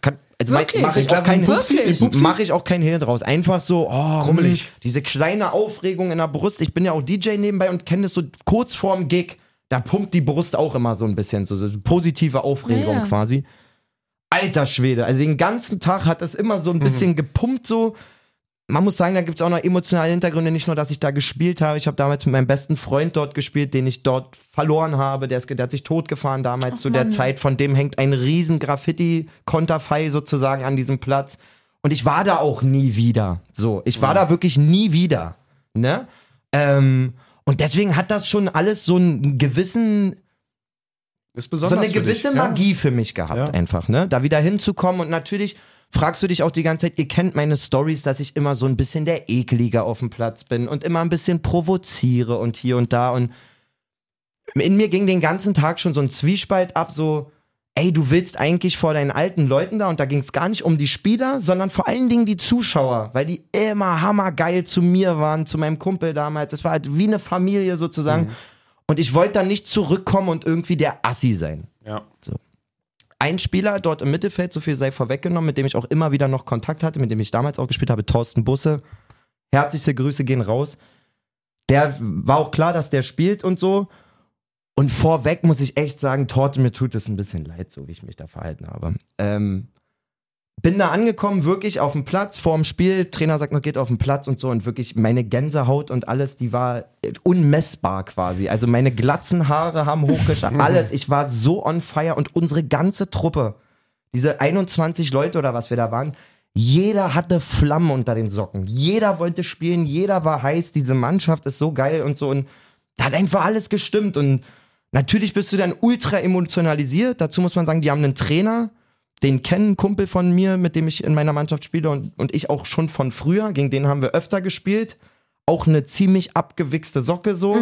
C: Kann, also
A: Wirklich?
C: Mache ich, auch
A: Klasse-
C: keinen-
A: Wirklich?
C: mach ich auch keinen Hehl draus. Einfach so, oh,
B: Rummelig.
C: mh, diese kleine Aufregung in der Brust. Ich bin ja auch DJ nebenbei und kenne das so kurz vorm Gig. Da pumpt die Brust auch immer so ein bisschen, so, so positive Aufregung
A: Ja, ja.
C: quasi. Alter Schwede, also den ganzen Tag hat es immer
A: Mhm.
C: so ein bisschen gepumpt so man muss sagen, da gibt es auch noch emotionale Hintergründe. Nicht nur, dass ich da gespielt habe. Ich habe damals mit meinem besten Freund dort gespielt, den ich dort verloren habe. Der, ist, ge- der hat sich totgefahren damals zu der Zeit. Von dem hängt ein riesen Graffiti-Konterfei sozusagen an diesem Platz. Und ich war da auch nie wieder. So, ich war da wirklich nie wieder. Ne? Ähm, und deswegen hat das schon alles so einen gewissen
B: Ist
C: so
B: besonders
C: eine
B: für
C: gewisse
B: dich, ja?
C: Magie für mich gehabt,
B: Ja.
C: einfach, ne? Da wieder hinzukommen und natürlich fragst du dich auch die ganze Zeit, ihr kennt meine Stories, dass ich immer so ein bisschen der Eklige auf dem Platz bin und immer ein bisschen provoziere und hier und da und in mir ging den ganzen Tag schon so ein Zwiespalt ab, so ey, du willst eigentlich vor deinen alten Leuten da und da ging es gar nicht um die Spieler, sondern vor allen Dingen die Zuschauer, weil die immer hammergeil zu mir waren, zu meinem Kumpel damals. Es war halt wie eine Familie sozusagen. Und ich wollte dann nicht zurückkommen und irgendwie der Assi sein
B: Ja.
C: ein Spieler dort im Mittelfeld, so viel sei vorweggenommen, mit dem ich auch immer wieder noch Kontakt hatte, mit dem ich damals auch gespielt habe, Thorsten Busse. Herzlichste Grüße gehen raus. Der war auch klar, dass der spielt und so. Und vorweg muss ich echt sagen, Torte, mir tut es ein bisschen leid, so wie ich mich da verhalten habe. Ähm, bin da angekommen, wirklich auf dem Platz, vorm Spiel. Trainer sagt noch, geht auf den Platz und so. Und wirklich meine Gänsehaut und alles, die war unmessbar quasi. Also meine glatzen Haare haben hochgeschaut. alles. Ich war so on fire und unsere ganze Truppe, diese 21 Leute oder was wir da waren, jeder hatte Flammen unter den Socken. Jeder wollte spielen, jeder war heiß. Diese Mannschaft ist so geil und so. Und da hat einfach alles gestimmt. Und natürlich bist du dann ultra emotionalisiert. Dazu muss man sagen, die haben einen Trainer, den kennen ein Kumpel von mir, mit dem ich in meiner Mannschaft spiele und, und ich auch schon von früher. Gegen den haben wir öfter gespielt. Auch eine ziemlich abgewichste Socke so.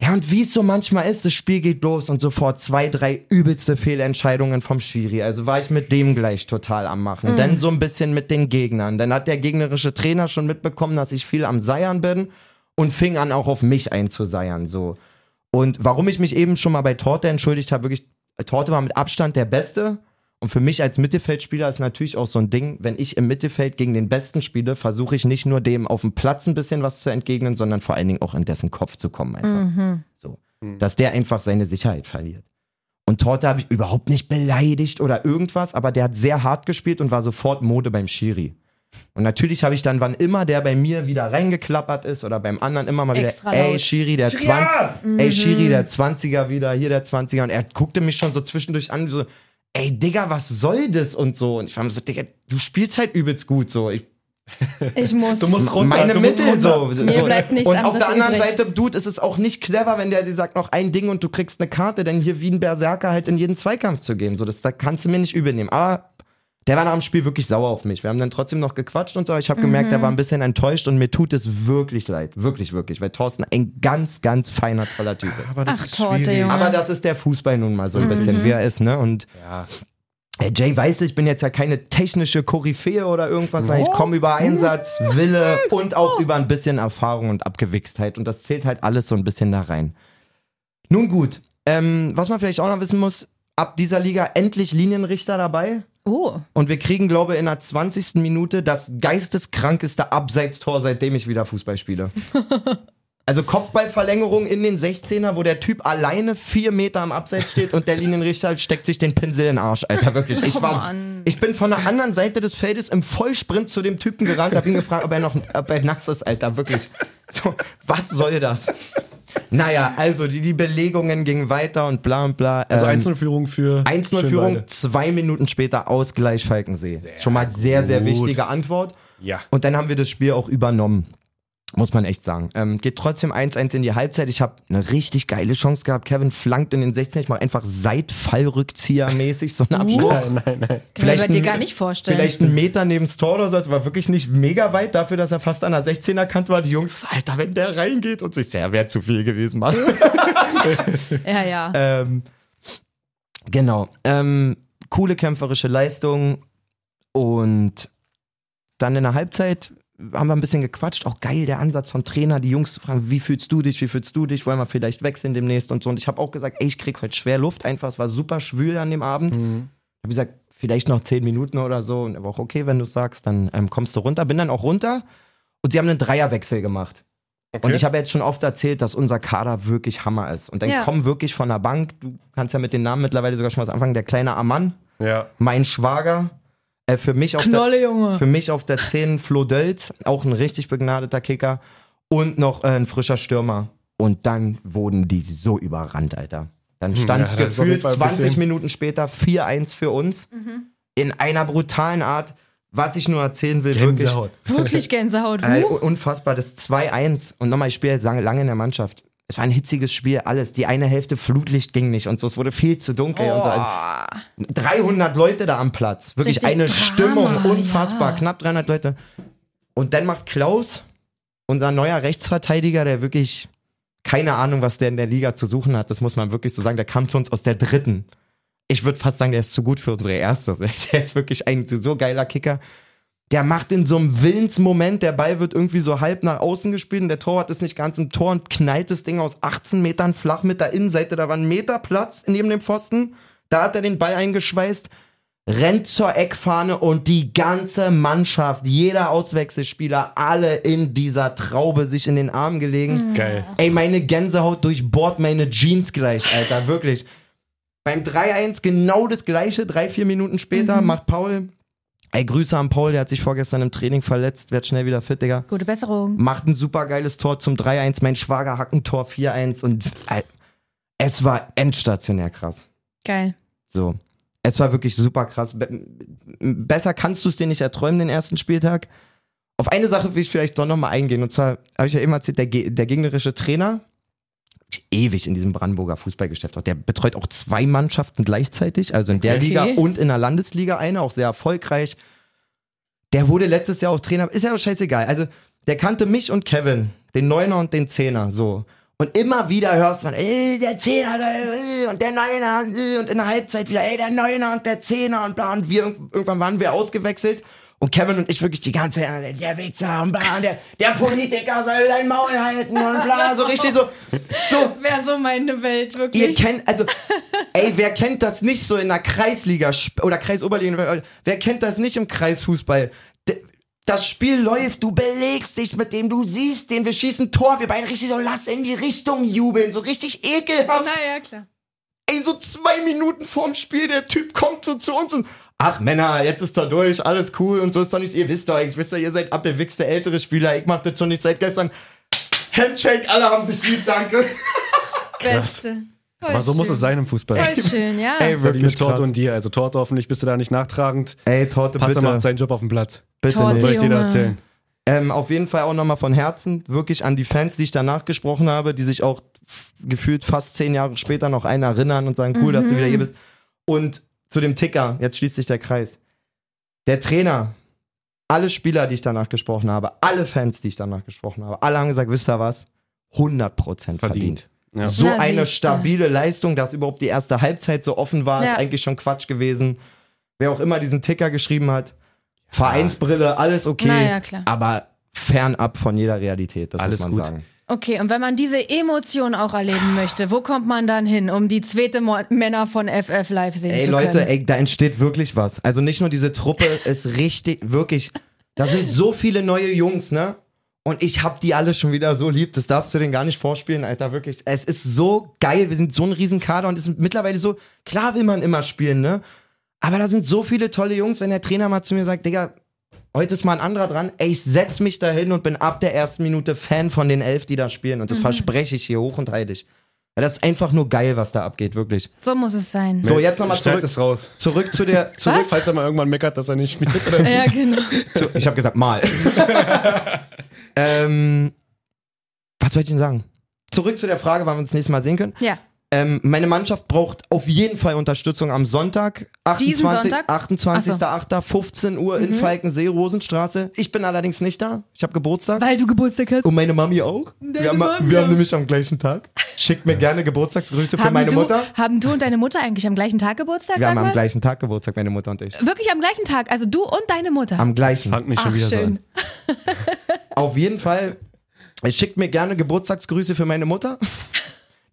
C: Ja, und wie es so manchmal ist, das Spiel geht los und sofort zwei, drei übelste Fehlentscheidungen vom Schiri. Also war ich mit dem gleich total am Machen. Dann so ein bisschen mit den Gegnern. Dann hat der gegnerische Trainer schon mitbekommen, dass ich viel am Seiern bin und fing an, auch auf mich einzuseiern. So. Und warum ich mich eben schon mal bei Torte entschuldigt habe, wirklich, Torte war mit Abstand der Beste. Und für mich als Mittelfeldspieler ist natürlich auch so ein Ding, wenn ich im Mittelfeld gegen den Besten spiele, versuche ich nicht nur dem auf dem Platz ein bisschen was zu entgegnen, sondern vor allen Dingen auch in dessen Kopf zu kommen. Einfach. So. Dass der einfach seine Sicherheit verliert. Und Torte habe ich überhaupt nicht beleidigt oder irgendwas, aber der hat sehr hart gespielt und war sofort Mode beim Schiri. Und natürlich habe ich dann, wann immer der bei mir wieder reingeklappert ist oder beim anderen immer mal wieder,
A: Extra
C: ey
A: laut. Mhm.
C: Schiri, der 20, ey Schiri, der 20er wieder, hier der 20er. Und er guckte mich schon so zwischendurch an, so, ey Digga, was soll das und so. Und ich war mir so, Digga, du spielst halt übelst gut so. Ich
A: Ich muss.
B: Du musst runter.
C: meine
B: du musst
C: Mittel
B: runter.
C: so. so.
A: Mir bleibt nichts
C: und auf der
A: anderes
C: anderen
A: übrig.
C: Seite, Dude, es ist auch nicht clever, wenn der dir sagt, noch ein Ding und du kriegst eine Karte, denn hier wie ein Berserker halt in jeden Zweikampf zu gehen. So, das da kannst du mir nicht übel nehmen. Aber der war nach dem Spiel wirklich sauer auf mich. Wir haben dann trotzdem noch gequatscht und so. aber Ich habe gemerkt,
A: Mhm.
C: er war ein bisschen enttäuscht und mir tut es wirklich leid. Wirklich, wirklich. Weil Thorsten ein ganz, ganz feiner, toller Typ ist.
B: Aber das
A: Ach,
B: ist
A: Torte,
B: schwierig.
A: Junge.
C: Aber das ist der Fußball nun mal so ein bisschen, wie er ist, ne? Und Äh, Jay Weißel, ich bin jetzt ja keine technische Koryphäe oder irgendwas, sondern ich komme über Einsatz, Wille und auch über ein bisschen Erfahrung und Abgewichstheit. Und das zählt halt alles so ein bisschen da rein. Nun gut, ähm, was man vielleicht auch noch wissen muss, ab dieser Liga endlich Linienrichter dabei.
A: Oh,
C: Und wir kriegen, glaube ich, in der 20. Minute das geisteskrankeste Abseitstor, seitdem ich wieder Fußball spiele. Also Kopfballverlängerung in den 16er, wo der Typ alleine vier Meter am Abseits steht und der Linienrichter steckt sich den Pinsel in den Arsch, Alter, wirklich. Ich, war,
A: Mann.
C: ich bin von der anderen Seite des Feldes im Vollsprint zu dem Typen gerannt, hab ihn gefragt, ob er noch ob er nass ist, Alter, wirklich. So, was soll das? Naja, also die, die Belegungen gingen weiter und bla und bla.
B: Also
C: Ähm,
B: 1-0-Führung für.
C: 1-0 Führung, zwei Minuten später Ausgleich Falkensee. Schon mal sehr, sehr wichtige Antwort.
D: Ja.
C: Und dann haben wir das Spiel auch übernommen. Muss man echt sagen. Ähm, geht trotzdem 1-1 in die Halbzeit. Ich habe eine richtig geile Chance gehabt. Kevin flankt in den 16. Ich mache einfach Seitfallrückzieher-mäßig so einen Abschluss.
A: kann ich
C: Vielleicht
A: mir bei dir
C: ein-
A: gar nicht vorstellen.
C: Vielleicht einen Meter neben das Tor oder so. Das war wirklich nicht mega weit dafür, dass er fast an der 16er Kante war. Die Jungs, Alter, wenn der reingeht und sich, der wäre zu viel gewesen, Mann.
A: ja, ja.
C: Ähm, genau. Ähm, coole kämpferische Leistung. Und dann in der Halbzeit haben wir ein bisschen gequatscht. Auch geil, der Ansatz vom Trainer, die Jungs zu fragen, wie fühlst du dich, wie fühlst du dich, wollen wir vielleicht wechseln demnächst und so. Und ich habe auch gesagt, ey, ich krieg heute schwer Luft einfach. Es war super schwül an dem Abend. Ich habe gesagt, vielleicht noch zehn Minuten oder so. Und er war auch okay, wenn du sagst, dann ähm, kommst du runter. Bin dann auch runter. Und sie haben einen Dreierwechsel gemacht. Und ich habe jetzt schon oft erzählt, dass unser Kader wirklich Hammer ist. Und dann
A: Ja.
C: kommen wirklich von der Bank, du kannst ja mit den Namen mittlerweile sogar schon was anfangen, der kleine Ammann,
B: Ja.
C: mein Schwager, äh, für, mich auf der,
A: Knolle, Junge.
C: für mich auf der 10 Flo Dölz, auch ein richtig begnadeter Kicker und noch äh, ein frischer Stürmer. Und dann wurden die so überrannt, Alter. Dann stand es
B: Hm, ja, das ist auf jeden
C: gefühlt
B: Fall ein
C: 20
B: bisschen-
C: Minuten später 4-1 für uns. In einer brutalen Art, was ich nur erzählen will, wirklich.
B: Gänsehaut.
A: Wirklich Gänsehaut.
C: Ein
A: Huch.
C: unfassbar, das 2-1. Und nochmal, ich spiele jetzt lange, lange in der Mannschaft. Es war ein hitziges Spiel, alles. Die eine Hälfte Flutlicht ging nicht und so. Es wurde viel zu dunkel und so. Also 300 Leute da am Platz. Wirklich
A: Richtig
C: eine
A: Drama,
C: Stimmung, unfassbar.
A: ja.
C: Knapp 300 Leute. Und dann macht Klaus, unser neuer Rechtsverteidiger, der wirklich keine Ahnung, was der in der Liga zu suchen hat. Das muss man wirklich so sagen. Der kam zu uns aus der dritten. Ich würde fast sagen, der ist zu gut für unsere erste. Der ist wirklich ein so geiler Kicker. Der macht in so einem Willensmoment, der Ball wird irgendwie so halb nach außen gespielt und der Torwart ist nicht ganz im Tor und knallt das Ding aus 18 Metern flach mit der Innenseite. Da war ein Meter Platz neben dem Pfosten. Da hat er den Ball eingeschweißt, rennt zur Eckfahne und die ganze Mannschaft, jeder Auswechselspieler, alle in dieser Traube sich in den Arm gelegen.
B: Geil.
C: Ey, meine Gänsehaut durchbohrt meine Jeans gleich, Alter, wirklich. Beim 3-1 genau das gleiche, drei, vier Minuten später macht Paul, ey, Grüße an Paul, der hat sich vorgestern im Training verletzt, wird schnell wieder fit, Digga.
A: Gute Besserung.
C: Macht ein super geiles Tor zum 3-1, mein Schwager hackt ein Tor 4-1 und äh, es war endstationär krass.
A: Geil.
C: So. Es war wirklich super krass. Be m- besser kannst du es dir nicht erträumen, den ersten Spieltag. Auf eine Sache will ich vielleicht doch nochmal eingehen. Und zwar habe ich ja eben erzählt, der, Ge der gegnerische Trainer, ewig in diesem Brandenburger Fußballgeschäft, auch, der betreut auch zwei Mannschaften gleichzeitig, also in der
A: Okay.
C: Liga und in der Landesliga eine, auch sehr erfolgreich. Der wurde letztes Jahr auch Trainer, ist ja auch scheißegal. Also der kannte mich und Kevin, den Neuner und den Zehner, so. Und immer wieder hörst man, ey, der Zehner äh, und der Neuner äh, und in der Halbzeit wieder, ey, der Neuner und der Zehner und bla. Und wir, irgend- irgendwann waren wir ausgewechselt und Kevin und ich wirklich die ganze Zeit, äh, der Wichser und bla, und der, der Politiker soll sein Maul halten und bla, so richtig so. So,
A: Wäre so meine Welt,
C: Ihr
A: wirklich.
C: kennt, also, ey, wer kennt das nicht so in der Kreisliga sp- oder Kreisoberliga? Wer kennt das nicht im Kreisfußball? D- Das Spiel läuft, du belegst dich mit dem, du siehst den, wir schießen Tor, wir beide richtig so, lass in die Richtung jubeln, so richtig ekelhaft.
A: naja, klar.
C: Ey, so zwei Minuten vorm Spiel, der Typ kommt so zu uns und, ach Männer, jetzt ist er durch, alles cool und so ist doch nicht, ihr wisst doch, ich wisst doch, ihr seid abgewichste ältere Spieler, ich mach das schon nicht seit gestern. Handshake, alle haben sich lieb, danke.
A: Beste. Voll
B: Aber so muss es sein im Fußball.
A: Voll schön, ja.
C: Ey,
B: So wie mit Torte
C: krass.
B: und dir. Also Torte hoffentlich bist du da nicht nachtragend.
C: Ey, Torte,
B: Pater
C: bitte.
B: macht seinen Job auf dem Platz.
C: bitte
A: Torte,
C: nicht.
B: Soll ich dir da
A: Junge.
B: erzählen?
C: Ähm, auf jeden Fall auch nochmal von Herzen, wirklich an die Fans, die ich danach gesprochen habe, die sich auch f- gefühlt fast zehn Jahre später noch einen erinnern und sagen, cool, dass du wieder hier bist. Und zu dem Ticker, jetzt schließt sich der Kreis. Der Trainer, alle Spieler, die ich danach gesprochen habe, alle Fans, die ich danach gesprochen habe, alle haben gesagt, wisst ihr was? 100% verdient. verdient.
B: Verdient. Ja.
C: So
A: Na,
C: eine
A: siehste.
C: stabile Leistung, dass überhaupt die erste Halbzeit so offen war,
A: Ja.
C: ist eigentlich schon Quatsch gewesen. wer auch immer diesen Ticker geschrieben hat. Vereinsbrille, alles okay,
A: Naja, klar.
C: aber fernab von jeder Realität, das
B: Alles
C: muss man
B: gut.
C: sagen.
A: Okay, und wenn man diese Emotion auch erleben möchte, wo kommt man dann hin, um die zweite Mo Männer von FF live sehen
C: Ey
A: zu
C: Leute,
A: können?
C: ey, da entsteht wirklich was. Also nicht nur diese Truppe ist richtig, wirklich, da sind so viele neue Jungs, ne? Und ich hab die alle schon wieder so lieb, das darfst du denen gar nicht vorspielen, Alter, wirklich. Es ist so geil, wir sind so ein Riesenkader und es ist mittlerweile so, klar will man immer spielen, ne? Aber da sind so viele tolle Jungs, wenn der Trainer mal zu mir sagt, Digga, heute ist mal ein anderer dran, ey, ich setz mich da hin und bin ab der ersten Minute Fan von den elf, die da spielen. Und das
A: Mhm.
C: verspreche ich hier hoch und heilig. Ja, das ist einfach nur geil, was da abgeht, wirklich.
A: So muss es sein.
C: So, jetzt nochmal
B: Schneid
C: zurück.
B: es raus.
C: Zurück zu der. Zurück,
A: Was?
B: Falls er mal irgendwann meckert, dass er nicht spielt. Oder
A: Ja, genau.
C: zu, ich habe gesagt, mal. ähm, was soll ich denn sagen? Zurück zu der Frage, wann wir uns das nächste Mal sehen können.
A: Ja.
C: Ähm, meine Mannschaft braucht auf jeden Fall Unterstützung am Sonntag, 28,
A: Diesen Sonntag? Mhm.
C: 28.08., 15 Uhr in Falkensee, Rosenstraße. Ich bin allerdings nicht da. Ich habe Geburtstag.
A: Weil du Geburtstag hast.
C: Und meine Mami auch. wir haben, wir haben nämlich am gleichen Tag. Schickt mir gerne Geburtstagsgrüße für meine
A: du,
C: Mutter.
A: haben du und deine Mutter eigentlich am gleichen Tag Geburtstag?
C: Wir
A: sag
C: haben am
A: mal?
C: gleichen Tag Geburtstag, meine Mutter und ich.
A: Wirklich am gleichen Tag, also du und deine Mutter.
C: Am gleichen.
B: Fang mich schon
A: Ach,
B: wieder so
A: schön.
B: an.
C: Auf jeden Fall. Es schickt mir gerne Geburtstagsgrüße für meine Mutter.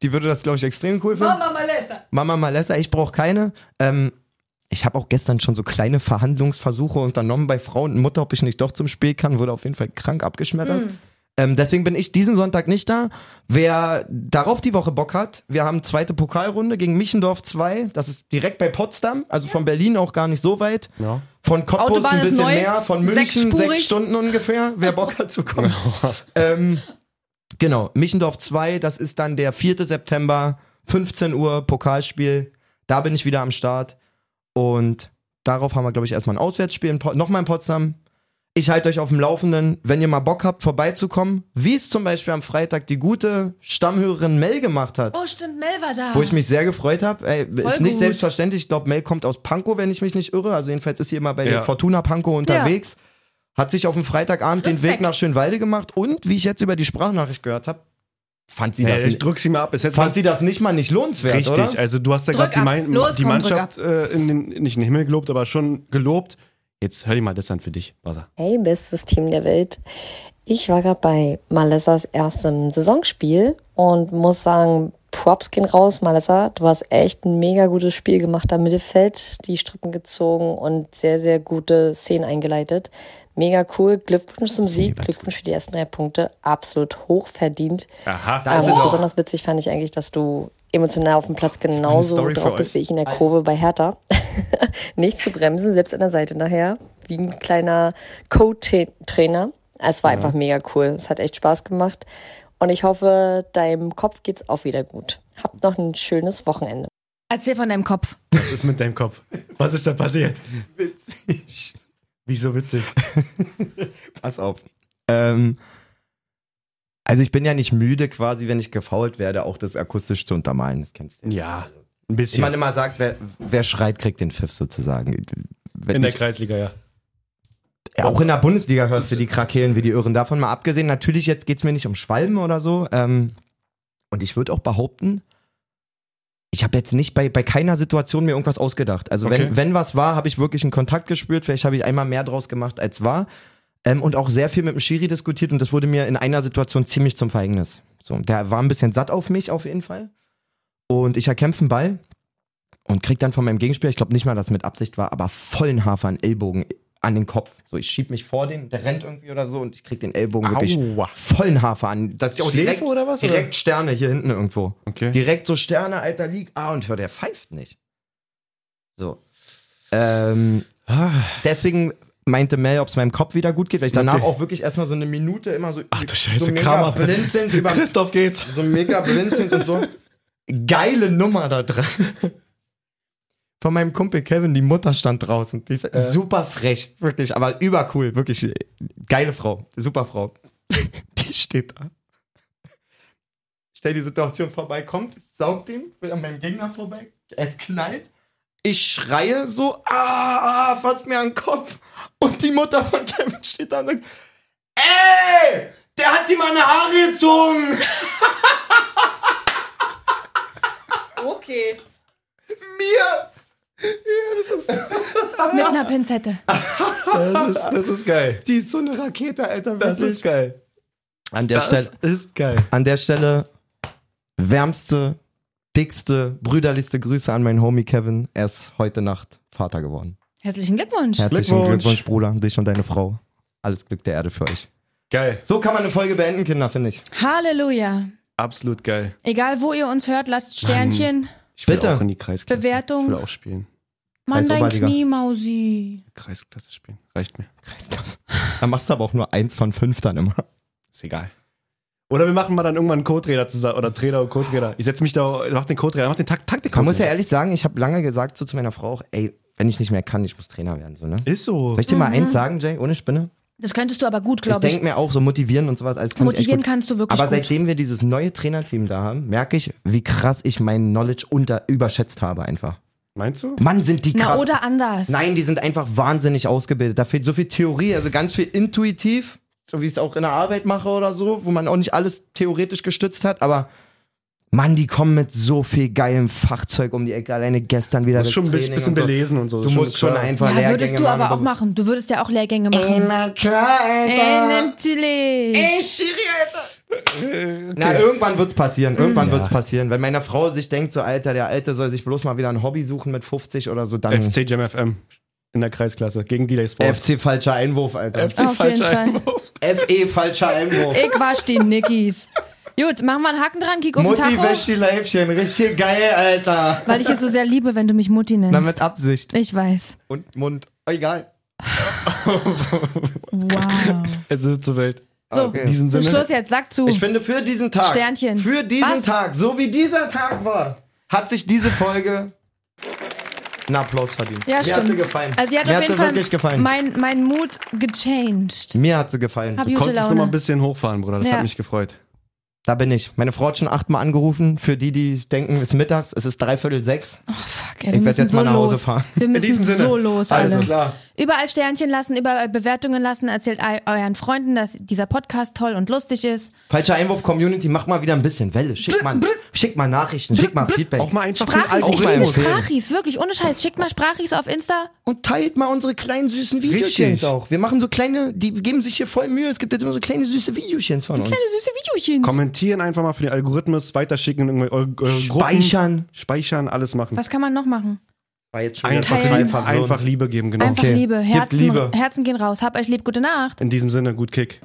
C: Die würde das, glaube ich, extrem cool finden.
A: Mama Malessa.
C: Mama Malessa, ich brauche keine. Ähm, ich habe auch gestern schon so kleine Verhandlungsversuche unternommen bei Frauen und Mutter, ob ich nicht doch zum Spiel kann. Wurde auf jeden Fall krank abgeschmettert.
A: Mm.
C: Ähm, deswegen bin ich diesen Sonntag nicht da. Wer darauf die Woche Bock hat, wir haben zweite Pokalrunde gegen Michendorf 2. Das ist direkt bei Potsdam, also von Berlin auch gar nicht so weit.
B: Ja.
C: Von Cottbus
A: Autobahn
C: ein
A: ist
C: bisschen
A: neu,
C: mehr, von München
A: sechsspurig.
C: sechs Stunden ungefähr, wer Bock hat zu kommen. ähm, genau, Michendorf 2, das ist dann der 4. September, 15 Uhr, Pokalspiel. Da bin ich wieder am Start. Und darauf haben wir, glaube ich, erstmal ein Auswärtsspiel, in Po- nochmal in Potsdam. Ich halte euch auf dem Laufenden, wenn ihr mal Bock habt, vorbeizukommen, wie es zum Beispiel am Freitag die gute Stammhörerin Mel gemacht hat.
A: Oh, stimmt, Mel war da.
C: Wo ich mich sehr gefreut habe. Ist nicht
A: gut.
C: selbstverständlich. Ich glaube, Mel kommt aus Pankow, wenn ich mich nicht irre. Also jedenfalls ist sie immer bei
B: Ja.
C: der Fortuna Pankow unterwegs. Hat sich auf dem Freitagabend den
A: Respekt.
C: Weg nach Schönwalde gemacht und wie ich jetzt über die Sprachnachricht gehört habe, fand sie
B: Ey,
C: das
B: ich
C: nicht.
B: drück sie mal ab. Ist jetzt
C: Fand sie das nicht mal nicht lohnenswert,
B: Richtig,
C: oder?
B: also du hast ja
A: Drück
B: gerade die,
A: ab.
B: Mein-
A: Los,
B: die
A: komm,
B: Mannschaft äh, in den, nicht in den Himmel gelobt, aber schon gelobt. Jetzt hör dir mal das an für dich, Buzzer.
H: Hey, bestes Team der Welt. Ich war gerade bei Malessas erstem Saisonspiel und muss sagen, Props gehen raus, Malessa. Du hast echt ein mega gutes Spiel gemacht am Mittelfeld, die Strippen gezogen und sehr, sehr gute Szenen eingeleitet. Mega cool. Glückwunsch zum Sieg, Glückwunsch für die ersten drei Punkte. Absolut hochverdient.
B: Aha.
C: Da ist sie
H: Ähm,
C: doch.
H: besonders witzig fand ich eigentlich, dass du emotional auf dem Platz genau genauso
C: Story für
H: drauf
C: euch.
H: bist wie ich in der Kurve bei Hertha. Nicht zu bremsen, selbst an der Seite nachher, wie ein kleiner Co-Trainer. Es war einfach mega cool. Es hat echt Spaß gemacht. Und ich hoffe, deinem Kopf geht's auch wieder gut. Habt noch ein schönes Wochenende.
A: Erzähl von deinem Kopf.
B: Was ist mit deinem Kopf? Was ist da passiert? Witzig. Wieso witzig?
C: Pass auf. Ähm, also ich bin ja nicht müde quasi, wenn ich gefault werde, auch das akustisch zu untermalen. Das kennst du.
B: Ja, ein
C: Ich
B: bisschen.
C: meine immer sagt, wer, wer schreit, kriegt den Pfiff sozusagen. Wenn
B: in der
C: ich-
B: Kreisliga, ja.
C: Ja, auch in der Bundesliga hörst du die Krakelen wie die Irren. Davon mal abgesehen, natürlich, jetzt geht's mir nicht um Schwalben oder so. Ähm, und ich würde auch behaupten, ich habe jetzt nicht bei, bei keiner Situation mir irgendwas ausgedacht. Also
B: Okay.
C: wenn, wenn was war, habe ich wirklich einen Kontakt gespürt. Vielleicht habe ich einmal mehr draus gemacht, als war. Ähm, und auch sehr viel mit dem Schiri diskutiert und das wurde mir in einer Situation ziemlich zum Verhängnis. So, der war ein bisschen satt auf mich auf jeden Fall. Und ich erkämpfe einen Ball und krieg dann von meinem Gegenspieler, ich glaube nicht mal, dass es mit Absicht war, aber vollen Hafer einen Ellbogen an den Kopf. So, ich schieb mich vor den, der rennt irgendwie oder so und ich krieg den Ellbogen wirklich
B: Aua.
C: vollen Hafer an. Dass ich auch
B: Schläfe
C: Oh, direkt,
B: oder was, oder?
C: direkt Sterne hier hinten irgendwo.
B: Okay.
C: Direkt so Sterne, alter, liegt. Ah, und hör, der pfeift nicht. So. Ähm,
B: Ah.
C: deswegen meinte Mel, ob es meinem Kopf wieder gut geht, weil ich danach
B: Okay.
C: auch wirklich erstmal so eine Minute immer so,
B: Ach du Scheiße,
C: so mega
B: Kramer.
C: blinzelnd über,
B: Christoph geht's.
C: so mega blinzelnd und so. Geile Nummer da dran. Von meinem Kumpel Kevin, die Mutter stand draußen. Die ist super frech, wirklich, aber übercool, wirklich. Geile Frau, super Frau. Die steht da. Stell die Situation vorbei, kommt, saugt ihn, will an meinem Gegner vorbei, es knallt. Ich schreie so, ah, ah, fasst mir an den Kopf. Und die Mutter von Kevin steht da und sagt, ey, der hat die meine Haare gezogen.
A: Okay.
C: mir. Ja, das ist
A: Mit einer Pinzette.
C: Das ist, das ist geil.
B: Die ist so eine Rakete, Alter.
C: Das ist geil. An der, Stelle,
B: ist geil.
C: an der Stelle wärmste, dickste, brüderlichste Grüße an meinen Homie Kevin. Er ist heute Nacht Vater geworden.
A: Herzlichen Glückwunsch.
C: Herzlichen
B: Glückwunsch.
C: Glückwunsch, Bruder, dich und deine Frau. Alles Glück der Erde für euch.
B: Geil.
C: So kann man eine Folge beenden, Kinder, finde ich.
A: Halleluja.
B: Absolut geil.
A: Egal, wo ihr uns hört, lasst Sternchen,
B: Ich will
C: Bitte.
B: auch in die Kreisklasse.
A: Bewertung.
B: Ich will auch spielen.
A: Mann, dein
C: Kreisoberliga.
A: Knie, Mausi.
B: Kreisklasse spielen. Reicht mir.
C: Dann machst du aber auch nur eins von fünf dann immer.
B: Ist egal. Oder wir machen mal dann irgendwann einen Co-Trainer zusammen. Oder Trainer und Co-Trainer. Ich setze mich da, mach den Co-Trainer, mach den Takt Taktik.
C: Man muss ja ehrlich sagen, ich habe lange gesagt so zu meiner Frau auch, ey, wenn ich nicht mehr kann, ich muss Trainer werden. So, ne?
B: Ist so.
C: Soll ich dir mal eins sagen, Jay, ohne Spinne?
A: Das könntest du aber gut,
C: Ich
A: glaube ich.
C: denke mir auch, so motivieren und sowas. Alles kann ich echt
A: Motivieren
C: gut.
A: kannst du wirklich
C: Aber
A: gut.
C: seitdem wir dieses neue Trainerteam da haben, merke ich, wie krass ich mein Knowledge unter, überschätzt habe einfach.
B: Meinst du?
C: Mann, sind die krass.
A: Na, oder anders.
C: Nein, die sind einfach wahnsinnig ausgebildet. Da fehlt so viel Theorie, also ganz viel intuitiv, so wie ich es auch in der Arbeit mache oder so, wo man auch nicht alles theoretisch gestützt hat, aber Mann, die kommen mit so viel geilem Fachzeug um die Ecke. Alleine gestern
B: Du
C: wieder
B: musst
C: das
B: schon ein bisschen
C: Training und so.
B: belesen und so.
C: Du
B: Ist
C: musst schon
B: klar.
C: einfach
A: Ja,
C: Lehrgänge
A: würdest du aber
C: machen.
A: auch machen. Du würdest ja auch Lehrgänge machen.
G: Na klar,
A: Ey,
G: Alter.
A: natürlich.
C: Na, irgendwann wird's passieren. Irgendwann wird's passieren. Wenn meine Frau sich denkt, so Alter, der Alte soll sich bloß mal wieder ein Hobby suchen mit 50 oder so, dann FC,
B: FC Jam FM. In der Kreisklasse. Gegen Delay Sports.
C: falscher Einwurf, Alter.
A: Auf jeden Fall.
C: FE falscher Einwurf.
A: Ich wasch die Nickies. Gut, machen wir einen Haken dran, kick auf den
C: Mutti wäscht
A: Tacho.
C: die Leibchen. Richtig geil, Alter.
A: Weil ich es so sehr liebe, wenn du mich Mutti nennst.
C: Na, mit Absicht.
A: ich weiß.
C: Und Mund. Oh, egal.
A: Wow.
B: Es ist zur Welt.
A: So,
C: Okay.
B: In diesem
A: zum
B: Sinne.
A: Schluss jetzt, sag zu.
C: Ich finde, für diesen Tag.
A: Sternchen.
C: Für diesen
A: Was?
C: Tag, so wie dieser Tag war, hat sich diese Folge einen Applaus verdient.
A: Ja,
C: Mir hat sie
A: stimmt.
C: gefallen.
A: Also, die hat
C: Mir
A: auf
C: hat sie
A: jeden Fall
C: wirklich gefallen.
A: Mein, mein Mut gechanged.
C: Mir hat sie gefallen.
A: Hab
B: Du
A: gute
B: konntest noch mal ein
A: Laune.
B: bisschen hochfahren, Bruder. Das
A: Ja.
B: hat mich gefreut.
C: Da bin ich. Meine Frau hat schon achtmal angerufen. Für die, die denken, es ist mittags, es ist dreiviertel sechs.
A: Oh, fuck, ey, wir
C: Ich
A: müssen
C: werde jetzt
A: so
C: mal nach Hause
A: los.
C: fahren.
A: Wir müssen
B: diesem Sinne.
A: so los, alle.
C: Alles klar.
A: Überall Sternchen lassen, überall Bewertungen lassen. Erzählt eu- euren Freunden, dass dieser Podcast toll und lustig ist.
C: Falscher Einwurf Community, mach mal wieder ein bisschen Welle. Schick mal, schick mal Nachrichten, schick mal Feedback.
B: Auch mal einfach für den
A: Sprachis, ich
B: Algorithmus.
A: liebe
C: empfehlen.
A: Sprachis, wirklich, ohne Scheiß. Schickt mal Sprachis auf Insta.
C: Und teilt mal unsere kleinen süßen Videochens
B: Richtig.
C: auch. Wir machen so kleine, die geben sich hier voll Mühe. Es gibt jetzt immer so kleine süße Videochens von uns.
A: Kleine süße Videochens.
B: Kommentieren einfach mal für den Algorithmus, weiterschicken in irgendwelche eure, eure
C: Äh, Speichern.
B: Gruppen, speichern, alles machen.
A: Was kann man noch machen?
C: War jetzt schon
B: Einfach,
A: Teilen.
B: Liebe, einfach Liebe geben, genau.
A: Einfach
C: Okay.
A: Liebe.
C: Gebt
A: Herzen,
C: Liebe.
A: Herzen gehen raus. Hab euch lieb. Gute Nacht.
B: In diesem Sinne, gut Kick.